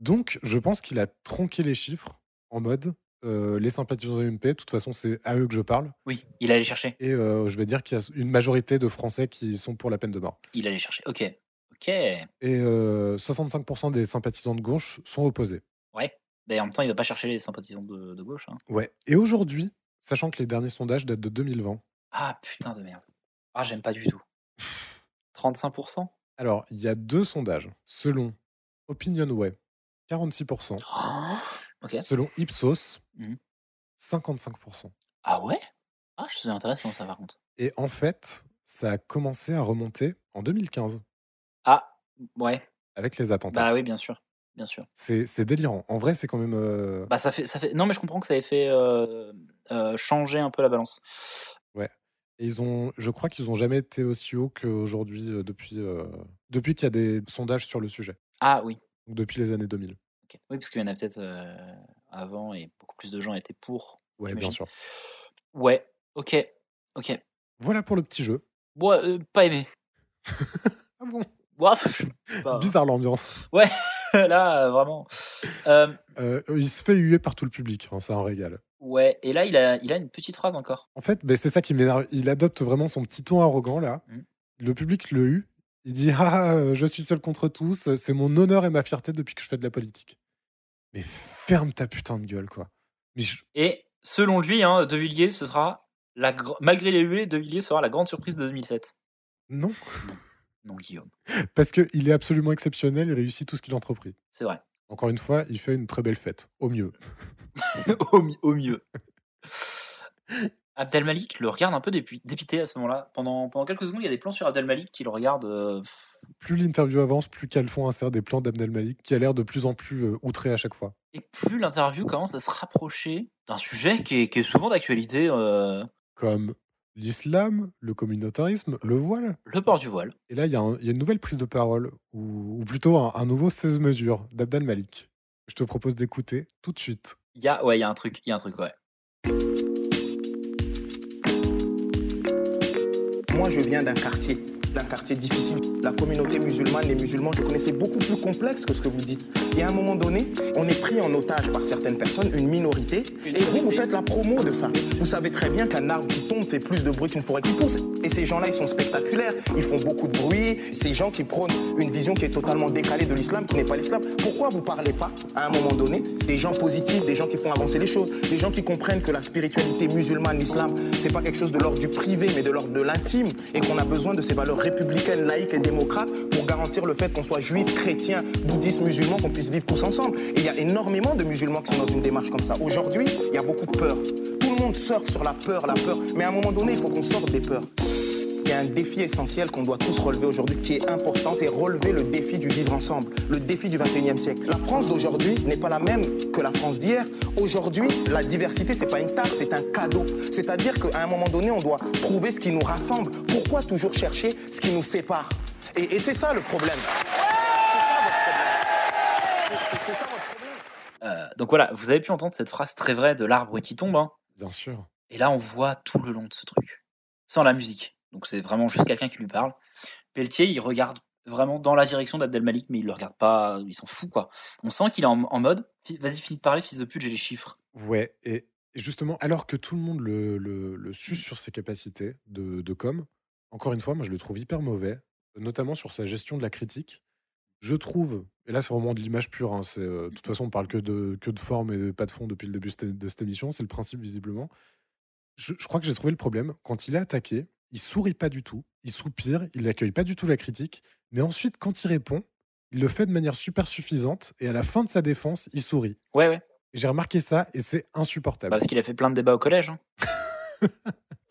Donc, je pense qu'il a tronqué les chiffres en mode euh, les sympathisants de UMP, de toute façon, c'est à eux que je parle. Oui, il allait chercher. Et euh, je vais dire qu'il y a une majorité de Français qui sont pour la peine de mort. Il allait chercher. Ok. Ok. Et euh, 65% des sympathisants de gauche sont opposés. Mais en même temps, il va pas chercher les sympathisants de, de gauche. hein. Ouais. Et aujourd'hui, sachant que les derniers sondages datent de 2020, Ah putain de merde. Ah, j'aime pas du tout. 35% alors il y a deux sondages. Selon OpinionWay, 46%. Oh, Ok. Selon Ipsos, Mhm. 55%. Ah ouais Ah, je suis intéressant ça par contre. Et en fait, ça a commencé à remonter en 2015 Ah, ouais. avec les attentats. Bah oui, bien sûr. Bien sûr. C'est c'est délirant. En vrai, c'est quand même. euh, Bah ça fait, ça fait. Non, mais je comprends que ça ait fait euh, euh, changer un peu la balance. Et ils ont, je crois qu'ils ont jamais été aussi haut qu'aujourd'hui euh, depuis, euh, depuis qu'il y a des sondages sur le sujet, Ah oui. donc depuis les années 2000. ok. Oui, parce qu'il y en a peut-être euh, avant et beaucoup plus de gens étaient pour. Ouais, bien J'imagine. sûr. Ouais. Ok. Ok. Voilà pour le petit jeu. Bon, euh, pas aimé. Ah bon Ouah, pff, je sais pas. Bizarre l'ambiance. Là, euh, vraiment. Euh, Euh, il se fait huer par tout le public, hein, c'est un régal. ouais. Et là, il a, il a une petite phrase encore. En fait, ben, c'est ça qui m'énerve. Il adopte vraiment son petit ton arrogant là. Mhm. Le public le hue. Il dit Ah, euh, je suis seul contre tous, c'est mon honneur et ma fierté depuis que je fais de la politique. Mais ferme ta putain de gueule, quoi. Mais je- Et selon lui, hein, De Villiers, ce sera la gr- malgré les huées, De Villiers sera la grande surprise de 2007. Non, Non, Guillaume, parce qu'il est absolument exceptionnel, il réussit tout ce qu'il entreprit. c'est vrai. Encore une fois, il fait une très belle fête, au mieux. au, mi- au mieux. Abdelmalik le regarde un peu dépu- dépité à ce moment-là. Pendant, pendant quelques secondes, il y a des plans sur Abdelmalik qui le regarde. euh, pff. Plus l'interview avance, plus Calfon insère des plans d'Abdelmalik qui a l'air de plus en plus euh, outré à chaque fois. et plus l'interview commence à se rapprocher d'un sujet qui est, qui est souvent d'actualité, euh, Comme l'islam, le communautarisme, le voile. le port du voile. Et là, il y, a un- il y a une nouvelle prise de parole, ou, ou plutôt un, un nouveau 16 mesures d'Abdel Malik. Je te propose d'écouter tout de suite. Il y a, ouais, il y a un truc, il y a un truc, ouais. Moi, je viens d'un quartier, d'un quartier difficile. La communauté musulmane, les musulmans, je connaissais beaucoup plus complexe que ce que vous dites. Et à un moment donné, on est pris en otage par certaines personnes, une minorité, et vous, vous faites la promo de ça. Vous savez très bien qu'un arbre qui tombe fait plus de bruit qu'une forêt qui pousse. Et ces gens-là, ils sont spectaculaires, ils font beaucoup de bruit. Ces gens qui prônent une vision qui est totalement décalée de l'islam, qui n'est pas l'islam. Pourquoi vous parlez pas, à un moment donné, des gens positifs, des gens qui font avancer les choses, des gens qui comprennent que la spiritualité musulmane, l'islam, c'est pas quelque chose de l'ordre du privé, mais de l'ordre de l'intime, et qu'on a besoin de ces valeurs républicaines, laïques et démocrates pour garantir le fait qu'on soit juif, chrétien, bouddhiste, musulman, qu'on puisse vivre tous ensemble. Et il y a énormément de musulmans qui sont dans une démarche comme ça. Aujourd'hui, il y a beaucoup de peur. Tout le monde surfe sur la peur, la peur, mais à un moment donné, il faut qu'on sorte des peurs. Il y a un défi essentiel qu'on doit tous relever aujourd'hui, qui est important, c'est relever le défi du vivre ensemble, le défi du 21e siècle. La France d'aujourd'hui n'est pas la même que la France d'hier. Aujourd'hui, la diversité, c'est pas une tare, c'est un cadeau. C'est-à-dire qu'à un moment donné, on doit trouver ce qui nous rassemble. Pourquoi toujours chercher ce qui nous sépare Et, et c'est ça le problème. C'est ça votre problème. C'est- c'est- c'est ça votre problème. Euh, donc voilà, vous avez pu entendre cette phrase très vraie de l'arbre qui tombe. hein. Bien sûr. Et là, on voit tout le long de ce truc, sans la musique. Donc c'est vraiment juste quelqu'un qui lui parle. Pelletier, il regarde vraiment dans la direction d'Abdelmalik, mais il le regarde pas, il s'en fout quoi. On sent qu'il est en, en mode, Fi- vas-y, finis de parler, fils de pute, j'ai les chiffres. Ouais, et justement, alors que tout le monde le, le, le suce sur ses capacités de, de com, encore une fois, moi je le trouve hyper mauvais, notamment sur sa gestion de la critique. Je trouve, et là c'est vraiment de l'image pure, hein, c'est, euh, de toute façon on parle que de, que de forme et pas de fond depuis le début de cette- de cette émission, c'est le principe visiblement. Je, je crois que j'ai trouvé le problème. Quand il est attaqué, il sourit pas du tout, il soupire, il n'accueille pas du tout la critique, mais ensuite quand il répond, il le fait de manière super suffisante, et à la fin de sa défense, il sourit. Ouais, ouais. J'ai remarqué ça et c'est insupportable. Bah, parce qu'il a fait plein de débats au collège. hein.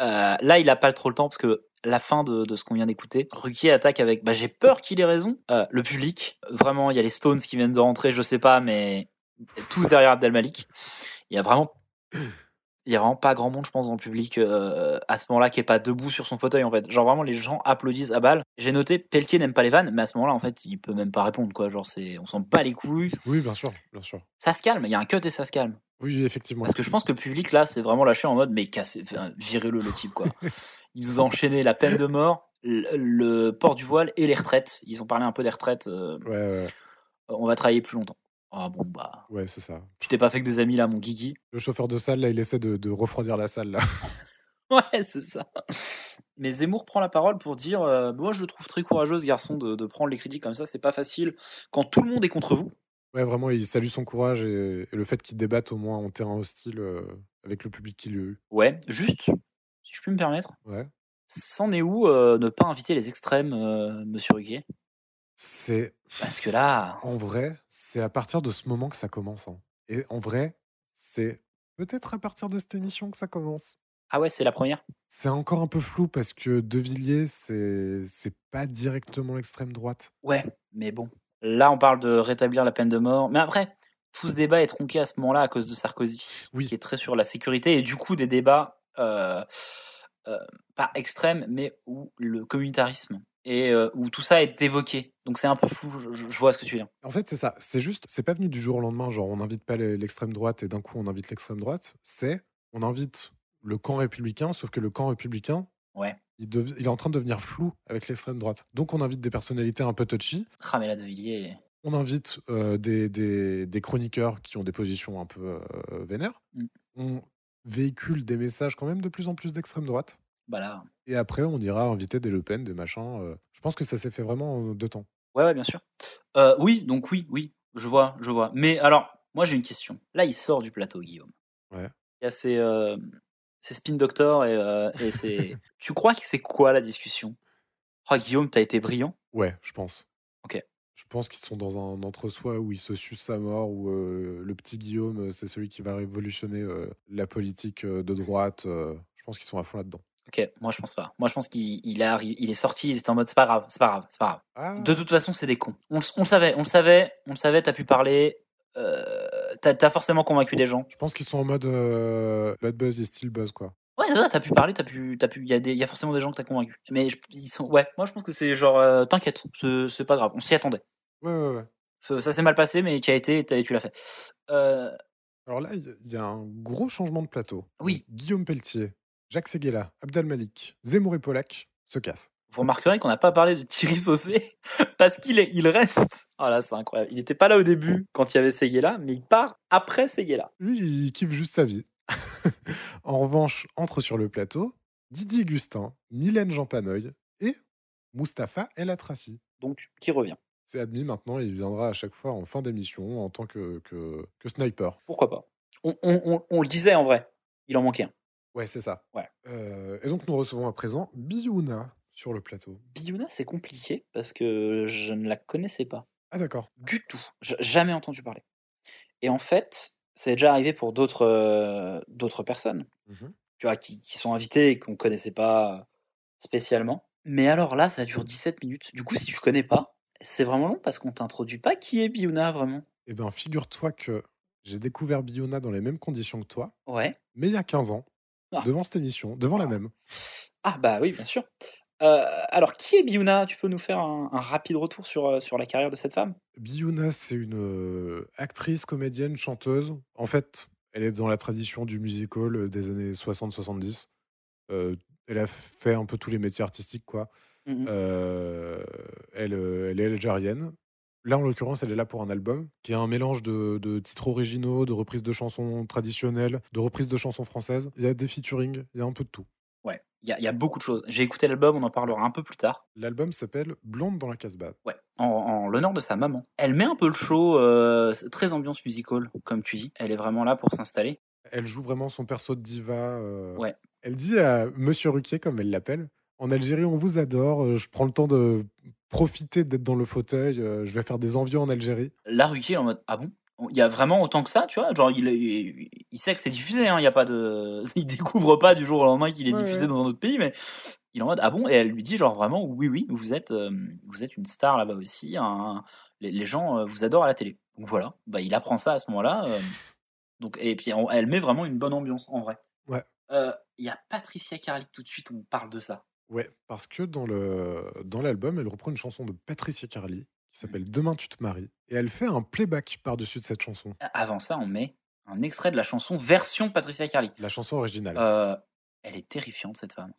Euh, là, il a pas trop le temps parce que la fin de, de ce qu'on vient d'écouter, Ruquier attaque avec bah, J'ai peur qu'il ait raison. Euh, le public, vraiment, il y a les Stones qui viennent de rentrer, je sais pas, mais tous derrière Abdelmalik. Il y a vraiment. Il y a vraiment pas grand monde, je pense, dans le public euh, à ce moment-là qui est pas debout sur son fauteuil en fait. Genre vraiment les gens applaudissent à balle. J'ai noté Pelletier n'aime pas les vannes, mais à ce moment-là en fait il peut même pas répondre quoi. Genre c'est on s'en bat les couilles. Oui, bien sûr, bien sûr. Ça se calme, il y a un cut et ça se calme. Oui, effectivement. Parce que je pense que le public, là, c'est vraiment lâché en mode, mais cassez, enfin, virez-le, le type, quoi. Ils nous ont enchaîné la peine de mort, le, le port du voile et les retraites. Ils ont parlé un peu des retraites. euh, Ouais, ouais, on va travailler plus longtemps. Ah bon, bah, ouais, c'est ça. tu t'es pas fait que des amis, là, mon Guigui. Le chauffeur de salle, là, il essaie de, de refroidir la salle, là. Ouais, c'est ça. Mais Zemmour prend la parole pour dire euh, Moi, je le trouve très courageux, ce garçon, de, de prendre les critiques comme ça, c'est pas facile. Quand tout le monde est contre vous, Ouais, vraiment, il salue son courage et, et le fait qu'il débatte au moins en terrain hostile euh, avec le public qu'il y a eu. ouais, juste, si je puis me permettre, Ouais. c'en est où euh, ne pas inviter les extrêmes, euh, monsieur Ruguet C'est, Parce que là. en vrai, c'est à partir de ce moment que ça commence. hein. Et en vrai, c'est peut-être à partir de cette émission que ça commence. Ah ouais, c'est la première C'est encore un peu flou parce que De Villiers, c'est, c'est pas directement l'extrême droite. Ouais, mais bon. Là, on parle de rétablir la peine de mort. Mais après, tout ce débat est tronqué à ce moment-là à cause de Sarkozy, Oui. qui est très sur la sécurité et du coup des débats euh, euh, pas extrêmes, mais où le communautarisme et euh, où tout ça est évoqué. Donc c'est un peu fou. Je, je- je vois ce que tu veux dire. En fait, c'est ça. C'est juste, c'est pas venu du jour au lendemain. Genre, on n'invite pas les- l'extrême droite et d'un coup, on invite l'extrême droite. C'est, on invite le camp républicain, sauf que le camp républicain, Ouais. il, dev- il est en train de devenir flou avec l'extrême droite. Donc, on invite des personnalités un peu touchy. Ramela de Villiers. On invite euh, des, des- des chroniqueurs qui ont des positions un peu euh, vénères. Mm. On véhicule des messages quand même de plus en plus d'extrême droite. Voilà. Et après, on ira inviter des Le Pen, des machins. euh, Je pense que ça s'est fait vraiment en deux temps. Ouais, ouais, bien sûr. Euh, oui, donc oui, oui, je vois, je vois. Mais alors, moi j'ai une question. Là, il sort du plateau, Guillaume. Ouais. Il y a ses, euh, ses spin doctors et, euh, et ses... tu crois que c'est quoi la discussion Oh, Guillaume, t'as été brillant. Ouais, je pense. Ok. Je pense qu'ils sont dans un entre-soi où ils se sucent à mort, où euh, le petit Guillaume, euh, c'est celui qui va révolutionner euh, la politique euh, de droite. euh, je pense qu'ils sont à fond là-dedans. Ok, moi je pense pas. Moi je pense qu'il il est, arri- il est sorti, il était en mode c'est pas grave, c'est pas grave, c'est pas grave. Ah! De toute façon, c'est des cons. On, le- on le savait, on le savait, on le savait, t'as pu parler, euh, t'as t'as forcément convaincu des gens. Je pense qu'ils sont en mode euh, bad buzz et still buzz, quoi. Ouais, c'est ça, t'as pu parler, t'as pu, t'as pu, il y a des, il y a forcément des gens que t'as convaincus. Mais je- ils sont, ouais, moi je pense que c'est genre, euh, t'inquiète, c'est c'est pas grave, on s'y attendait. Ouais, ouais, ouais. F- Ça s'est mal passé, mais tu as été, t'as- tu l'as fait. Euh, Alors là, il y a- il y, a un gros changement de plateau. Oui. Guillaume Pelletier, Jacques Seguela, Abdel Malik, Zemmour et Polak se cassent. vous remarquerez qu'on n'a pas parlé de Thierry Saucé parce qu'il est, il reste. Oh là, c'est incroyable. Il n'était pas là au début quand il y avait Seguela, mais il part après Seguela. Lui, il kiffe juste sa vie. en revanche, entre sur le plateau Didier Gustin, Mylène Jean Panoy et Mustapha El Atrassi. Donc, qui revient. C'est admis maintenant, il viendra à chaque fois en fin d'émission en tant que, que, que sniper. Pourquoi pas on, on, on, on le disait en vrai, il en manquait un. Ouais, c'est ça. Ouais. Euh, et donc, nous recevons à présent Biouna sur le plateau. Biouna, c'est compliqué parce que je ne la connaissais pas. Ah, d'accord. Du tout. J- Jamais entendu parler. Et en fait, c'est déjà arrivé pour d'autres euh, d'autres personnes, Mhm. tu vois, qui, qui sont invitées et qu'on ne connaissait pas spécialement. Mais alors là, ça dure 17 minutes. Du coup, si tu connais pas, c'est vraiment long parce qu'on t'introduit pas qui est Biouna vraiment. Eh bien, figure-toi que j'ai découvert Biouna dans les mêmes conditions que toi, Ouais. mais il y a 15 ans, Ah. devant cette émission, devant la même. Ah bah oui, bien sûr. Euh, alors, qui est Biouna Tu peux nous faire un, un rapide retour sur, euh, sur la carrière de cette femme Biouna, c'est une euh, actrice, comédienne, chanteuse. En fait, elle est dans la tradition du musical euh, des années 60-70. Euh, elle a fait un peu tous les métiers artistiques, quoi. Mhm. Euh, elle, euh, elle est algérienne. Là, en l'occurrence, elle est là pour un album qui est un mélange de, de titres originaux, de reprises de chansons traditionnelles, de reprises de chansons françaises. Il y a des featuring, il y a un peu de tout. Ouais, il y a, il y a beaucoup de choses. J'ai écouté l'album, on en parlera un peu plus tard. L'album s'appelle Blonde dans la Casbah. Ouais, en, en l'honneur de sa maman. Elle met un peu le show, euh, c'est très ambiance musicale, comme tu dis. Elle est vraiment là pour s'installer. Elle joue vraiment son perso de diva. euh, Ouais. Elle dit à Monsieur Ruquier, comme elle l'appelle, en Algérie, on vous adore. euh, Je prends le temps de profiter d'être dans le fauteuil. euh, Je vais faire des envieux en Algérie. La Ruquier en mode Ah bon Il y a vraiment autant que ça, tu vois Genre, il, il, il sait que c'est diffusé, hein, il y a pas de. Il découvre pas du jour au lendemain qu'il est Ouais, diffusé ouais. dans un autre pays, mais il est en mode Ah bon Et elle lui dit, genre, vraiment, oui, oui, vous êtes, euh, vous êtes une star là-bas aussi. un- les, les gens euh, vous adorent à la télé. Donc voilà, bah, il apprend ça à ce moment-là. euh, donc, et puis, on- elle met vraiment une bonne ambiance, en vrai. Ouais. Euh, Il y a Patricia Carly, tout de suite, on parle de ça. Ouais, parce que dans le dans l'album, elle reprend une chanson de Patricia Carly qui Mmh. s'appelle Demain tu te maries et elle fait un playback par-dessus de cette chanson, Avant ça, on met un extrait de la chanson version Patricia Carly. la chanson originale. Euh, elle est terrifiante, cette femme.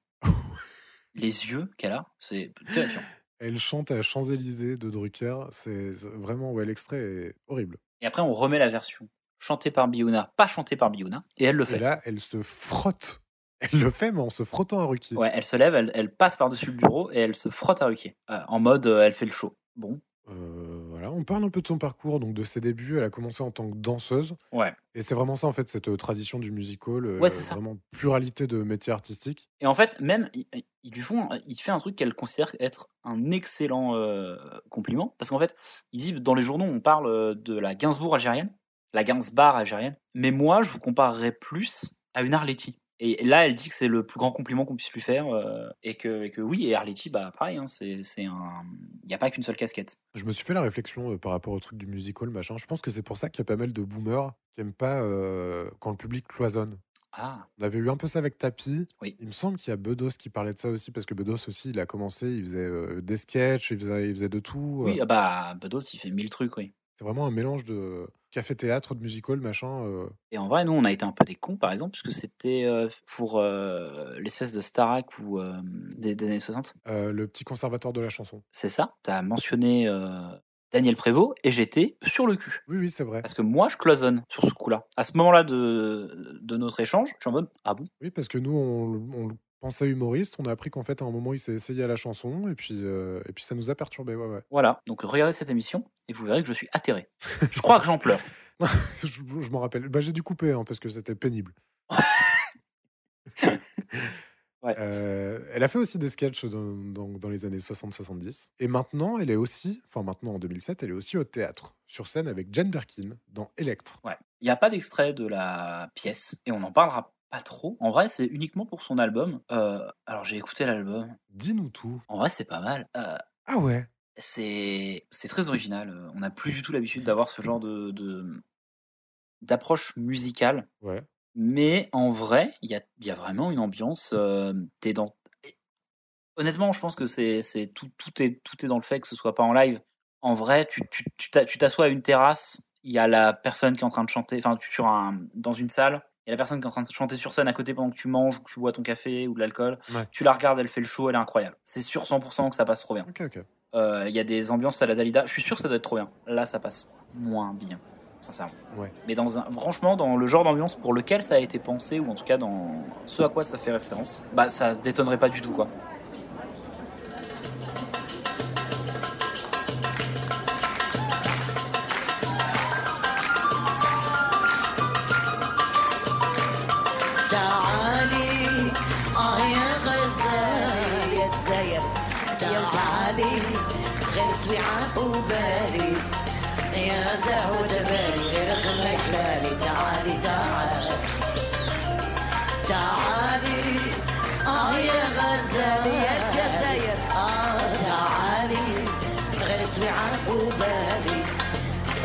Les yeux qu'elle a, c'est terrifiant. Elle chante à Champs-Élysées de Drucker, c'est c'est vraiment ouais l'extrait est horrible. Et après, on remet la version chantée par Biouna, pas chantée par Biouna, et elle le Et fait. là, elle se frotte. Elle le fait mais en se frottant à Ruquier. Ouais, elle se lève, elle, elle passe par-dessus le bureau et elle se frotte à Ruquier. Euh, en mode, euh, elle fait le show. Bon, Euh, voilà, on parle un peu de son parcours, donc de ses débuts. Elle a commencé en tant que danseuse. ouais. Et c'est vraiment ça, en fait, cette euh, tradition du musical. euh, Ouais, c'est ça. Vraiment pluralité de métiers artistiques. Et en fait, même, ils ils lui font, euh, il fait un truc qu'elle considère être un excellent euh, compliment. Parce qu'en fait, il dit, dans les journaux, on parle euh, de la Gainsbourg algérienne, la Gainsbar algérienne. Mais moi, je vous comparerais plus à une Arletty. Et là, elle dit que c'est le plus grand compliment qu'on puisse lui faire. euh, et, que, et que oui, et Arletty, bah, pareil, hein, c'est c'est un. Il n'y a pas qu'une seule casquette. Je me suis fait la réflexion euh, par rapport au truc du musical, machin. Je pense que c'est pour ça qu'il y a pas mal de boomers qui aiment pas euh, quand le public cloisonne. Ah, On avait eu un peu ça avec Tapi. Oui. Il me semble qu'il y a Bedos qui parlait de ça aussi, parce que Bedos aussi, il a commencé, il faisait euh, des sketchs, il faisait, il faisait de tout. oui, euh, ah bah, Bedos, il fait mille trucs, oui. C'est vraiment un mélange de café-théâtre, de musical, machin. euh, Et en vrai, nous, on a été un peu des cons, par exemple, puisque c'était euh, pour euh, l'espèce de Starak ou euh, des- des années 60. euh, le petit conservatoire de la chanson. c'est ça, tu as mentionné euh, Daniel Prévost et j'étais sur le cul. Oui, oui, c'est vrai. Parce que moi, je cloisonne sur ce coup-là. À ce moment-là de, de notre échange, je suis en mode Ah bon Oui, parce que nous, on, on le pensée humoriste. On a appris qu'en fait, à un moment, il s'est essayé à la chanson, et puis, euh, et puis ça nous a perturbés. Ouais, ouais. Voilà, donc regardez cette émission et vous verrez que je suis atterré. je crois que j'en pleure. je je m'en rappelle. Bah, J'ai dû couper hein, parce que c'était pénible. Euh, elle a fait aussi des sketchs dans, dans- dans les années 60-70. Et maintenant, elle est aussi, enfin maintenant en 2007, elle est aussi au théâtre, sur scène avec Jane Birkin dans Electre. Ouais. Il n'y a pas d'extrait de la pièce et on n'en parlera pas trop. En vrai, c'est uniquement pour son album. Euh, alors, j'ai écouté l'album. Dis-nous tout. En vrai, c'est pas mal. Euh, Ah ouais c'est c'est très original. Euh, On n'a plus du tout l'habitude Mmh. d'avoir ce genre de de- d'approche musicale. Ouais. Mais en vrai, il y a, il y a vraiment une ambiance. euh, t'es dans... Honnêtement, je pense que c'est c'est tout, tout, est, tout est dans le fait que ce soit pas en live. En vrai, tu tu- tu t'a- tu t'assois à une terrasse, il y a la personne qui est en train de chanter, enfin, tu- sur un, dans une salle, il y a la personne qui est en train de chanter sur scène à côté pendant que tu manges, ou que tu bois ton café ou de l'alcool. Ouais. Tu la regardes, elle fait le show, elle est incroyable. C'est sûr 100% que ça passe trop bien. Ok, ok. Euh, Il y a des ambiances à la Dalida. Je suis sûr que ça doit être trop bien. Là, ça passe moins bien, sincèrement. Ouais. Mais dans un, franchement, dans le genre d'ambiance pour lequel ça a été pensé, ou en tout cas dans ce à quoi ça fait référence, bah ça détonnerait pas du tout, quoi. تعالي اه يا غزال يا تزاير تعالي غير سويعة وبالي يا زهود بالي غير غير حلالي تعالي تعالي تعالي اه يا غزال يا جزاير اه تعالي غير سويعة وبالي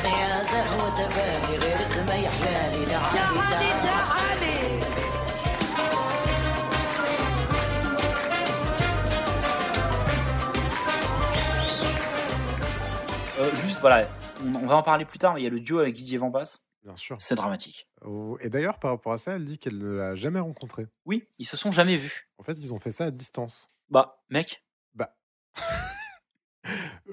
يا زهود بالي غير ما يحلالي تعالي تعالي تعالي Euh, juste, voilà, on, on va en parler plus tard, mais il y a le duo avec Didier Vampas. Bien sûr. C'est dramatique. Oh, Et d'ailleurs, par rapport à ça, elle dit qu'elle ne l'a jamais rencontré. Oui, ils se sont jamais vus. En fait, ils ont fait ça à distance. Bah, mec,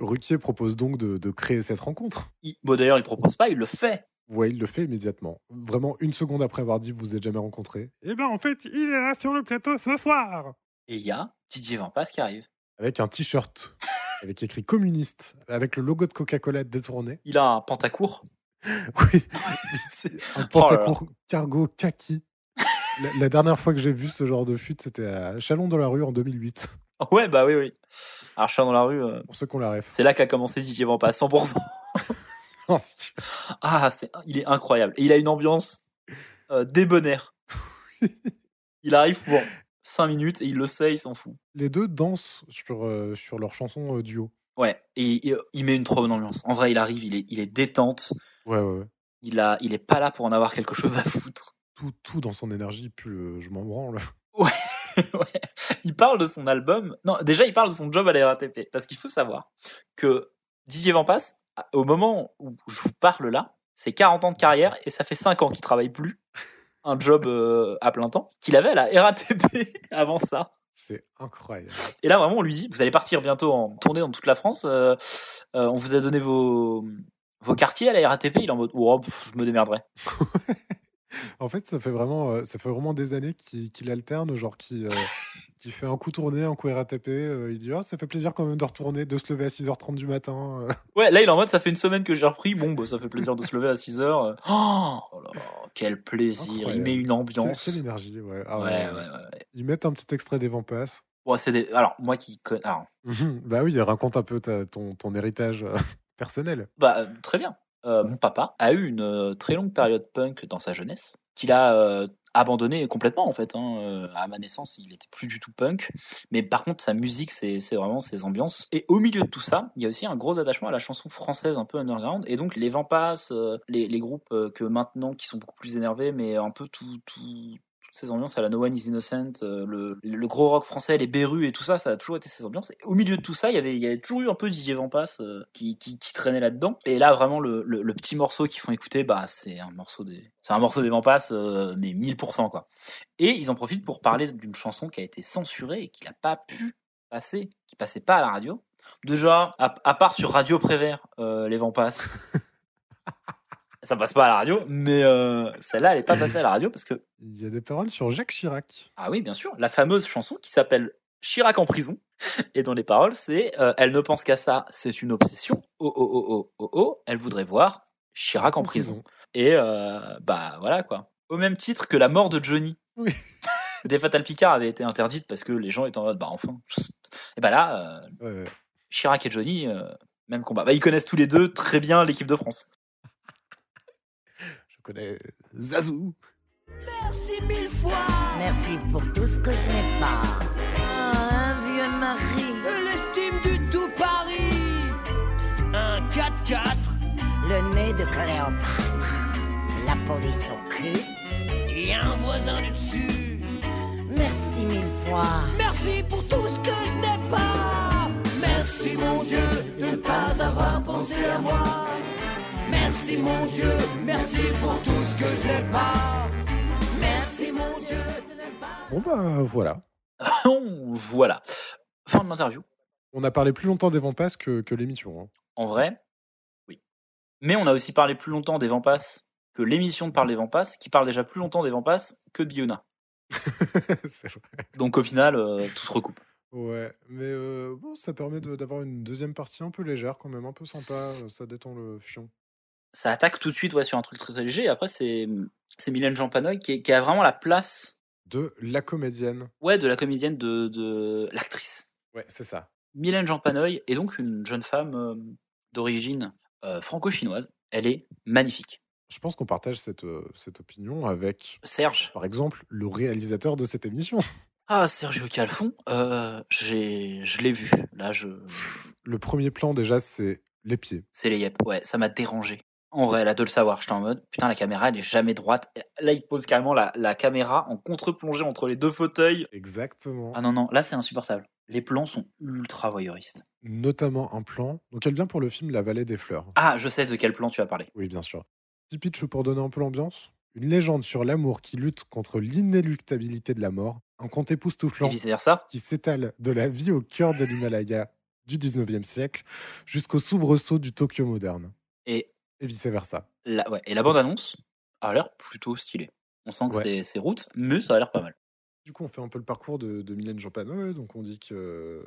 Ruquier propose donc de, de créer cette rencontre. il- bon, d'ailleurs, il propose pas, il le fait. Ouais, il le fait immédiatement. Vraiment, une seconde après avoir dit vous êtes jamais rencontrés. Eh ben, en fait, il est là sur le plateau ce soir. Et il y a Didier Vampas qui arrive. Avec un t-shirt avec écrit communiste, avec le logo de Coca-Cola détourné. Il a un pantacourt. Oui. Un Oh là là. pantacourt cargo kaki. La, la dernière fois que j'ai vu ce genre de fuite, c'était à Chalon dans la rue en 2008. Ouais, bah oui, oui. Alors, Chat dans la rue, euh, Pour ceux qui ont la ref. c'est là qu'a commencé Didier Vampas, 100%. Ah, c'est, il est incroyable. Et il a une ambiance euh, débonnaire. il arrive pour 5 minutes et il le sait, il s'en fout. Les deux dansent sur, euh, sur leur chanson euh, duo. Ouais, et, et, euh, il met une trop bonne ambiance. En vrai, il arrive, il est, il est détente. Ouais, ouais, ouais. Il, a, il est pas là pour en avoir quelque chose à foutre. Tout, tout dans son énergie, puis euh, je m'en branle. Ouais. Il parle de son album. Non, déjà, il parle de son job à la RATP. Parce qu'il faut savoir que Didier Vampas, à- au moment où je vous parle là, c'est 40 ans de carrière et ça fait 5 ans qu'il travaille plus. Un job euh, à plein temps qu'il avait à la RATP avant ça. C'est incroyable. Et là, vraiment, on lui dit Vous allez partir bientôt en tournée dans toute la France. euh, euh, on vous a donné vos, vos quartiers à la RATP. Il est en mode Oh, pff, Je me démerderai. En fait, ça fait vraiment, euh, ça fait vraiment des années qu'il qu'il alterne, genre qui, euh, qui fait un coup tourné, un coup RATP. euh, il dit Ah, ça fait plaisir quand même de retourner, de se lever à 6h30 du matin. euh. Ouais, là, il est en mode Ça fait une semaine que j'ai repris. Bon, bah, ça fait plaisir de se lever à 6 heures. Oh, oh là là, quel plaisir. Il Incroyable. met une ambiance. Quelle, quelle énergie, ouais. Ah Ouais, ouais. ouais, ouais. ouais. Ils mettent un petit extrait des Vampas. Bon, c'est des- Alors, moi qui connais. alors, Mhm. Bah oui, raconte un peu ta- ton, ton héritage euh, personnel. Bah, euh, très bien. Euh, mon papa a eu une euh, très longue période punk dans sa jeunesse, qu'il a euh, abandonné complètement en fait. hein. Euh, à ma naissance, il était plus du tout punk, mais par contre, sa musique, c'est c'est vraiment ses ambiances. Et au milieu de tout ça, il y a aussi un gros attachement à la chanson française un peu underground. Et donc, les Vampas, euh, les, les groupes euh, que maintenant qui sont beaucoup plus énervés, mais un peu tout, tout- toutes ces ambiances à la No One Is Innocent, euh, le, le gros rock français, les Berru et tout ça, ça a toujours été ces ambiances. Et au milieu de tout ça, il y avait, il y avait toujours eu un peu Didier Vampas euh, qui, qui, qui traînait là-dedans. Et là, vraiment, le, le- le petit morceau qu'ils font écouter, bah, c'est un morceau des, c'est un morceau des Vampas, euh, mais 1000%, quoi. Et ils en profitent pour parler d'une chanson qui a été censurée et qui n'a pas pu passer, qui passait pas à la radio. Déjà, à, à part sur Radio Prévert, euh, les vents passent. Ça passe pas à la radio, mais euh, celle-là, elle est pas passée à la radio parce que. Il y a des paroles sur Jacques Chirac. Ah oui, bien sûr. La fameuse chanson qui s'appelle Chirac en prison et dont les paroles c'est euh, Elle ne pense qu'à ça, c'est une obsession. Oh oh oh oh oh oh, elle voudrait voir Chirac en prison. Et euh, bah voilà quoi. Au même titre que la mort de Johnny. Oui. Des Fatal Picard avait été interdite parce que les gens étaient en mode bah enfin. Et bah là, euh, Ouais, ouais. Chirac et Johnny, euh, même combat. Bah, ils connaissent tous les deux très bien l'équipe de France. Je connais Zazou. Merci mille fois. Merci pour tout ce que je n'ai pas. Ah, un vieux mari. L'estime du tout Paris. Un 4-4. Le nez de Cléopâtre. La police au cul. Et un voisin du dessus. Merci mille fois. Merci pour tout ce que je n'ai pas. Merci mon Dieu de ne pas avoir pensé à moi. Merci mon Dieu, merci pour tout ce que je n'ai pas. Merci mon Dieu de ne pas. Bon bah voilà. voilà. Fin de l'interview. On a parlé plus longtemps des Vampas que, que l'émission. hein. En vrai, oui. Mais on a aussi parlé plus longtemps des Vampas que l'émission de Parle des Vampas, qui parle déjà plus longtemps des Vampas que de Biona. C'est vrai. Donc au final, euh, tout se recoupe. Ouais, mais euh, bon, ça permet de- d'avoir une deuxième partie un peu légère quand même, un peu sympa. euh, Ça détend le fion. ça attaque tout de suite ouais, sur un truc très très léger. Et après, c'est c'est Mylène Jean Panoy qui, est- qui a vraiment la place De la comédienne. ouais, de la comédienne, de, de l'actrice. Ouais, c'est ça. Mylène Jean Panoy est donc une jeune femme euh, d'origine euh, franco-chinoise. Elle est magnifique. Je pense qu'on partage cette, euh, cette opinion avec, Serge. par exemple, le réalisateur de cette émission. Ah, Sergio Calfon, euh, j'ai- je l'ai vu. Là, je Le premier plan, déjà, c'est les pieds. c'est les yep. Ouais, ça m'a dérangé. En vrai, là, de le savoir, j'étais en mode, putain, la caméra, elle est jamais droite. Et Là, il pose carrément la, la caméra en contre-plongée entre les deux fauteuils. Exactement. Ah non, non, là, c'est insupportable. Les plans sont ultra voyeuristes. Notamment un plan. Donc, elle vient pour le film La Vallée des Fleurs. Ah, je sais de quel plan tu vas parler. Oui, bien sûr. Petit pitch pour donner un peu l'ambiance. Une légende sur l'amour qui lutte contre l'inéluctabilité de la mort. Un conte époustouflant Et vice-versa. qui s'étale de la vie au cœur de l'Himalaya du 19e siècle jusqu'au soubresaut du Tokyo moderne. Et- Et vice-versa. La, ouais, et la bande-annonce a l'air plutôt stylée. On sent que Ouais. c'est- c'est route, mais ça a l'air pas mal. Du coup, on fait un peu le parcours de, de Mylène Jean-Panoë. Donc, on dit qu'elle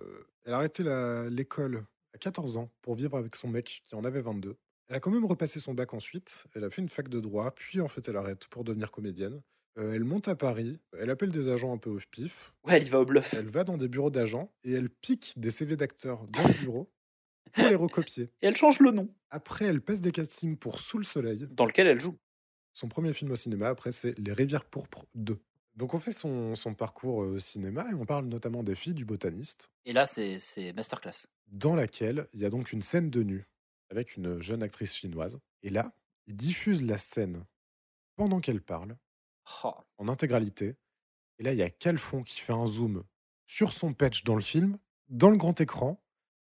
a arrêté la- l'école à 14 ans pour vivre avec son mec qui en avait 22. Elle a quand même repassé son bac ensuite. Elle a fait une fac de droit, puis en fait, elle arrête pour devenir comédienne. Euh, elle monte à Paris. Elle appelle des agents un peu au pif. Ouais, elle y va au bluff. Elle va dans des bureaux d'agents et elle pique des CV d'acteurs dans le bureau pour les recopier. Et elle change le nom Après, elle passe des castings pour Sous le Soleil. dans lequel elle joue. Son premier film au cinéma, après, c'est Les Rivières Pourpres 2. Donc, on fait son, son parcours euh, cinéma et on parle notamment des filles du botaniste, Et là, c'est- c'est masterclass. dans laquelle il y a donc une scène de nu avec une jeune actrice chinoise. Et là, il diffuse la scène pendant qu'elle parle, Oh, en intégralité. Et là, il y a Calfon qui fait un zoom sur son patch dans le film, dans le grand écran,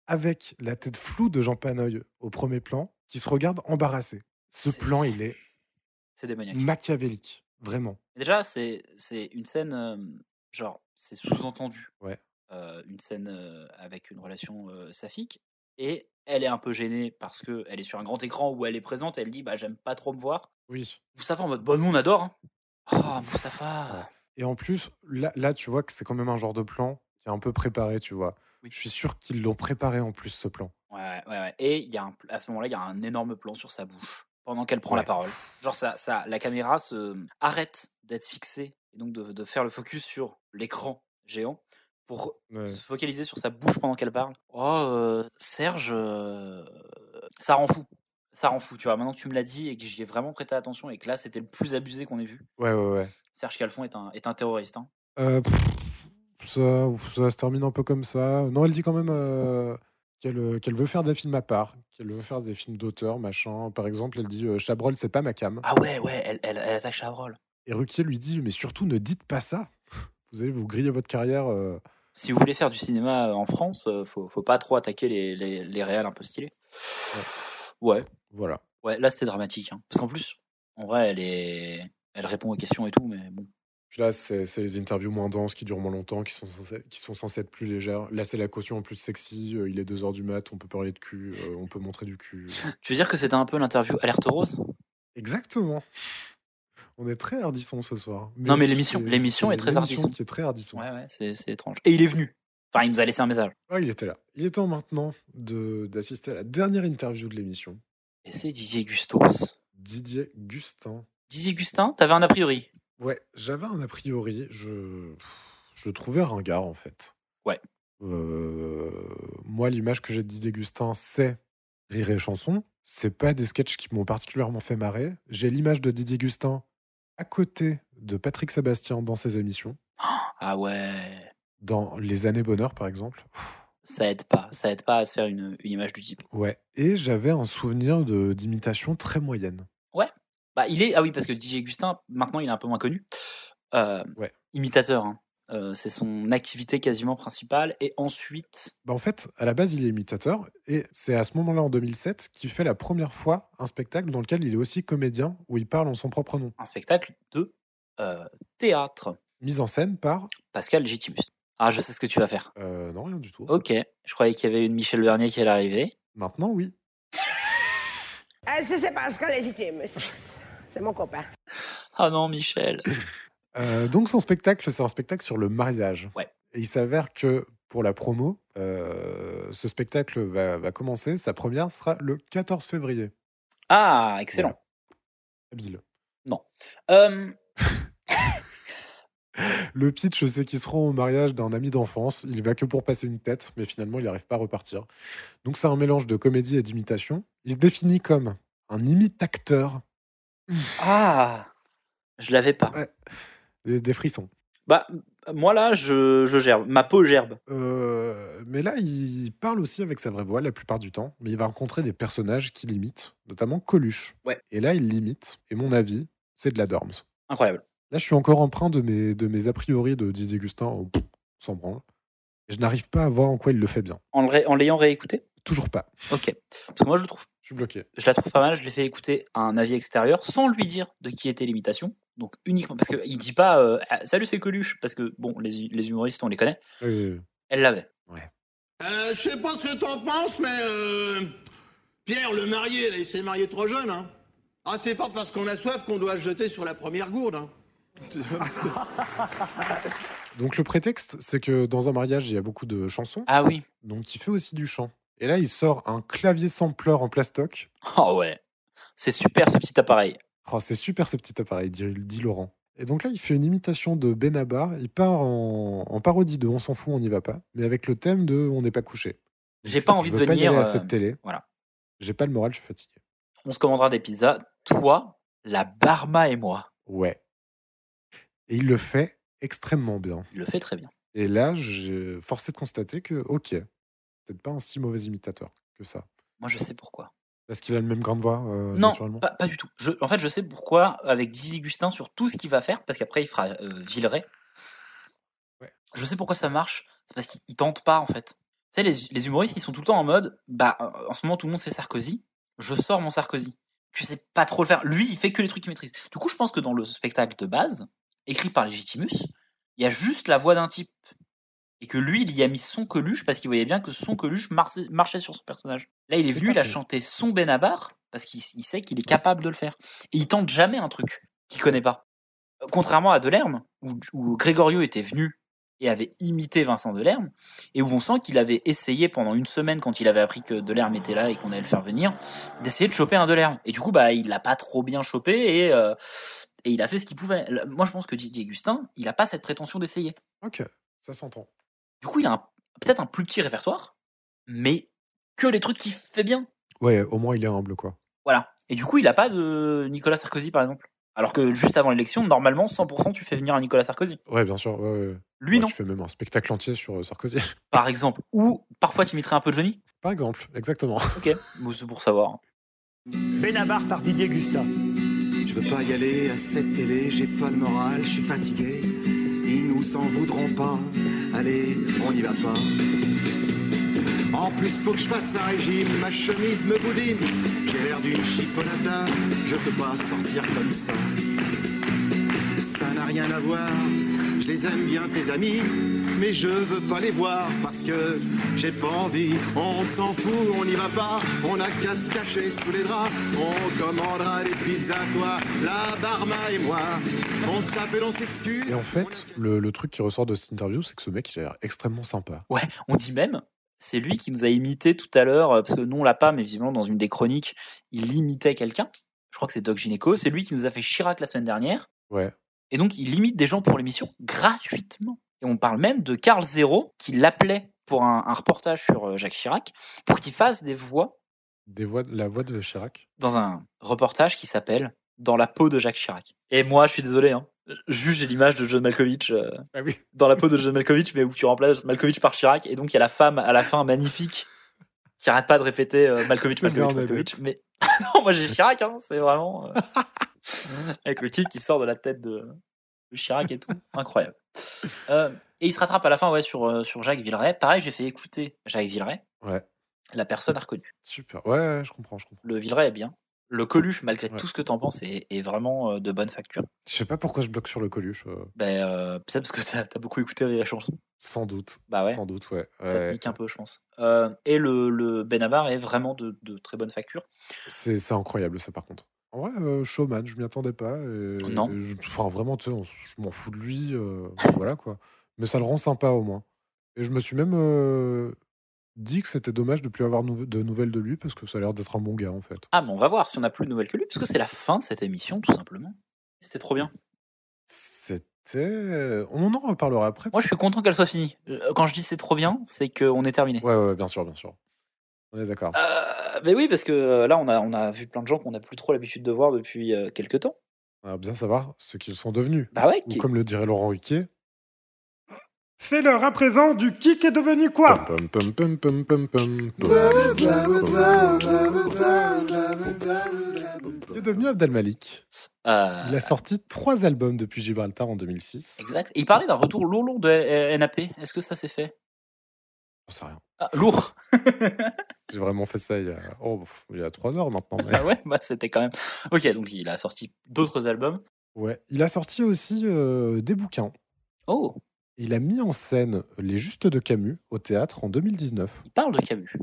avec la tête floue de Jean Panoy au premier plan, qui se regarde embarrassé. Ce c'est- plan, il est c'est démoniaque. machiavélique, vraiment. Déjà, c'est c'est une scène, euh, genre, c'est sous-entendu. Ouais. Euh, une scène euh, avec une relation euh, saphique. Et elle est un peu gênée parce que elle est sur un grand écran où elle est présente. Elle dit, bah, j'aime pas trop me voir. Oui. Moustapha en mode, bon, nous, on adore. Hein. Oh, Moustapha. Et en plus, là, là, tu vois que c'est quand même un genre de plan qui est un peu préparé, tu vois. Oui. Je suis sûr qu'ils l'ont préparé en plus, ce plan. Ouais, ouais, ouais. Et il y a un, à ce moment-là, il y a un énorme plan sur sa bouche pendant qu'elle prend la Ouais. parole. Genre, ça, ça, la caméra se arrête d'être fixée et donc de, de faire le focus sur l'écran géant pour se focaliser sur sa bouche pendant qu'elle parle. Oh, euh, Serge, euh, ça rend fou. Ça rend fou, tu vois. Maintenant que tu me l'as dit et que j'y ai vraiment prêté attention et que là, c'était le plus abusé qu'on ait vu. Ouais, ouais, ouais. Serge Calfon est un, est un terroriste. hein. Euh, pff, ça, ouf, ça se termine un peu comme ça. Non, elle dit quand même euh, qu'elle euh, qu'elle veut faire des films à part, qu'elle veut faire des films d'auteur, machin. Par exemple, elle dit euh, Chabrol, c'est pas ma cam. Ah ouais, ouais, elle, elle, elle attaque Chabrol. Et Ruquier lui dit Mais surtout, ne dites pas ça. Vous allez vous griller votre carrière. euh. si vous voulez faire du cinéma euh, en France, euh, faut, faut pas trop attaquer les, les, les réals un peu stylés. Ouais, Voilà. ouais, là c'était dramatique. hein. Parce qu'en plus, en vrai, elle, est... elle répond aux questions et tout, mais bon. Puis là, c'est c'est les interviews moins denses qui durent moins longtemps, qui sont censées, qui sont censées être plus légères. Là, c'est la caution en plus sexy. euh, il est 2h du mat, on peut parler de cul, euh, on peut montrer du cul. Tu veux dire que c'était un peu l'interview Alerte Rose Exactement. On est très hardisson ce soir. Non, mais c'est- l'émission- c'est- l'émission c'est est très l'émission hardisson. qui est très hardisson. Ouais, ouais, c'est c'est étrange. Et il est venu. Enfin, il nous a laissé un message. Ouais, Ah, il était là. Il est temps maintenant de- d'assister à la dernière interview de l'émission. Et c'est Didier Gustos. Didier Gustin. Didier Gustin, t'avais un a priori. Ouais, j'avais un a priori. Je, pff, je le trouvais ringard, en fait. Ouais. Euh, moi, l'image que j'ai de Didier Gustin, c'est rire et chanson. C'est pas des sketchs qui m'ont particulièrement fait marrer. J'ai l'image de Didier Gustin à côté de Patrick Sébastien dans ses émissions. Ah ouais, Dans Les années bonheur, par exemple. ça aide pas. Ça aide pas à se faire une, une image du type. Ouais. Et j'avais un souvenir de- d'imitation très moyenne. Ouais. Bah, il est. Ah oui, parce que Didier Gustin, maintenant, il est un peu moins connu. Euh, Ouais. Imitateur. hein. Euh, c'est son activité quasiment principale. Et ensuite, Bah, en fait, à la base, il est imitateur. Et c'est à ce moment-là, en 2007, qu'il fait la première fois un spectacle dans lequel il est aussi comédien, où il parle en son propre nom. un spectacle de euh, théâtre. Mise en scène par. Pascal Légitimus. Ah, je sais ce que tu vas faire. Euh, non, rien du tout. Ok. Je croyais qu'il y avait une Michel Bernier qui allait arriver. Maintenant, oui. Ah, ça, c'est parce que légitime. C'est mon copain. Ah non, Michel. Euh, donc, son spectacle, c'est un spectacle sur le mariage. Ouais. Et il s'avère que pour la promo, euh, ce spectacle va, va commencer. Sa première sera le 14 février. Ah, excellent. Habile. Non. Euh, Le pitch, c'est qu'il se rend au mariage d'un ami d'enfance. Il va que pour passer une tête, mais finalement, il n'arrive pas à repartir. Donc, c'est un mélange de comédie et d'imitation. Il se définit comme un imitateur ah, je l'avais pas. des, des frissons. Bah, m- moi là, je, je gerbe. Ma peau gerbe. Euh, mais là, il parle aussi avec sa vraie voix la plupart du temps, mais il va rencontrer des personnages qui l'imitent, notamment Coluche. Ouais. Et là, il l'imite, et mon avis, c'est de la dorms. Incroyable. Là, je suis encore empreint de mes, de mes a priori de Didier Gustin, oh, pff, on s'en branle. Et je n'arrive pas à voir en quoi il le fait bien. En le ré- en l'ayant réécouté Toujours pas. Ok. Parce que moi, je le trouve. Je suis bloqué. Je la trouve pas mal. Je l'ai fait écouter à un avis extérieur sans lui dire de qui était l'imitation. Donc uniquement parce qu'il dit pas euh, Ah, salut c'est Coluche parce que bon les, hu- les humoristes on les connaît. Elle l'avait. Euh, je sais pas ce que t'en penses, mais euh, Pierre, le marié, là, il s'est marié trop jeune. Hein. Ah, c'est pas parce qu'on a soif qu'on doit se jeter sur la première gourde. hein. Donc le prétexte, c'est que dans un mariage, il y a beaucoup de chansons. Ah oui. Donc il fait aussi du chant. Et là, il sort un clavier sampler en plastoc. Oh ouais. C'est super ce petit appareil. Oh, c'est super ce petit appareil, dit, dit Laurent. Et donc là, il fait une imitation de Benabar. Il part en, en parodie de On s'en fout, on n'y va pas, mais avec le thème de On n'est pas couché. J'ai pas envie Je de veux pas y venir. aller à euh, cette télé. Voilà. J'ai pas le moral, je suis fatigué. On se commandera des pizzas. Toi, la barma et moi. Ouais. Et il le fait extrêmement bien. Il le fait très bien. Et là, j'ai forcé de constater que, ok, peut-être pas un si mauvais imitateur que ça. Moi je sais pourquoi. Parce qu'il a le même grain de voix, euh, non, naturellement. pas, pas du tout. Je, en fait, je sais pourquoi avec Didier Gustin sur tout ce qu'il va faire, parce qu'après il fera euh, Villeray. Je sais pourquoi ça marche. C'est parce qu'ils ils tentent pas en fait. Tu sais, les, les humoristes, ils sont tout le temps en mode, bah, euh, en ce moment tout le monde fait Sarkozy. Je sors mon Sarkozy. Tu sais pas trop le faire. Lui, il fait que les trucs qu'il maîtrise. Du coup, je pense que dans le spectacle de base, écrit par Legitimus, il y a juste la voix d'un type. Et que lui, il y a mis son coluche parce qu'il voyait bien que son coluche marchait, marchait sur son personnage. Là, il est venu, il a chanté son Benabar parce qu'il il sait qu'il est capable de le faire. Et il tente jamais un truc qu'il connaît pas. Euh, Contrairement à Delerme, où, où Grégorio était venu et avait imité Vincent Delerme, et où on sent qu'il avait essayé pendant une semaine, quand il avait appris que Delerme était là et qu'on allait le faire venir, d'essayer de choper un Delerme. Et du coup, bah, il l'a pas trop bien chopé et, euh, et il a fait ce qu'il pouvait. Là, Moi, je pense que Didier Gustin, il a pas cette prétention d'essayer. Ok, ça s'entend. Du coup, il a un- peut-être un plus petit répertoire, mais que les trucs qu'il fait bien. Ouais, au moins il est humble, quoi. Voilà. Et du coup, il a pas de Nicolas Sarkozy, par exemple. Alors que juste avant l'élection, normalement, 100% tu fais venir un Nicolas Sarkozy. Ouais, bien sûr. ouais, ouais. Lui, Ouais, non. Je fais même un spectacle entier sur euh, Sarkozy. Par exemple. Ou parfois tu imiterais un peu Johnny. Par exemple, exactement. Ok, Bon, c'est pour savoir. hein. Benabar par Didier Gustin. Je veux pas y aller à cette télé, j'ai pas le moral, je suis fatigué. Ils nous en voudront pas, allez, on y va pas. En plus, faut que je fasse un régime, ma chemise me boudine. J'ai l'air d'une chipolata, je peux pas sortir comme ça. Ça n'a rien à voir, je les aime bien tes amis, mais je veux pas les voir parce que j'ai pas envie. On s'en fout, on n'y va pas, on a qu'à se cacher sous les draps. On commandera des pizzas, toi, la barma et moi. On s'appelle, on s'excuse. Et en fait, le, le truc qui ressort de cette interview, c'est que ce mec, il a l'air extrêmement sympa. Ouais, on dit même, c'est lui qui nous a imité tout à l'heure, euh, parce que nous on l'a pas, mais visiblement dans une des chroniques, il imitait quelqu'un. Je crois que c'est Doc Gineco, c'est lui qui nous a fait Chirac la semaine dernière. Ouais. Et donc il imite des gens pour l'émission gratuitement. Et on parle même de Carl Zéro qui l'appelait pour un, un reportage sur euh, Jacques Chirac pour qu'il fasse des voix Des voix, la voix de Chirac. dans un reportage qui s'appelle Dans la peau de Jacques Chirac. Et moi, je suis désolé, hein. Juge, j'ai l'image de John Malkovich euh, Ah oui. dans la peau de John Malkovich, mais où tu remplaces Malkovich par Chirac. Et donc, il y a la femme à la fin magnifique qui arrête pas de répéter euh, Malkovich, C'est Malkovich, Malkovich. Bernadette. Mais Ah non, moi, j'ai Chirac, hein, c'est vraiment. euh, avec le titre qui sort de la tête de, de Chirac et tout. Incroyable. Euh, et il se rattrape à la fin ouais, sur, euh, sur Jacques Villeray. Pareil, j'ai fait écouter Jacques Villeray. Ouais. La personne a reconnu. Super. Ouais, ouais, je comprends, je comprends. Le Villeray est bien. Le Coluche, malgré Ouais. tout ce que t'en penses, est, est vraiment euh, de bonne facture. Je sais pas pourquoi je bloque sur le Coluche. euh, Ben, euh, peut-être parce que t'as as beaucoup écouté la chanson. sans doute. Bah ouais. Sans doute, ouais. Ça te ouais. nique un peu, je pense. Euh, et le, le Benabar est vraiment de, de très bonne facture. C'est c'est incroyable, ça, par contre. En vrai, euh, Showman, je m'y attendais pas. et- Non. et je- Enfin, vraiment, tu sais, on s- je m'en fous de lui. euh, voilà, quoi. Mais ça le rend sympa, au moins. Et je me suis même euh, dit que c'était dommage de plus avoir nou- de nouvelles de lui, parce que ça a l'air d'être un bon gars, en fait. Ah, mais on va voir si on a plus de nouvelles que lui, parce que c'est la fin de cette émission, tout simplement. C'était trop bien. C'était. On en reparlera après. Moi, je suis content qu'elle soit finie. Euh, Quand je dis c'est trop bien, c'est qu'on est terminé. Ouais, ouais, bien sûr, bien sûr. On est d'accord. Euh, ben oui, parce que euh, là, on a, on a vu plein de gens qu'on n'a plus trop l'habitude de voir depuis euh, quelques temps. On va bien savoir ce qu'ils sont devenus. Bah ouais, Ou qui- comme le dirait Laurent Ruquier. C'est l'heure à présent du qui est devenu quoi Pum, pum, pum, pum, pum, pum, pum. Il est devenu Abdel Malik. Euh, Il a sorti trois albums depuis Gibraltar en 2006. exact. Et il parlait d'un retour lourd, lourd de euh, NAP. Est-ce que ça s'est fait J'en sais rien. ah, Lourd J'ai vraiment fait ça il y a, oh, pff, il y a trois heures maintenant. mais- Bah ouais, bah c'était quand même. Ok, donc il a sorti d'autres albums. Ouais. Il a sorti aussi euh, des bouquins. Oh, Il a mis en scène Les Justes de Camus au théâtre en 2019, il parle de Camus.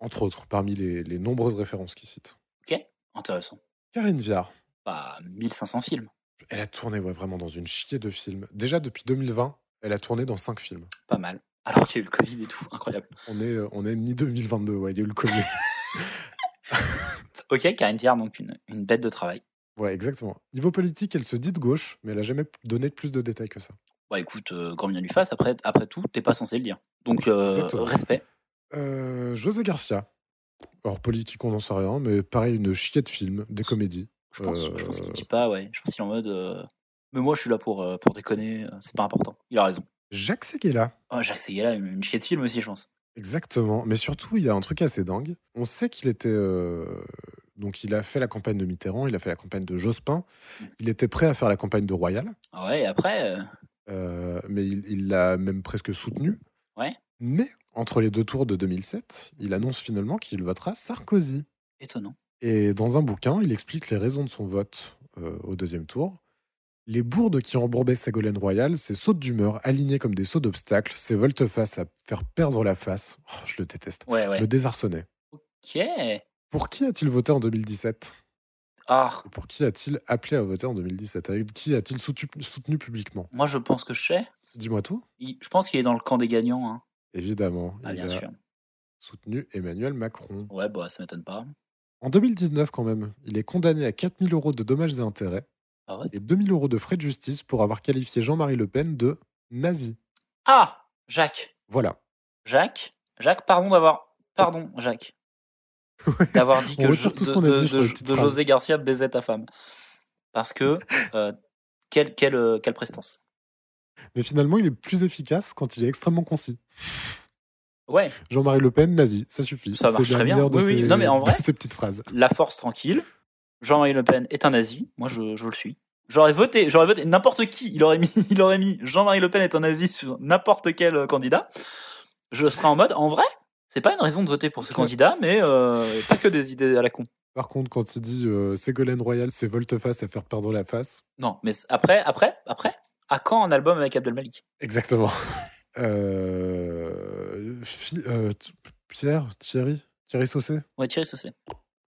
entre autres, parmi les, les nombreuses références qu'il cite. Ok, intéressant. Karine Viard, Bah, 1500 films. elle a tourné ouais, vraiment dans une chier de films. Déjà depuis 2020, elle a tourné dans cinq films. Pas mal. Alors qu'il y a eu le Covid et tout, incroyable. On est, euh, on est mi-2022, ouais, il y a eu le Covid. Ok, Karine Diard, donc une, une bête de travail. Ouais, exactement. Niveau politique, elle se dit de gauche, mais elle a jamais donné plus de détails que ça. Bah écoute, euh, grand bien lui fasse, après, après tout, t'es pas censé le dire. Donc, euh, Exactement. respect. Euh, José Garcia. Alors, politique, on n'en sait rien, mais pareil, une chier de films, des comédies. Je pense, je pense Euh, qu'il dit pas, ouais. Je pense qu'il est en mode. euh, Mais moi, je suis là pour, euh, pour déconner, euh, c'est pas important. Il a raison. Jacques Seguela. Oh, Jacques Seguela, une, une chier de film aussi, je pense. Exactement. Mais surtout, il y a un truc assez dingue. On sait qu'il était. euh, Donc, il a fait la campagne de Mitterrand, il a fait la campagne de Jospin. Il était prêt à faire la campagne de Royal, Ah Ouais, et après, euh, euh, mais il il l'a même presque soutenu. Ouais. Mais, entre les deux tours de 2007, il annonce finalement qu'il votera Sarkozy. étonnant. Et dans un bouquin, il explique les raisons de son vote euh, au deuxième tour. Les bourdes qui embourbaient Ségolène Royal, ses sautes d'humeur alignées comme des sauts d'obstacles, ses volte-face à faire perdre la face, oh, je le déteste, Ouais, ouais. le désarçonnaient. Ok. Pour qui a-t-il voté en 2017 Ah, Et Pour qui a-t-il appelé à voter en 2017 Avec qui a-t-il soutenu, soutenu publiquement moi, je pense que je sais. Dis-moi tout. Il- Je pense qu'il est dans le camp des gagnants. Hein. Évidemment, Ah, il bien a sûr. soutenu Emmanuel Macron. Ouais, bah, ça m'étonne pas. En 2019 quand même, il est condamné à 4000 euros de dommages et intérêts Ah ouais et 2000 euros de frais de justice pour avoir qualifié Jean-Marie Le Pen de nazi. Ah Jacques Voilà. Jacques Jacques, pardon d'avoir. Pardon, Jacques. D'avoir dit On que retire je- tout ce de, qu'on a de- dit sur hein. de- les petites de phrases. José Garcia baisait ta femme. Parce que. euh, quelle, quelle, euh, quelle prestance. Mais finalement, il est plus efficace quand il est extrêmement concis. Ouais, Jean-Marie Le Pen, nazi, ça suffit. Ça C'est marche la très bien. meilleure de Oui, oui. ses- Non, mais en vrai- de ses petites phrases. la force tranquille. Jean-Marie Le Pen est un nazi. Moi, je, je le suis. J'aurais voté, j'aurais voté n'importe qui. Il aurait mis, il aurait mis Jean-Marie Le Pen est un nazi sur n'importe quel euh, candidat. Je serais en mode, en vrai, c'est pas une raison de voter pour ce candidat, mais euh, pas que des idées à la con. Par contre, quand il dit euh, Ségolène Royal, c'est volte-face à faire perdre la face. Non, mais c- après, après, après, À quand un album avec Abdel Malik Exactement. Euh, Fi- euh, T- Pierre, Thierry, Thierry Saucé. Ouais, Thierry Saucé.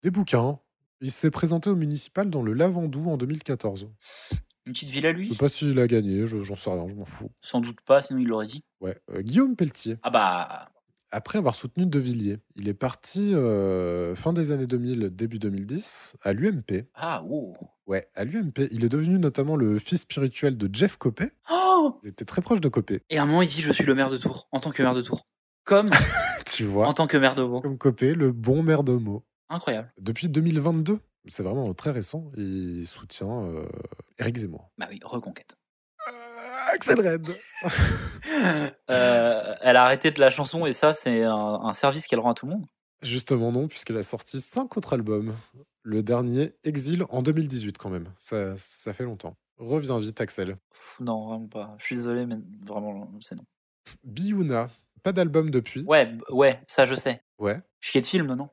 Des bouquins. Il s'est présenté au municipal dans le Lavandou en 2014. Une petite ville à Je lui sais pas s'il a gagné, je- j'en sais rien, je m'en fous. Sans doute pas, sinon il l'aurait dit. Ouais. Euh, Guillaume Pelletier. Ah bah, Après avoir soutenu De Villiers, il est parti euh, fin des années 2000, début 2010, à l'UMP. ah, ouh. Ouais, à l'UMP. Il est devenu notamment le fils spirituel de Jeff Copé. Oh Il était très proche de Copé. Et à un moment, il dit Je suis le maire de Tours, en tant que maire de Tours. Comme Tu vois, en tant que maire de Vaud. comme Copé, le bon maire de mots. Incroyable. Depuis 2022, c'est vraiment très récent, il soutient euh, Eric Zemmour. Bah oui, reconquête. Axel Red Euh, elle a arrêté de la chanson et ça, c'est un, un service qu'elle rend à tout le monde. Justement non, puisqu'elle a sorti cinq autres albums. Le dernier, Exil, en 2018 quand même. Ça, ça fait longtemps. Reviens vite, Axel. Pff, non, vraiment pas. Je suis désolé, mais vraiment, c'est non. Biouna, pas d'album depuis. Ouais, b- ouais, ça je sais. Ouais. Chier de film, non, non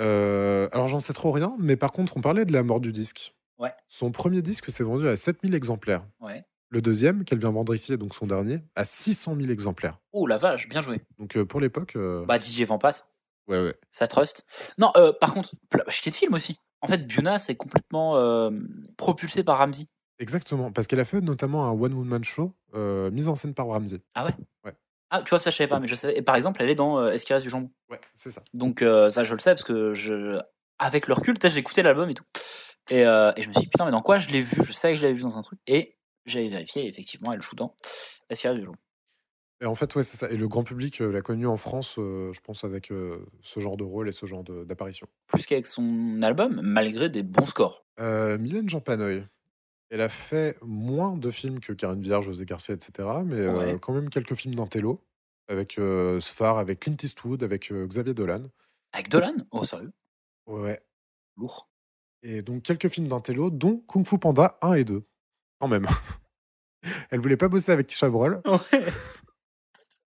Euh, alors j'en sais trop rien, mais par contre, on parlait de la mort du disque. Ouais. Son premier disque s'est vendu à 7000 exemplaires. Ouais. Le deuxième, qu'elle vient vendre ici, et donc son dernier, à 600 000 exemplaires. Oh la vache, bien joué. Donc euh, pour l'époque, euh, Bah, DJ Van Passe, ouais, ouais. ça trust. Non, euh, par contre, pla- chier de film aussi. En fait, Buna, c'est complètement euh, propulsé par Ramsey. Exactement, parce qu'elle a fait notamment un One Woman Show euh, mis en scène par Ramsey. Ah, tu vois, ça je savais pas, mais je savais. Et par exemple, elle est dans euh, Est-ce qu'il reste du jambon Ouais, c'est ça. Donc euh, ça, je le sais parce que je, avec le recul, tu sais, j'ai écouté l'album et tout. Et, euh, et je me suis dit, putain, mais dans quoi je l'ai vu Je savais que je l'avais vu dans un truc. Et j'avais vérifié, et effectivement, elle joue dans Est-ce qu'il reste du jambon Et en fait, ouais, c'est ça. Et le grand public euh, l'a connue en France, euh, je pense, avec euh, ce genre de rôle et ce genre de- d'apparition. Plus qu'avec son album, malgré des bons scores. Euh, Mylène Jean Panoy. Elle a fait moins de films que Karine Vierge, José Garcia, etc. Mais euh, Ouais. quand même quelques films d'Antello, avec euh, Sfar, avec Clint Eastwood, avec euh, Xavier Dolan. Avec Dolan Oh, sérieux Ouais. Lourd. Et donc quelques films d'Antello, dont Kung Fu Panda 1 et 2. Quand même. Elle voulait pas bosser avec Chabrol. Ouais.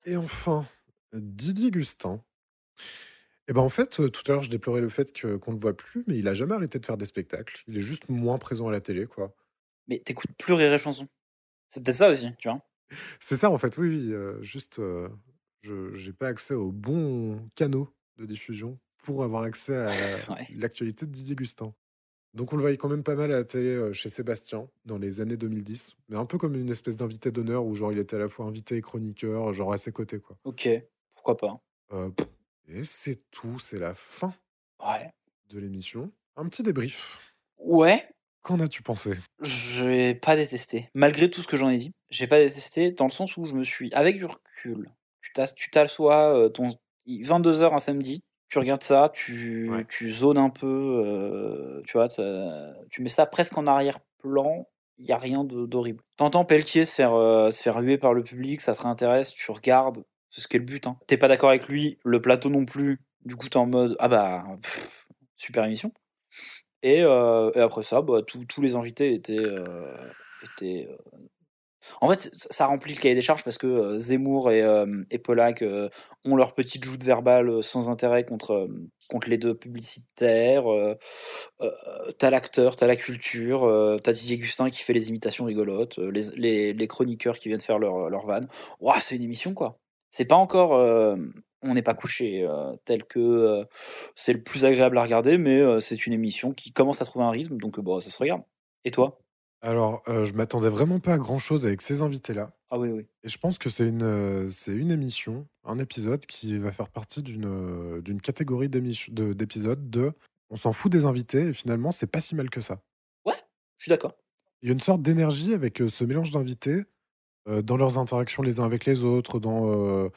Et enfin, Didier Gustin. Eh ben en fait, euh, tout à l'heure, je déplorais le fait que- qu'on ne le voit plus, mais il a jamais arrêté de faire des spectacles. Il est juste moins présent à la télé, quoi. Mais t'écoutes plus Rire et Chanson. C'est peut-être ça aussi, tu vois. C'est ça, en fait, oui, oui. euh, juste, euh, je j'ai pas accès aux bons canaux de diffusion pour avoir accès à Ouais. l'actualité de Didier Gustin. Donc, on le voyait quand même pas mal à la télé euh, chez Sébastien dans les années 2010, mais un peu comme une espèce d'invité d'honneur où, genre, il était à la fois invité et chroniqueur, genre à ses côtés, quoi. Ok, pourquoi pas. Euh, pff, et c'est tout, c'est la fin Ouais. de l'émission. Un petit débrief. Ouais, Qu'en as-tu pensé j'ai pas détesté. Malgré tout ce que j'en ai dit, j'ai pas détesté dans le sens où je me suis, avec du recul, tu t'as- tu t'assois, euh, ton 22h un samedi, tu regardes ça, tu, Ouais. tu zones un peu, euh, tu vois, ça- tu mets ça presque en arrière-plan, il y a rien de- d'horrible. T'entends Pelletier se faire, euh, se faire huer par le public, ça te réintéresse, tu regardes, c'est ce qu'est le but. Hein. T'es pas d'accord avec lui, le plateau non plus, du coup t'es en mode, ah bah, pff, super émission. Et, euh, et après ça, bah, tous- tous les invités étaient. euh, étaient euh, En fait, c- ça remplit le cahier des charges parce que euh, Zemmour et, euh, et Polak euh, ont leur petite joute verbale euh, sans intérêt contre, euh, contre les deux publicitaires. euh, euh, t'as l'acteur, t'as la culture, euh, t'as Didier Gustin qui fait les imitations rigolotes, euh, les, les, les chroniqueurs qui viennent faire leur, euh, leur van. Ouah, c'est une émission quoi. C'est pas encore. euh, on n'est pas couché euh, tel que. euh, c'est le plus agréable à regarder, mais euh, c'est une émission qui commence à trouver un rythme, donc euh, bon, ça se regarde. Et toi Alors, euh, je m'attendais vraiment pas à grand-chose avec ces invités-là. Ah oui, oui. Et je pense que c'est une, euh, c'est une émission, un épisode qui va faire partie d'une euh, d'une catégorie d'émi- de- d'épisodes de, on s'en fout des invités et finalement c'est pas si mal que ça. Je suis d'accord. Il y a une sorte d'énergie avec euh, ce mélange d'invités euh, dans leurs interactions les uns avec les autres, dans, euh,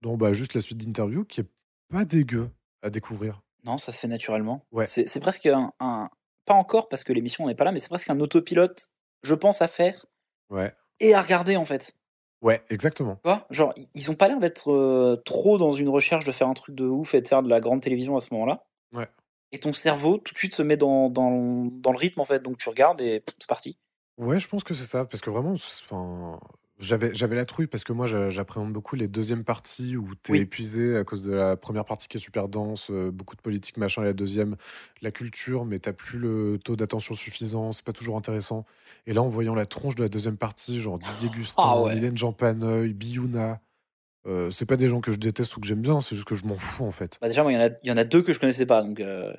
dans bah, juste la suite d'interviews qui est pas dégueu à découvrir. Non, ça se fait naturellement. Ouais. C'est c'est presque un, un- Pas encore, parce que l'émission n'est pas là, mais c'est presque un autopilote, je pense, à faire Ouais. et à regarder, en fait. Ouais, exactement. Tu vois Genre, i- ils ont pas l'air d'être euh, trop dans une recherche de faire un truc de ouf et de faire de la grande télévision à ce moment-là. Ouais. Et ton cerveau, tout de suite, se met dans, dans, dans le rythme, en fait. Donc tu regardes et pff, c'est parti. Ouais, je pense que c'est ça, parce que vraiment, c'est- enfin, J'avais, j'avais la trouille parce que moi j'a- j'appréhende beaucoup les deuxièmes parties où t'es Oui. épuisé à cause de la première partie qui est super dense, euh, beaucoup de politique machin, et la deuxième, la culture, mais t'as plus le taux d'attention suffisant, c'est pas toujours intéressant. Et là, en voyant la tronche de la deuxième partie, genre Didier Gustin, Ah ouais. Mylène Jean Paneuil, Biyouna, euh, c'est pas des gens que je déteste ou que j'aime bien, c'est juste que je m'en fous en fait. Bah, déjà, moi, il y, en a- il y en a deux que je connaissais pas. Donc, euh,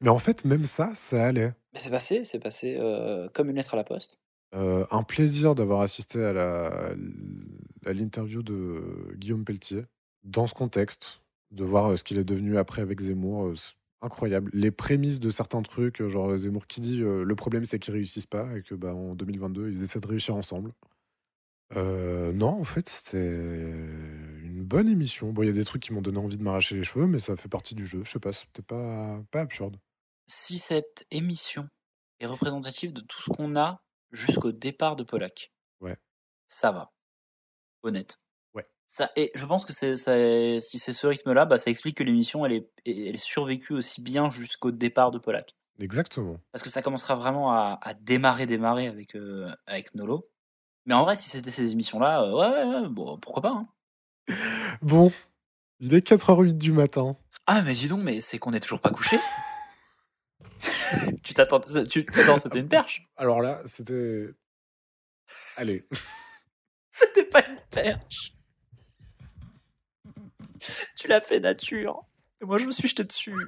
Mais en fait, même ça, ça allait. Mais c'est passé, c'est passé euh, comme une lettre à la poste. Euh, un plaisir d'avoir assisté à la à l'interview de Guillaume Pelletier dans ce contexte, de voir euh, ce qu'il est devenu après avec Zemmour. euh, c'est Incroyable. Les prémices de certains trucs, euh, genre Zemmour qui dit euh, le problème c'est qu'ils réussissent pas et que bah, en 2022 ils essaient de réussir ensemble. Euh, non, en fait, c'était une bonne émission. Bon, il y a des trucs qui m'ont donné envie de m'arracher les cheveux, mais ça fait partie du jeu. Je sais pas, c'était pas, pas absurde. Si cette émission est représentative de tout ce qu'on a jusqu'au départ de Polak, Ouais. ça va. Honnête. Ouais. Ça, et je pense que c'est, ça- si c'est ce rythme-là, bah, ça explique que l'émission, elle est, elle est survécue aussi bien jusqu'au départ de Polak. Exactement. Parce que ça commencera vraiment à, à démarrer, démarrer avec, euh, avec Nolo. Mais en vrai, si c'était ces émissions-là, euh, ouais, ouais, ouais, bon, pourquoi pas. hein. Bon, il est 4h08 du matin. Ah, mais dis donc, mais c'est qu'on n'est toujours pas couché Tu t'attends, tu, attends, c'était une perche Alors là, c'était. Allez. C'était pas une perche. Tu l'as fait nature. Et moi, je me suis jeté dessus.